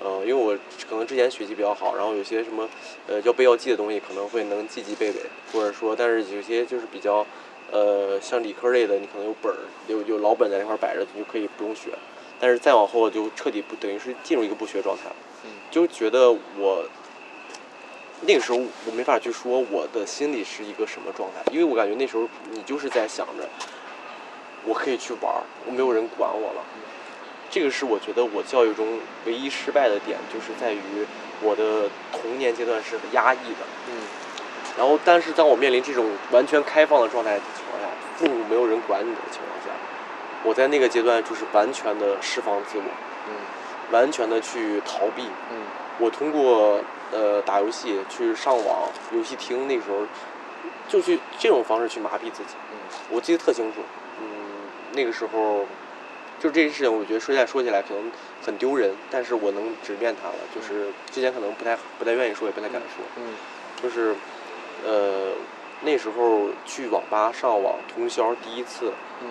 Speaker 3: 呃，因为我可能之前学习比较好，然后有些什么呃要背要记的东西，可能会能记记背背，或者说，但是有些就是比较呃像理科类的，你可能有本儿有有老本在那块儿摆着，你就可以不用学。但是再往后就彻底不等于是进入一个不学状态了，
Speaker 1: 嗯
Speaker 3: 就觉得我那个时候我没法去说我的心里是一个什么状态，因为我感觉那时候你就是在想着我可以去玩儿，我没有人管我了。这个是我觉得我教育中唯一失败的点，就是在于我的童年阶段是压抑的。
Speaker 1: 嗯
Speaker 3: 然后，但是当我面临这种完全开放的状态的情况下，父母没有人管你的情况下，我在那个阶段就是完全的释放自我，
Speaker 1: 嗯
Speaker 3: 完全的去逃避，
Speaker 1: 嗯
Speaker 3: 我通过呃打游戏去上网游戏厅，那个时候就去这种方式去麻痹自己。我记得特清楚，嗯，那个时候就这件事情，我觉得说现在说起来可能很丢人，但是我能直面它了。就是之前可能不太不太愿意说，也不太敢说。
Speaker 1: 嗯
Speaker 3: 就是呃那时候去网吧上网通宵，第一次
Speaker 1: 嗯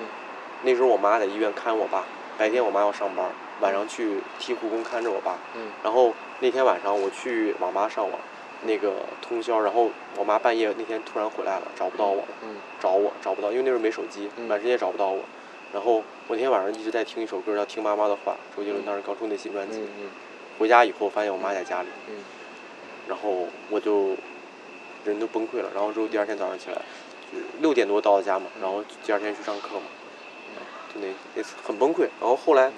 Speaker 3: 那时候我妈在医院看我爸，白天我妈要上班，晚上去替护工看着我爸。
Speaker 1: 嗯
Speaker 3: 然后那天晚上我去网吧上网，那个通宵，然后我妈半夜那天突然回来了，找不到我了，
Speaker 1: 嗯
Speaker 3: 找我找不到，因为那时候没手机
Speaker 1: 嗯，
Speaker 3: 满世界找不到我。然后我那天晚上一直在听一首歌叫《听妈妈的话》，周杰伦当时刚出那新专辑。
Speaker 1: 嗯
Speaker 3: 回家以后发现我妈在家里，
Speaker 1: 嗯
Speaker 3: 然后我就人都崩溃了。然后之后第二天早上起来，就六点多到的家嘛，然后第二天去上课嘛，就那那次很崩溃。然后后来，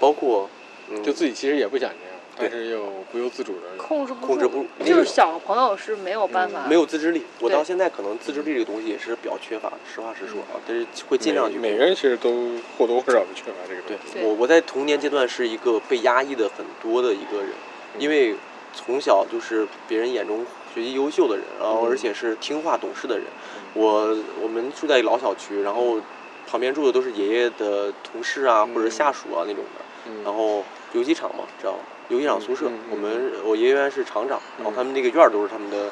Speaker 3: 包括嗯，
Speaker 1: 嗯，就自己其实也不想这样。但是又不由自主的
Speaker 2: 控制不住，
Speaker 3: 控制不住嗯
Speaker 2: 就是小朋友是没有办法，
Speaker 3: 没有自制力。我
Speaker 2: 对
Speaker 3: 到现在可能自制力这个东西也是比较缺乏，实话实说啊，但是会尽量去
Speaker 1: 嗯每每个人其实都或多或少的缺乏这个
Speaker 3: 对
Speaker 1: 东西。
Speaker 2: 对
Speaker 3: 我，我在童年阶段是一个被压抑的很多的一个人，
Speaker 1: 嗯
Speaker 3: 因为从小就是别人眼中学习优秀的人，然后
Speaker 1: 嗯
Speaker 3: 而且是听话懂事的人。
Speaker 1: 嗯
Speaker 3: 我我们住在老小区，然后旁边住的都是爷爷的同事啊
Speaker 1: 嗯
Speaker 3: 或者下属啊那种的，然后游击场嘛，知道吗？游击场宿舍
Speaker 1: 嗯嗯嗯，
Speaker 3: 我们我爷爷原来是厂长，然后
Speaker 1: 嗯
Speaker 3: 他们那个院儿都是他们的。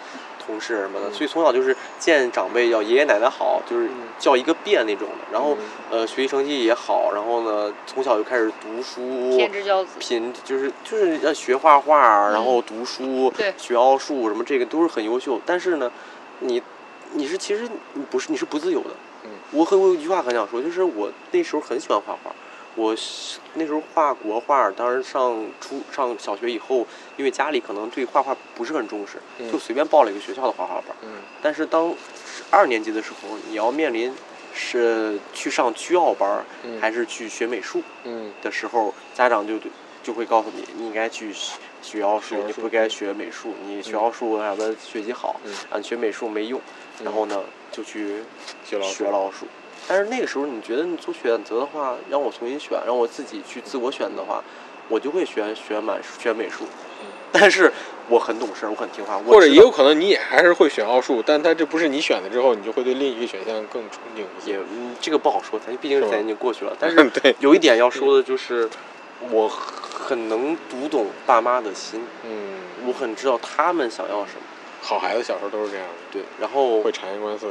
Speaker 3: 同事什么的，
Speaker 1: 嗯
Speaker 3: 所以从小就是见长辈要爷爷奶奶好，就是
Speaker 1: 嗯
Speaker 3: 叫一个遍那种的。然后呃，学习成绩也好，然后呢，从小就开始读书，
Speaker 2: 天之骄子，
Speaker 3: 品就是就是要学画画，然
Speaker 1: 嗯
Speaker 3: 后读书，
Speaker 2: 对
Speaker 3: 学奥数什么这个都是很优秀。但是呢，你你是其实你不是你是不自由的。
Speaker 1: 嗯
Speaker 3: 我很我有一句话很想说，就是我那时候很喜欢画画，我是那时候画国画，当时上初上小学以后，因为家里可能对画画不是很重视，
Speaker 1: 嗯
Speaker 3: 就随便报了一个学校的画画班。
Speaker 1: 嗯
Speaker 3: 但是当二年级的时候，你要面临是去上区奥班儿
Speaker 1: 嗯
Speaker 3: 还是去学美术
Speaker 1: 嗯
Speaker 3: 的时候，家长就对就会告诉你，你应该去学学奥数
Speaker 1: 学，奥
Speaker 3: 你
Speaker 1: 数
Speaker 3: 不该学美术。你学
Speaker 1: 嗯
Speaker 3: 奥数啥的学习好
Speaker 1: 嗯，
Speaker 3: 啊，你学美术没用。然后呢，就去
Speaker 1: 学老
Speaker 3: 学奥数。但是那个时候，你觉得你做选择的话，让我重新选，让我自己去自我选的话，我就会选选满选美术。 (laughs) 但是我很懂事儿，我很听话，我
Speaker 1: 嗯或者
Speaker 3: 知
Speaker 1: 也
Speaker 3: 道
Speaker 1: 有可能你也还是会选奥数，但它这不是你选了之后，你就会对另一个选项更憧憬一
Speaker 3: 也
Speaker 1: 些。
Speaker 3: 嗯这个不好说，咱毕竟
Speaker 1: 是吧
Speaker 3: 咱已经
Speaker 1: (laughs)
Speaker 3: 过去了。但是
Speaker 1: 对，
Speaker 3: 有一点要说的就是，我很能读懂爸妈的心，
Speaker 1: 嗯，
Speaker 3: 我很知道他们想要什么。
Speaker 1: 好孩子小时候都是这样的，
Speaker 3: 对，然后
Speaker 1: 会察言观色。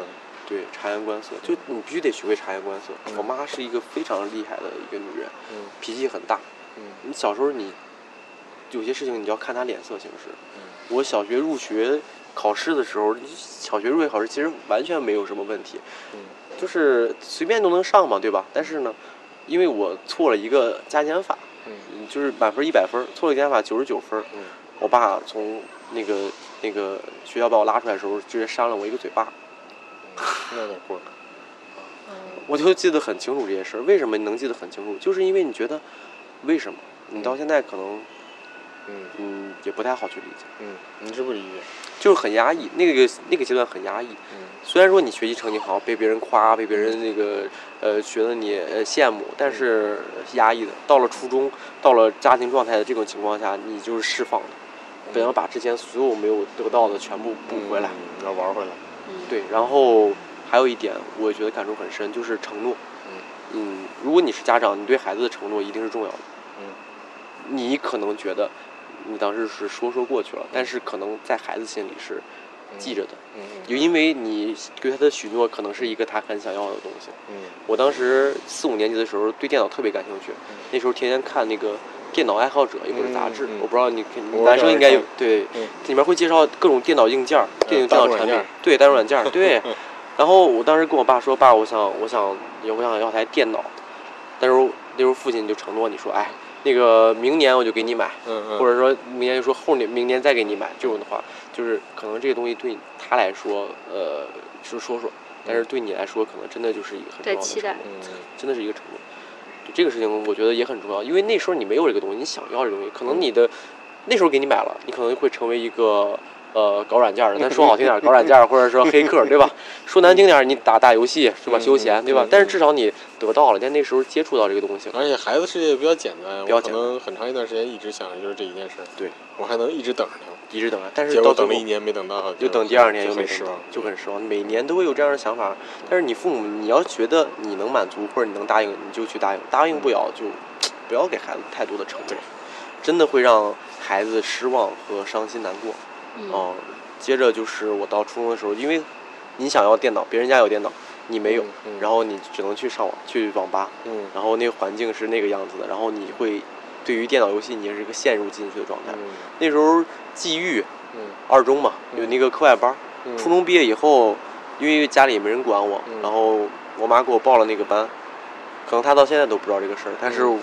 Speaker 3: 对察言观色，就你必须得学会察言观色。我妈是一个非常厉害的一个女人，
Speaker 1: 嗯
Speaker 3: 脾气很大。
Speaker 1: 嗯
Speaker 3: 你小时候你有些事情你就要看她脸色行事。
Speaker 1: 嗯
Speaker 3: 我小学入学考试的时候，小学入学考试其实完全没有什么问题，
Speaker 1: 嗯
Speaker 3: 就是随便都能上嘛，对吧？但是呢，因为我错了一个加减法，
Speaker 1: 嗯
Speaker 3: 嗯就是满分一百分，错了加减法九十九分，
Speaker 1: 嗯
Speaker 3: 我爸从那个那个学校把我拉出来的时候，直接扇了我一个嘴巴。
Speaker 1: 那倒过了。
Speaker 2: 嗯
Speaker 3: 我就记得很清楚这些事儿。为什么能记得很清楚？就是因为你觉得为什么？你到现在可能
Speaker 1: 嗯
Speaker 3: 嗯也不太好去理解，
Speaker 1: 嗯，你是不理解。
Speaker 3: 就是很压抑。那个那个阶段很压抑。
Speaker 1: 嗯
Speaker 3: 虽然说你学习成绩好，被别人夸，被别人那个呃觉得你呃羡慕，但是压抑的。到了初中，到了家庭状态的这种情况下，你就是释放的，本要把之前所有没有得到的全部补回来。
Speaker 1: 嗯要玩回来。
Speaker 2: 嗯，
Speaker 3: 对，然后还有一点，我觉得感受很深，就是承诺。
Speaker 1: 嗯
Speaker 3: 嗯，如果你是家长，你对孩子的承诺一定是重要的。
Speaker 1: 嗯，
Speaker 3: 你可能觉得你当时是说说过去了，但是可能在孩子心里是记着的，
Speaker 1: 嗯嗯
Speaker 3: 就因为你对他的许诺可能是一个他很想要的东西。
Speaker 1: 嗯
Speaker 3: 我当时四五年级的时候对电脑特别感兴趣，那时候天天看那个《电脑爱好者》有本杂志，
Speaker 1: 嗯嗯
Speaker 3: 我不知道你
Speaker 1: 我
Speaker 3: 男生应该有
Speaker 1: 知道
Speaker 3: 对，
Speaker 1: 嗯
Speaker 3: 里面会介绍各种电脑硬件儿、电电
Speaker 1: 大
Speaker 3: 脑
Speaker 1: 众
Speaker 3: 产
Speaker 1: 软件儿，
Speaker 3: 品对，单软件儿，
Speaker 1: (laughs)
Speaker 3: 对。然后我当时跟我爸说：“爸，我想，我想，我想要台电脑。”但是我那时候父亲就承诺你说：“哎，那个明年我就给你买，
Speaker 1: 嗯嗯，
Speaker 3: 或者说明年就说后年明年再给你买。”这种的话，就是可能这个东西对他来说，呃，是说说，但是对你来说，可能真的就是一个很重
Speaker 2: 在
Speaker 3: 要的
Speaker 2: 期待
Speaker 3: 承诺。
Speaker 1: 嗯
Speaker 3: 真的是一个承诺。对这个事情，我觉得也很重要，因为那时候你没有这个东西，你想要这个东西，可能你的那时候给你买了，你可能会成为一个呃搞软件儿的，咱说好听点儿，搞软件儿或者说黑客，对吧？说难听点儿，你打打游戏是吧？
Speaker 1: 嗯
Speaker 3: 休闲，对吧
Speaker 1: 嗯？
Speaker 3: 但是至少你得到了，在那时候接触到这个东西了。
Speaker 1: 而且孩子世界比较简单，
Speaker 3: 比较
Speaker 1: 我可
Speaker 3: 简单
Speaker 1: 能很长一段时间一直想着就是这一件事儿，
Speaker 3: 对
Speaker 1: 我还能一直等着他，
Speaker 3: 一直等啊来，但是
Speaker 1: 结
Speaker 3: 到
Speaker 1: 果
Speaker 3: 最
Speaker 1: 等
Speaker 3: 后
Speaker 1: 了一年没等到，
Speaker 3: 就等第二年
Speaker 1: 就
Speaker 3: 又没
Speaker 1: 很
Speaker 3: 等
Speaker 1: 失
Speaker 3: 到
Speaker 1: 望，
Speaker 3: 就很失望。每年都会有这样的想法，但是你父母，你要觉得你能满足或者你能答应，你就去答应；答应不了就不要给孩子太多的承诺
Speaker 1: 对，
Speaker 3: 真的会让孩子失望和伤心难过。
Speaker 2: 嗯
Speaker 3: 哦、接着就是我到初中的时候，因为你想要电脑，别人家有电脑，你没有，
Speaker 1: 嗯嗯
Speaker 3: 然后你只能去上网去网吧，
Speaker 1: 嗯，
Speaker 3: 然后那个环境是那个样子的，然后你会对于电脑游戏你也是一个陷入进去的状态。那时候际遇
Speaker 1: 嗯
Speaker 3: 二中嘛，
Speaker 1: 嗯
Speaker 3: 有那个课外班儿。
Speaker 1: 嗯，
Speaker 3: 初中毕业以后，因为家里也没人管我，
Speaker 1: 嗯
Speaker 3: 然后我妈给我报了那个班，可能她到现在都不知道这个事儿，但是
Speaker 1: 嗯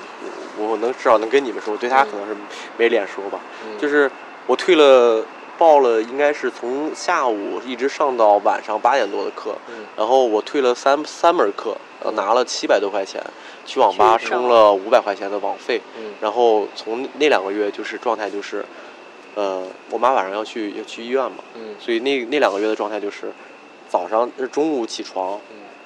Speaker 3: 我我能至少能跟你们说，我对她
Speaker 1: 嗯
Speaker 3: 可能是没脸说吧。
Speaker 1: 嗯
Speaker 3: 就是我退了报了，应该是从下午一直上到晚上八点多的课，
Speaker 1: 嗯
Speaker 3: 然后我退了三三门课，呃
Speaker 1: 嗯
Speaker 3: 拿了七百多块钱，去网吧
Speaker 2: 去上
Speaker 3: 充了五百块钱的网费，
Speaker 1: 嗯
Speaker 3: 然后从那两个月就是状态就是，呃，我妈晚上要去要去医院嘛，
Speaker 1: 嗯
Speaker 3: 所以那那两个月的状态就是，早上呃中午起床，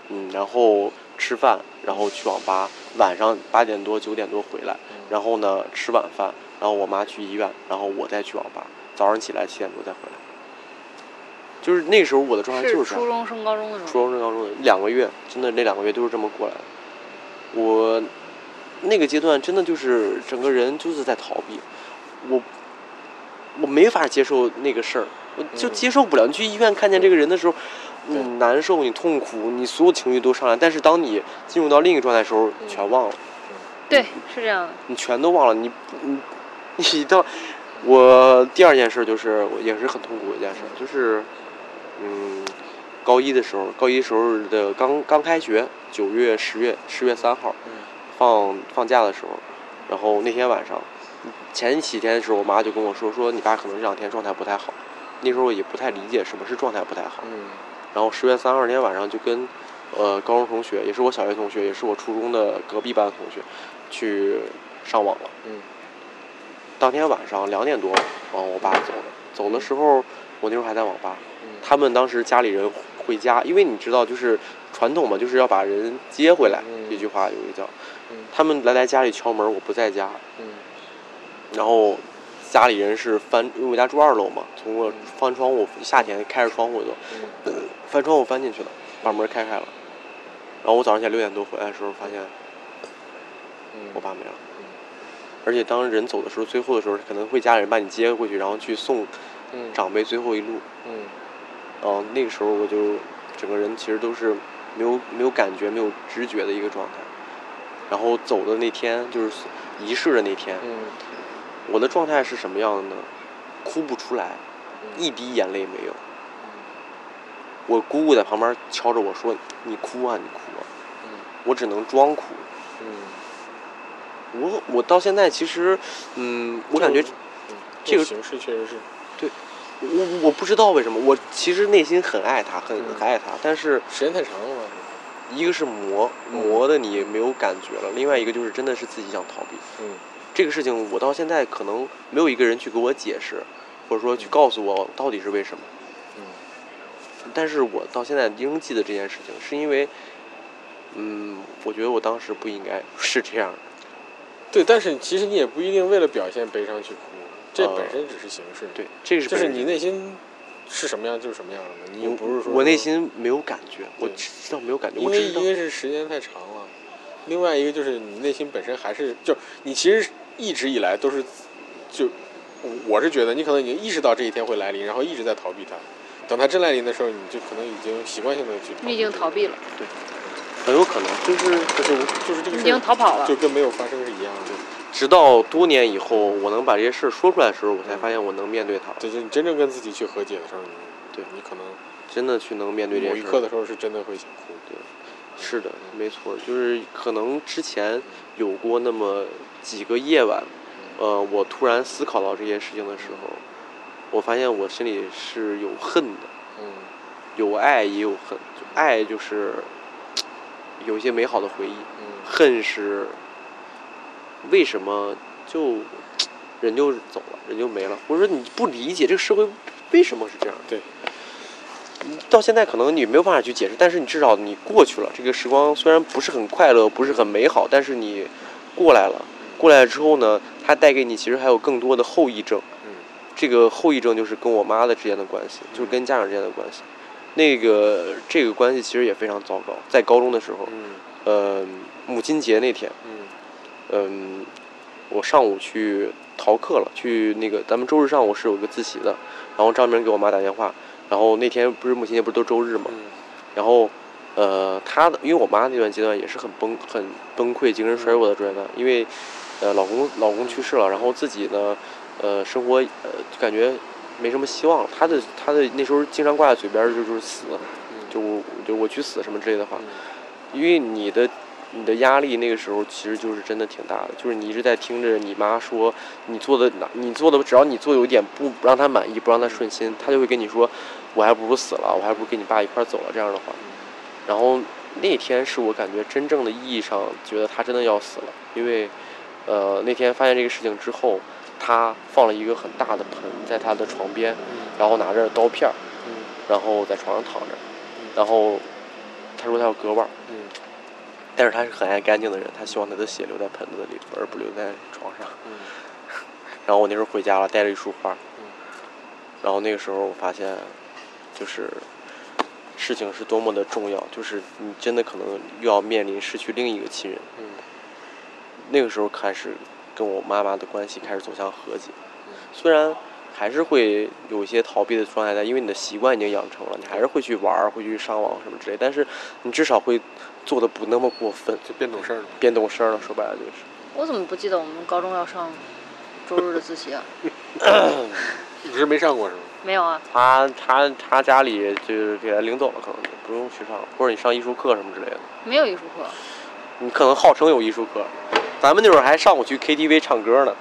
Speaker 3: 嗯，然后吃饭，然后去网吧，晚上八点多九点多回来，然后呢吃晚饭，然后我妈去医院，然后我再去网吧，早上起来七点多再回来。就是那时候我的状态就是是这
Speaker 2: 初
Speaker 3: 样
Speaker 2: 中升高
Speaker 1: 嗯
Speaker 2: 中的时候，
Speaker 3: 初中升高中的两个月，真的那两个月都是这么过来的。我那个阶段真的就是整个人就是在逃避，我我没法接受那个事儿，我就
Speaker 1: 嗯
Speaker 3: 接受不了。你去医院看见这个人的时候，你
Speaker 1: 对
Speaker 3: 难受，你痛苦，你所有情绪都上来。但是当你进入到另一个状态的时候，
Speaker 1: 嗯
Speaker 3: 全忘了，
Speaker 2: 对，是这样的。
Speaker 3: 你全都忘了。你你你到我第二件事就是我也是很痛苦的一件事，就是嗯，高一的时候，高一时候的刚刚开学，九月、十月、十月三号
Speaker 1: 嗯
Speaker 3: 放放假的时候，然后那天晚上，前几天的时候，我妈就跟我说，说你爸可能这两天状态不太好。那时候我也不太理解什么是状态不太好，
Speaker 1: 嗯
Speaker 3: 然后十月三号那天晚上就跟，呃，高中同学，也是我小学同学，也是我初中的隔壁班的同学，去上网了。
Speaker 1: 嗯
Speaker 3: 当天晚上两点多往我爸走的，走的时候我那时候还在网吧，
Speaker 1: 嗯，
Speaker 3: 他们当时家里人回家，因为你知道就是传统嘛，就是要把人接回来，
Speaker 1: 嗯
Speaker 3: 这句话有一个叫
Speaker 1: 嗯，
Speaker 3: 他们来来家里敲门，我不在家，
Speaker 1: 嗯
Speaker 3: 然后家里人是翻，因为我家住二楼嘛，从我翻窗户，夏天开着窗户就
Speaker 1: 嗯
Speaker 3: 翻窗户翻进去了，把门开开了。然后我早上起来六点多回来的时候，发现
Speaker 1: 嗯，
Speaker 3: 我爸没了
Speaker 1: 嗯。
Speaker 3: 而且当人走的时候，最后的时候可能会家里人把你接过去，然后去送
Speaker 1: 嗯
Speaker 3: 长辈最后一路。
Speaker 1: 嗯
Speaker 3: 嗯、那个时候我就整个人其实都是没有没有感觉、没有知觉的一个状态。然后走的那天就是仪式的那天，
Speaker 1: 嗯
Speaker 3: 我的状态是什么样的呢？哭不出来，
Speaker 1: 嗯
Speaker 3: 一滴眼泪没有。我姑姑在旁边敲着我说：“你哭啊，你哭啊！”我只能装哭。
Speaker 1: 嗯，
Speaker 3: 我我到现在其实，嗯，我感觉
Speaker 1: 嗯
Speaker 3: 这个
Speaker 1: 形式确实是
Speaker 3: 我我不知道为什么，我其实内心很爱他，很
Speaker 1: 嗯
Speaker 3: 很爱他，但是
Speaker 1: 时间太长了吧？
Speaker 3: 一个是磨
Speaker 1: 嗯
Speaker 3: 磨的你没有感觉了，另外一个就是真的是自己想逃避。
Speaker 1: 嗯
Speaker 3: 这个事情我到现在可能没有一个人去给我解释，或者说去告诉我到底是为什么。
Speaker 1: 嗯
Speaker 3: 但是我到现在仍记得这件事情，是因为，嗯，我觉得我当时不应该是这样的。
Speaker 1: 对，但是其实你也不一定为了表现悲伤去哭，这
Speaker 3: 呃
Speaker 1: 本身只是形式。
Speaker 3: 对，，这个是
Speaker 1: 就是
Speaker 3: 本
Speaker 1: 你
Speaker 3: 人
Speaker 1: 内心是什么样就是什么样的，你又
Speaker 3: 我
Speaker 1: 不是说
Speaker 3: 我内，心没有感觉，我
Speaker 1: 对
Speaker 3: 知道没有感觉，
Speaker 1: 因
Speaker 3: 我
Speaker 1: 为
Speaker 3: 知
Speaker 1: 一
Speaker 3: 道
Speaker 1: 个是时间太长了，另外一个就是你内心本身还是就你其实一直以来都是就我我是觉得你可能已经意识到这一天会来临，然后一直在逃避它。等它真来临的时候，你就可能已经习惯性的去
Speaker 2: 你已经逃避了，
Speaker 3: 很有可能就是
Speaker 1: 就是就是这个
Speaker 2: 你已
Speaker 1: 事
Speaker 2: 经
Speaker 1: 儿
Speaker 2: 逃跑了
Speaker 1: 就。跟没有发生是一样的。
Speaker 3: 直到多年以后，我能把这些事儿说出来的时候，我才发现我能面对它了，
Speaker 1: 对，就你真正跟自己去和解的时候，你对你可能
Speaker 3: 真的去能面对这
Speaker 1: 某
Speaker 3: 些
Speaker 1: 一
Speaker 3: 事
Speaker 1: 刻
Speaker 3: 儿。
Speaker 1: 的时候是真的会想哭。
Speaker 3: 是的，没错，就是可能之前有过那么几个夜晚，呃，我突然思考到这些事情的时候，我发现我心里是有恨的，
Speaker 1: 嗯
Speaker 3: 有爱也有恨，就爱就是嘖有一些美好的回忆，
Speaker 1: 嗯
Speaker 3: 恨是为什么就嘖人就走了，人就没了，或者说你不理解这个社会为什么是这样的。
Speaker 1: 对
Speaker 3: 嗯，到现在可能你没有办法去解释，但是你至少你过去了。这个时光虽然不是很快乐，不是很美好，但是你过来了。过来之后呢，它带给你其实还有更多的后遗症。
Speaker 1: 嗯，
Speaker 3: 这个后遗症就是跟我妈的之间的关系，就是跟家长之间的关系。那个这个关系其实也非常糟糕。在高中的时候，
Speaker 1: 嗯
Speaker 3: 呃，母亲节那天，
Speaker 1: 嗯
Speaker 3: 嗯，我上午去逃课了，去那个咱们周日上午是有个自习的，然后张明给我妈打电话，然后那天不是母亲节不是都周日嘛，
Speaker 1: 嗯
Speaker 3: 然后呃她的因为我妈那段阶段也是很崩很崩溃精神衰弱的状态，因为呃老公老公去世了，然后自己呢呃生活呃就感觉没什么希望了，她的她的那时候经常挂在嘴边儿就是死，
Speaker 1: 嗯
Speaker 3: 就我就我去死什么之类的话，
Speaker 1: 嗯
Speaker 3: 因为你的你的压力那个时候其实就是真的挺大的，就是你一直在听着你妈说你做的哪，你做的只要你做有一点不不让她满意，不让她顺心，她就会跟你说，我还不如死了，我还不如跟你爸一块儿走了这样的话。然后那天是我感觉真正的意义上觉得他真的要死了，因为，呃，那天发现这个事情之后，他放了一个很大的盆在他的床边，然后拿着刀片儿，
Speaker 1: 嗯
Speaker 3: 然后在床上躺着，
Speaker 1: 嗯
Speaker 3: 然后他说他要割腕儿，
Speaker 1: 嗯
Speaker 3: 但是他是很爱干净的人，他希望他的血留在盆子里，而不留在床上。
Speaker 1: 嗯
Speaker 3: 然后我那时候回家了，带了一束花。
Speaker 1: 嗯
Speaker 3: 然后那个时候我发现，就是事情是多么的重要，就是你真的可能又要面临失去另一个亲人。
Speaker 1: 嗯
Speaker 3: 那个时候开始跟我妈妈的关系开始走向和解
Speaker 1: 嗯，
Speaker 3: 虽然还是会有一些逃避的状态在，因为你的习惯已经养成了，你还是会去玩儿，会去上网什么之类，但是你至少会做的不那么过分，
Speaker 1: 就变懂事儿了。
Speaker 3: 变懂事儿了。说白了就是。
Speaker 2: 我怎么不记得我们高中要上周日的自习啊？
Speaker 1: 你是没上过是吗？
Speaker 2: (laughs) 没有啊，
Speaker 3: 他他他家里就是给他领走了，可能就不用去上了，或者你上艺术课什么之类的。
Speaker 2: 没有艺术课。
Speaker 3: 你可能号称有艺术课，咱们那会儿还上午去 KTV 唱歌呢，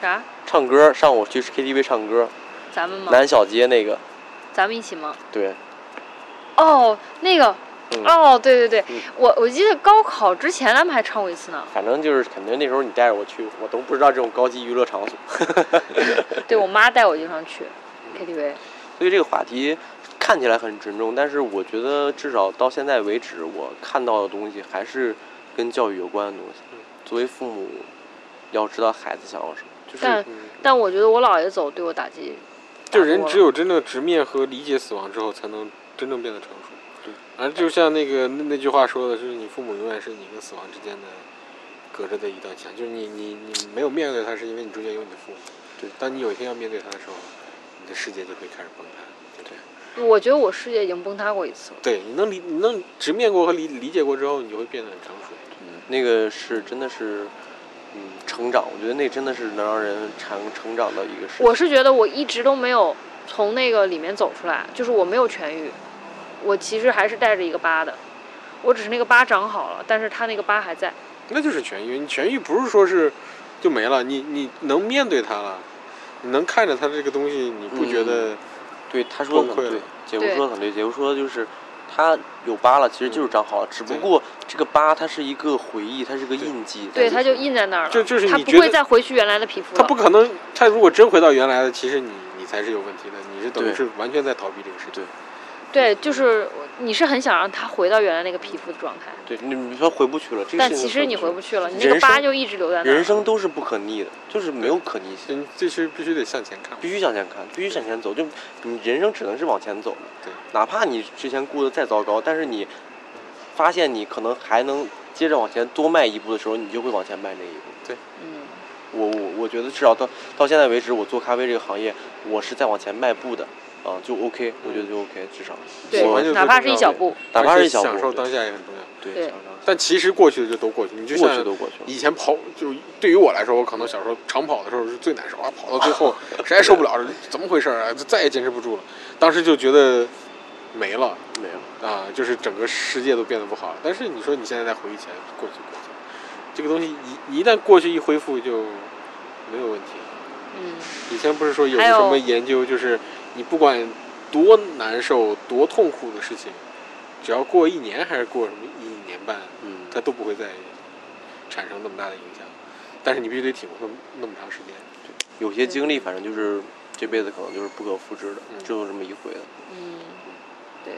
Speaker 2: 啥？
Speaker 3: 唱歌上午去 KTV 唱歌，
Speaker 2: 咱们吗？
Speaker 3: 南小街那个，
Speaker 2: 咱们一起吗？
Speaker 3: 对，
Speaker 2: 哦，那个，
Speaker 3: 嗯
Speaker 2: 哦，对对对，
Speaker 3: 嗯
Speaker 2: 我我记得高考之前咱们还唱过一
Speaker 1: (laughs)
Speaker 2: 次呢。
Speaker 3: 反正就是肯定那时候你带着我去，我都不知道这种高级娱乐场所，
Speaker 2: 对我妈带我经常去 KTV。
Speaker 3: 所以这个话题看起来很沉重，但是我觉得至少到现在为止，我看到的东西还是跟教育有关的东西
Speaker 1: 嗯。
Speaker 3: 作为父母，要知道孩子想要什么，就是
Speaker 2: 但
Speaker 1: 嗯，
Speaker 2: 但我觉得我姥爷走对我打击，
Speaker 1: 就
Speaker 2: 打
Speaker 1: 人
Speaker 2: 多
Speaker 1: 只
Speaker 2: 了
Speaker 1: 有真正直面和理解死亡之后，才能真正变得成熟。
Speaker 3: 对，
Speaker 1: 而就像那个那那句话说的是，你父母永远是你跟死亡之间的隔着的一道墙，就是你你你没有面对他，是因为你中间有你的父母。
Speaker 3: 对
Speaker 1: 当你有一天要面对他的时候，你的世界就会开始崩塌。就这样。
Speaker 2: 我觉得我世界已经崩塌过一次了。
Speaker 1: 对，你能理你能直面过和理理解过之后，你就会变得很成熟。
Speaker 3: 那个是真的是，嗯，成长，我觉得那真的是能让人成成长的一个事情。
Speaker 2: 我是觉得我一直都没有从那个里面走出来，就是我没有痊愈，我其实还是带着一个疤的，我只是那个疤长好了，但是它那个疤还在。
Speaker 1: 那就是痊愈。你痊愈不是说是就没了，你你能面对它了，你能看着它这个东西，你不觉得？
Speaker 3: 对他说的
Speaker 1: 崩
Speaker 3: 很
Speaker 1: 溃了
Speaker 3: 对，姐夫
Speaker 2: 对嗯
Speaker 3: 说的很对，姐夫说的就是。他有疤了，其实就是长好了，只不过这个疤它是一个回忆，它是个印记。
Speaker 2: 对，它
Speaker 3: 它嗯就
Speaker 2: 就是印在那儿了，
Speaker 1: 就就是
Speaker 2: 它
Speaker 1: 你
Speaker 2: 不
Speaker 1: 觉
Speaker 2: 会
Speaker 1: 得
Speaker 2: 再回去原来的皮肤
Speaker 1: 他
Speaker 2: 了。
Speaker 1: 不可能，他如果真回到原来的，其实你你才是有问题的，你是等于
Speaker 3: 对
Speaker 1: 是完全在逃避这个事情。
Speaker 2: 对，就是你是很想让它回到原来那个皮肤的状态，
Speaker 3: 对，你你说回不去了，这个
Speaker 2: 但
Speaker 3: 事情
Speaker 2: 其实你回不
Speaker 3: 去
Speaker 2: 去了，你
Speaker 3: 人
Speaker 2: 那个疤
Speaker 3: 生
Speaker 2: 就一直留在
Speaker 3: 了。
Speaker 2: 那儿。
Speaker 3: 人生都是不可逆的，就是没有可逆性，
Speaker 1: 你这是必须得向前看。
Speaker 3: 必须向前看，必须向前走。就你人生只能是往前走的，
Speaker 1: 对，
Speaker 3: 哪怕你之前过得再糟糕，但是你发现你可能还能接着往前多迈一步的时候，你就会往前迈那一步。
Speaker 2: 嗯，
Speaker 3: 我我我觉得至少到到现在为止，我做咖啡这个行业，我是在往前迈步的，啊、就 OK，我觉得就 OK，至少
Speaker 1: 喜欢
Speaker 2: 对，
Speaker 1: 就
Speaker 2: 哪
Speaker 1: 最
Speaker 2: 怕
Speaker 1: 重
Speaker 2: 是一
Speaker 1: 要
Speaker 2: 小
Speaker 1: 呗
Speaker 2: 步，
Speaker 3: 哪
Speaker 1: 嗯
Speaker 3: 怕
Speaker 1: 而
Speaker 3: 是
Speaker 1: 且
Speaker 3: 一小步
Speaker 1: 享受当下也很重要。
Speaker 3: 对，
Speaker 2: 对
Speaker 3: 想想
Speaker 1: 但其实过去的就都过去，你就
Speaker 3: 过去
Speaker 1: 像
Speaker 3: 都过去了，
Speaker 1: 以前跑，就对于我来说，我可能小时候长跑的时候是最难受啊，跑到最
Speaker 3: (laughs)
Speaker 1: 后谁也受不了，怎么回事啊？就再也坚持不住了。当时就觉得没了
Speaker 3: 没有，
Speaker 1: 啊，就是整个世界都变得不好了。但是你说你现在再回忆起来，过去过去，这个东西一一旦过去一恢复就没有问题了。
Speaker 2: 嗯，
Speaker 1: 以前不是说有
Speaker 2: 还
Speaker 1: 什
Speaker 2: 有
Speaker 1: 么研究，就是你不管多难受、多痛苦的事情，只要过一年还是过什么一年半，
Speaker 3: 嗯，
Speaker 1: 它都不会再产生那么大的影响。但是你必须得挺过那么那么长时间。
Speaker 3: 有些经历反正就是这辈子可能就是不可复制的，
Speaker 1: 嗯
Speaker 3: 只有这么一回的。
Speaker 2: 嗯，对。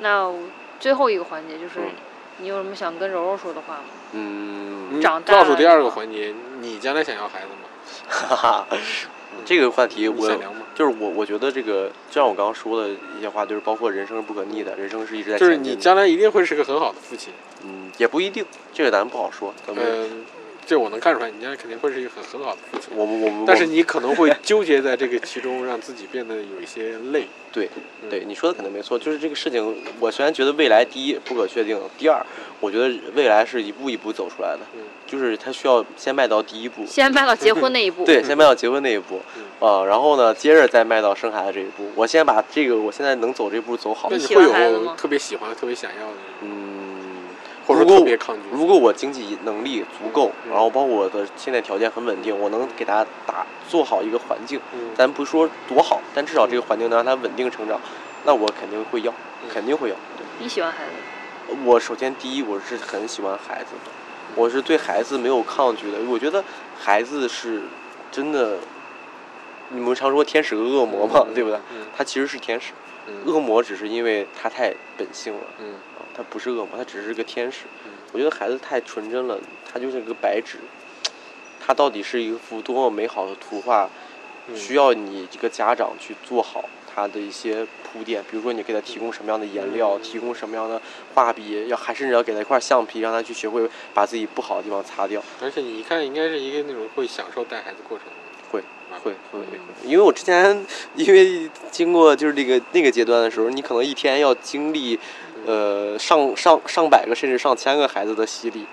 Speaker 2: 那我最后一个环节就是
Speaker 3: 嗯，
Speaker 2: 你有什么想跟柔柔说的话吗？ (laughs)
Speaker 3: 嗯，
Speaker 2: 长大了
Speaker 1: 倒数第二
Speaker 2: 以
Speaker 1: 个
Speaker 2: 后
Speaker 1: 环节，你将来想要孩子吗？
Speaker 3: 哈哈， (laughs) 这个话题
Speaker 1: 你
Speaker 3: 我
Speaker 1: 想聊吗？
Speaker 3: 就是我我觉得这个，就像我刚刚说的一些话，就是包括人生是不可逆的，人生是一直在
Speaker 1: 就是
Speaker 3: 前
Speaker 1: 你
Speaker 3: 进的。
Speaker 1: 将来一定会是个很好的父亲。
Speaker 3: 嗯，也不一定，这个咱们不好说，咱们
Speaker 1: 嗯，这我能看出来，你将来肯定会是一个很很好的父亲。
Speaker 3: 我们我们
Speaker 1: 但是你可能会纠结在这个其中，让自己变得有一些
Speaker 2: (laughs)
Speaker 1: 累。
Speaker 3: 对
Speaker 1: 嗯
Speaker 3: 对，你说的肯定没错，就是这个事情，我虽然觉得未来第一不可确定，第二，我觉得未来是一步一步走出来的，
Speaker 1: 嗯
Speaker 3: 就是他需要先迈到第一步，
Speaker 2: 先迈到结婚那一步。
Speaker 3: (laughs) 对，先迈到结婚那一步，
Speaker 1: 嗯
Speaker 3: 啊、然后呢，接着再迈到生孩子这一步。我先把这个我现在能走这步走好
Speaker 1: 那，
Speaker 2: 你
Speaker 1: 你
Speaker 2: 喜
Speaker 1: 会
Speaker 2: 欢孩子
Speaker 1: 有
Speaker 2: 吗
Speaker 1: 特别喜欢、特别想要的人吗，
Speaker 3: 嗯，
Speaker 1: 或者
Speaker 3: 如果
Speaker 1: 说特别抗拒？
Speaker 3: 如果我经济能力足够，
Speaker 1: 嗯
Speaker 3: 然后包括我的现在条件很稳定，我能给大家打做好一个环境，
Speaker 1: 嗯
Speaker 3: 咱
Speaker 1: 嗯
Speaker 3: 不说多好，但至少这个环境能让他稳定成长，那我肯定会要，肯定会要。对
Speaker 2: 你喜欢孩子吗？
Speaker 3: 我首先第一，我是很喜欢孩子的，我是对孩子没有抗拒的。我觉得孩子是真的，你们常说天使和恶魔嘛，对不对？
Speaker 1: 嗯
Speaker 3: 他其实是天使，
Speaker 1: 嗯
Speaker 3: 恶魔只是因为他太本性了，
Speaker 1: 嗯
Speaker 3: 啊他不是恶魔，他只是个天使
Speaker 1: 嗯。
Speaker 3: 我觉得孩子太纯真了，他就是个白纸，他到底是一幅多么美好的图画，
Speaker 1: 嗯
Speaker 3: 需要你一个家长去做好他的一些铺垫，比如说你给他提供什么样的颜料，
Speaker 1: 嗯
Speaker 3: 提供什么样的画笔，要还甚至要给他一块橡皮，让他去学会把自己不好的地方擦掉。
Speaker 1: 而且你一看，应该是一个那种会享受带孩子过程的人。
Speaker 3: 会
Speaker 1: 啊
Speaker 3: 会会会，因为我之前因为经过就是那个那个阶段的时候，你可能一天要经历呃上上上百个甚至上千个孩子的洗礼，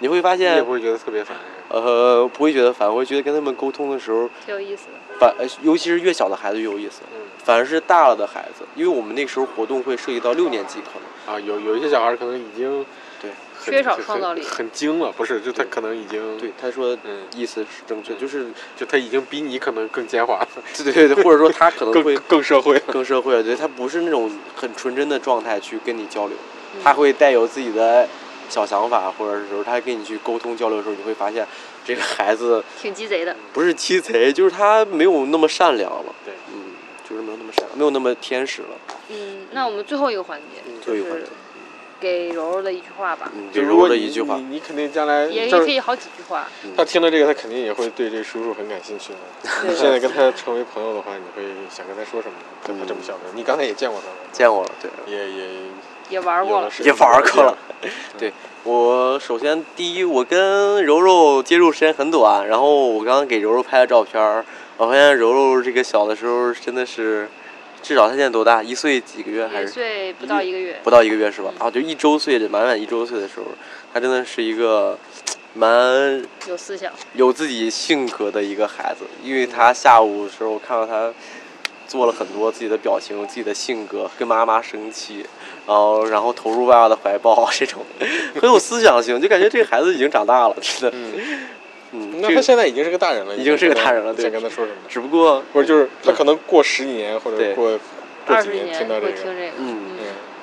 Speaker 3: 你会发
Speaker 1: 你也
Speaker 3: 现
Speaker 1: 不会觉得特别烦。
Speaker 3: 呃不会觉得烦，我会觉得跟他们沟通的时候
Speaker 2: 挺有意思的。
Speaker 3: 反，呃尤其是越小的孩子越有意思。
Speaker 1: 嗯
Speaker 3: 反而是大了的孩子，因为我们那个时候活动会涉及到六年级，可能
Speaker 1: 啊，有有一些小孩可能已经
Speaker 3: 对
Speaker 1: 很
Speaker 2: 缺少
Speaker 1: 很
Speaker 2: 创造力
Speaker 1: 很精了，不是？就他可能已经
Speaker 3: 对，他说
Speaker 1: 嗯，
Speaker 3: 意思是正确，
Speaker 1: 嗯
Speaker 3: 就是
Speaker 1: 就他已经比你可能更奸猾了，
Speaker 3: (laughs) 对对对，或者说他可能
Speaker 1: 更
Speaker 3: 会
Speaker 1: 更社会了。
Speaker 3: (laughs) 更社会了，对他不是那种很纯真的状态去跟你交流，
Speaker 2: 嗯
Speaker 3: 他会带有自己的小想法，或者是说他跟你去沟通交流的时候，你会发现这个孩子
Speaker 2: 挺鸡贼的，
Speaker 3: 不是鸡贼，就是他没有那么善良了，
Speaker 1: 对，
Speaker 3: 嗯，就是没有那么善良，没有那么天使了，
Speaker 2: 嗯，那我们最后一个环节
Speaker 1: 嗯
Speaker 2: 就
Speaker 3: 最后一个环
Speaker 2: 是
Speaker 3: 节
Speaker 2: 给柔柔的一句话吧，
Speaker 3: 嗯，
Speaker 1: 就
Speaker 3: 就
Speaker 1: 如
Speaker 3: 柔
Speaker 1: 果
Speaker 3: 的
Speaker 1: 你
Speaker 3: 一句话
Speaker 1: 你，你肯定将来
Speaker 2: 也也
Speaker 1: 就
Speaker 2: 可
Speaker 1: 是
Speaker 2: 以好几句话。
Speaker 1: 他听了这个，他肯定也会对这叔叔很感兴趣的。你
Speaker 2: 对
Speaker 1: 现在跟他成为朋友的话，你会想跟他说什么呢？
Speaker 3: 嗯
Speaker 1: 在他这么小的时候，你刚才也见过他了，
Speaker 3: 见过了，对。
Speaker 1: 也也
Speaker 2: 也玩过
Speaker 1: 有的
Speaker 2: 了，
Speaker 1: 是
Speaker 3: 也玩儿过了。 (laughs) 对我，首先第一，我跟柔柔接触时间很短，然后我刚刚给柔柔拍的照片儿，我发现柔柔这个小的时候真的是，至少她现在多大？一岁几个月还
Speaker 2: 一
Speaker 3: 是
Speaker 2: 岁不到一个月，
Speaker 3: 不到一个月是吧？啊，就一周岁，满满一周岁的时候，她真的是一个蛮
Speaker 2: 有思想，
Speaker 3: 有自己性格的一个孩子，因为他下午的时候，我看到他做了很多自己的表情、自己的性格，跟妈妈生气，然后然后投入爸爸的怀抱，啊这种 (laughs) 很有思想性，就感觉这个孩子已经长大了，真的，
Speaker 1: 嗯，
Speaker 3: 嗯，
Speaker 1: 那
Speaker 3: 这
Speaker 1: 他
Speaker 3: 个
Speaker 1: 现在已经是个大人了，
Speaker 3: 已经是个大人了
Speaker 1: 你想
Speaker 3: 对
Speaker 1: 跟他说什么呢？
Speaker 3: 只不过
Speaker 1: 或者就是他可能过十几年或者
Speaker 3: 对
Speaker 1: 过过
Speaker 2: 二
Speaker 1: 几
Speaker 2: 十年
Speaker 1: 听到这
Speaker 2: 会
Speaker 1: 个，
Speaker 2: 听这个，
Speaker 3: 嗯
Speaker 1: 嗯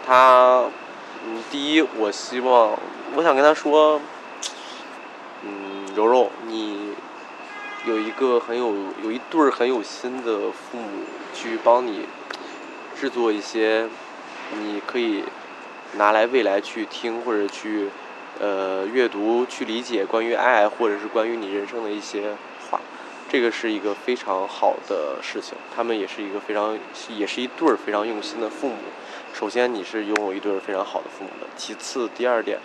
Speaker 3: 他，嗯，第一，我希望我想跟他说，嗯，柔柔，你有一个很有有一对儿很有心的父母去帮你制作一些你可以拿来未来去听或者去呃阅读去理解关于爱或者是关于你人生的一些话。这个是一个非常好的事情，他们也是一个非常，也是一对儿非常用心的父母。首先你是拥有一对非常好的父母的，其次第二点，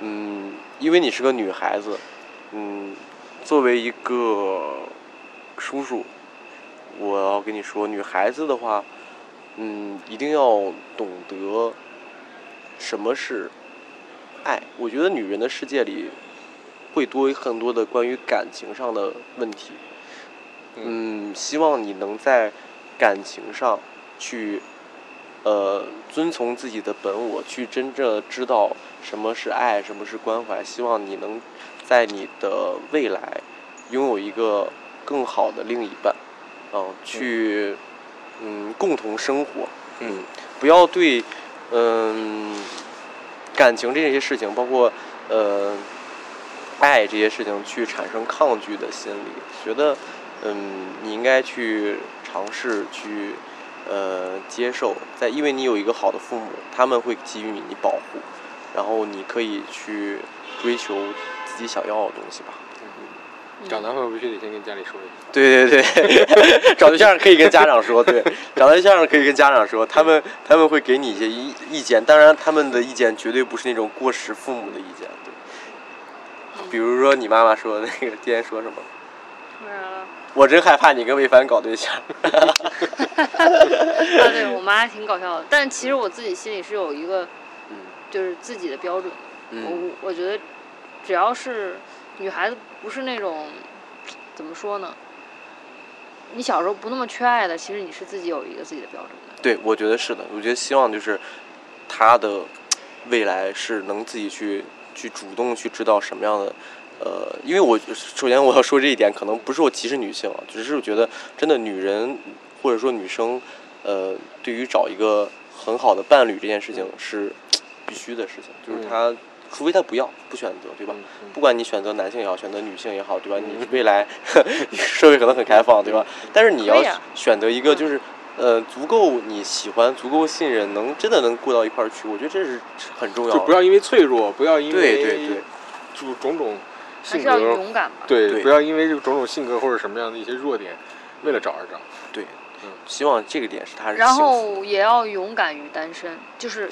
Speaker 3: 嗯，因为你是个女孩子，嗯，作为一个叔叔，我要跟你说，女孩子的话，嗯，一定要懂得什么是爱。我觉得女人的世界里会多很多的关于感情上的问题，嗯，希望你能在感情上去，呃，遵从自己的本我，去真正知道什么是爱，什么是关怀。希望你能在你的未来拥有一个更好的另一半，嗯、去嗯共同生活，
Speaker 1: 嗯
Speaker 3: 不要对嗯、感情这些事情，包括呃爱这些事情去产生抗拒的心理，觉得嗯你应该去尝试去呃接受，在因为你有一个好的父母，他们会给予你保护，然后你可以去追求自己想要的东西吧。
Speaker 2: 嗯
Speaker 1: 找男朋友必须得先跟家里说一下，
Speaker 3: (laughs) 对对对， (laughs) 找对象可以跟家长说，对，找对象可以跟家长说，他们他们会给你一些意意见，当然他们的意见绝对不是那种过时父母的意见，对。比如说你妈妈说那个 (laughs) 今天说什么，
Speaker 2: 说啥了？
Speaker 3: 我真害怕你跟魏凡搞对象，
Speaker 2: (laughs) 啊，对我妈挺搞笑的，但其实我自己心里是有一个
Speaker 3: 嗯
Speaker 2: 就是自己的标准，
Speaker 3: 嗯
Speaker 2: 我我觉得只要是女孩子不是那种怎么说呢，你小时候不那么缺爱的，其实你是自己有一个自己的标准的。
Speaker 3: 对，我觉得是的，我觉得希望就是他的未来是能自己去去主动去知道什么样的。呃，因为我首先我要说这一点，可能不是我歧视女性啊，只是我觉得真的女人或者说女生，呃，对于找一个很好的伴侣这件事情是必须的事情，就是
Speaker 1: 嗯
Speaker 3: 他，除非他不要不选择，对吧？嗯不管你选择男性也好，选择女性也好，对吧？你未来 (laughs) 社会可能很开放，对吧？但是你要
Speaker 2: 可以啊
Speaker 3: 选择一个
Speaker 2: 嗯
Speaker 3: 就是。呃，足够你喜欢，足够信任，能真的能过到一块儿去，我觉得这是很重要
Speaker 1: 就
Speaker 3: 的。
Speaker 1: 不要因为脆弱，不要因为
Speaker 3: 对对对，
Speaker 1: 就种种
Speaker 2: 还
Speaker 1: 性
Speaker 2: 是要
Speaker 1: 格，
Speaker 2: 勇敢吧。
Speaker 1: 对，
Speaker 3: 对
Speaker 1: 不要因为这个种种性格或者什么样的一些弱点，为了找而找。
Speaker 3: 对
Speaker 1: 嗯，
Speaker 3: 希望这个点是他是
Speaker 2: 然
Speaker 3: 幸福
Speaker 2: 后也要勇敢于单身，就是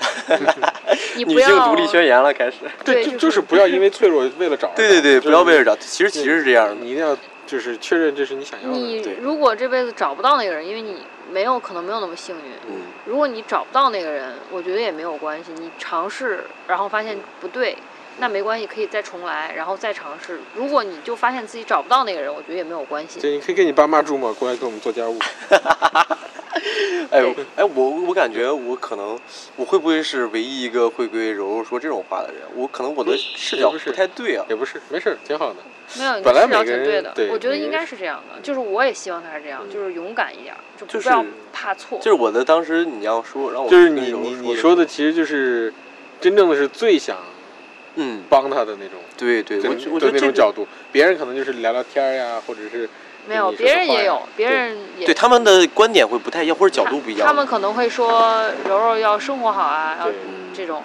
Speaker 2: 你
Speaker 3: 的女
Speaker 2: 不要
Speaker 3: 性独立宣言了，
Speaker 2: (laughs)
Speaker 3: 开始。
Speaker 2: 对
Speaker 1: 就
Speaker 2: 就是
Speaker 1: 不要因为脆弱为了找而找。
Speaker 3: 对对对，
Speaker 1: 就是
Speaker 3: 不要为了找，其实其
Speaker 1: 对
Speaker 3: 实是这样的。
Speaker 1: 你一定要就是确认这是你想要的。
Speaker 2: 你
Speaker 3: 对
Speaker 2: 如果这辈子找不到那个人，因为你没有可能没有那么幸运。
Speaker 3: 嗯，
Speaker 2: 如果你找不到那个人，我觉得也没有关系。你尝试，然后发现不
Speaker 1: 嗯
Speaker 2: 对，那没关系，可以再重来，然后再尝试。如果你就发现自己找不到那个人，我觉得也没有关系。
Speaker 1: 对，你可以跟你爸妈住吗？过来给我们做家务。
Speaker 3: 哎我哎，我我感觉我可能我会不会是唯一一个会对柔柔说这种话的人？我可能我的视角
Speaker 1: 不是
Speaker 3: 不太对啊。
Speaker 1: 也不是，没事，儿，挺好的。
Speaker 2: 没有，你
Speaker 1: 本来
Speaker 2: 视角
Speaker 1: 每个
Speaker 2: 挺
Speaker 1: 人
Speaker 2: 对的，
Speaker 1: 对
Speaker 2: 我觉得
Speaker 1: 每个
Speaker 2: 应
Speaker 1: 人
Speaker 2: 该是这样的。就是我也希望他是这样，
Speaker 1: 嗯
Speaker 2: 就是勇敢一点，就
Speaker 3: 就
Speaker 2: 不
Speaker 3: 是
Speaker 2: 要怕错。
Speaker 3: 就是我的当时你要说让我
Speaker 1: 就是
Speaker 3: 跟
Speaker 1: 你
Speaker 3: 柔柔
Speaker 1: 你你
Speaker 3: 说
Speaker 1: 说的，其实就是真正的是最想
Speaker 3: 的嗯，
Speaker 1: 帮他的那种，
Speaker 3: 对对，
Speaker 1: 对
Speaker 3: 我觉我觉
Speaker 1: 的
Speaker 3: 得
Speaker 1: 那
Speaker 3: 这
Speaker 1: 种
Speaker 3: 个
Speaker 1: 角度。别人可能就是聊聊天儿呀，或者是
Speaker 2: 没有，
Speaker 1: 你说
Speaker 2: 别人
Speaker 1: 的话
Speaker 2: 也
Speaker 1: 呀
Speaker 2: 有，别
Speaker 1: 对
Speaker 2: 人也
Speaker 3: 对他们的观点会不太一样，或者角度不一样。
Speaker 2: 他们可能会说柔柔要生活好啊，要
Speaker 1: 对
Speaker 2: 嗯这种。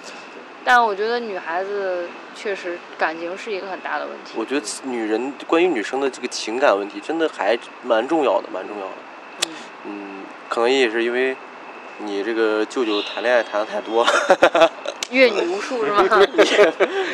Speaker 2: 但我觉得女孩子确实感情是一个很大的问题。
Speaker 3: 我觉得女人关于女生的这个情感问题，真的还蛮重要的，蛮重要的。
Speaker 2: 嗯，
Speaker 3: 嗯，可能也是因为你这个舅舅谈恋爱谈的
Speaker 1: (laughs)
Speaker 3: 太多了，
Speaker 2: 阅女无数是吗？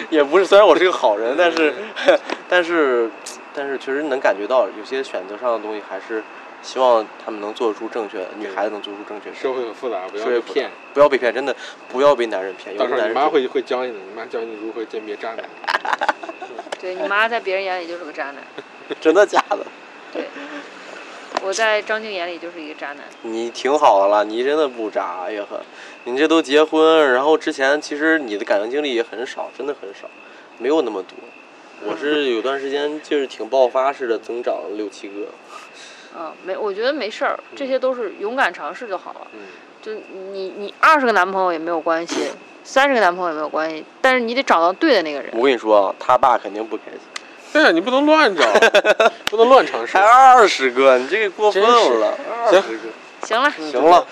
Speaker 3: 也不是。虽然我是个好人，但是，
Speaker 1: 嗯
Speaker 3: (laughs) 但是，但是确实能感觉到有些选择上的东西，还是希望他们能做出正确，女孩子能做出正确的事，
Speaker 1: 社会很复杂，不要
Speaker 3: 社会
Speaker 1: 被
Speaker 3: 复杂
Speaker 1: 骗。
Speaker 3: 不要被骗，真的不要被男人骗。有
Speaker 1: 到
Speaker 3: 的
Speaker 1: 时候
Speaker 3: 男
Speaker 1: 你
Speaker 3: 人
Speaker 1: 妈
Speaker 3: 就
Speaker 1: 会会教你的，你妈教你如何鉴别渣
Speaker 3: (laughs)
Speaker 1: 男。
Speaker 2: (laughs) 对你妈在别人眼里就是个渣男，
Speaker 3: 真的假的？
Speaker 2: 我在张静眼里就是一个渣男。
Speaker 3: 你挺好的了，你真的不渣也很，你这都结婚，然后之前其实你的感情经历也很少，真的很少，没有那么多。我是有段时间就是挺爆发式的增长了六七个，
Speaker 2: 嗯，没，我觉得没事儿，这些都是勇敢尝试就好了。
Speaker 1: 嗯，
Speaker 2: 就你你二十个男朋友也没有关系，三十个男朋友也没有关系，但是你得找到对的那个人。
Speaker 3: 我跟你说啊，他爸肯定不开心，
Speaker 1: 对啊，你不能乱
Speaker 3: (laughs)
Speaker 1: 找，不能乱尝试
Speaker 3: 才。二十个，你这个过分了，
Speaker 1: 真
Speaker 3: 二
Speaker 1: 是
Speaker 3: 十个，
Speaker 2: 行了，
Speaker 3: 行了。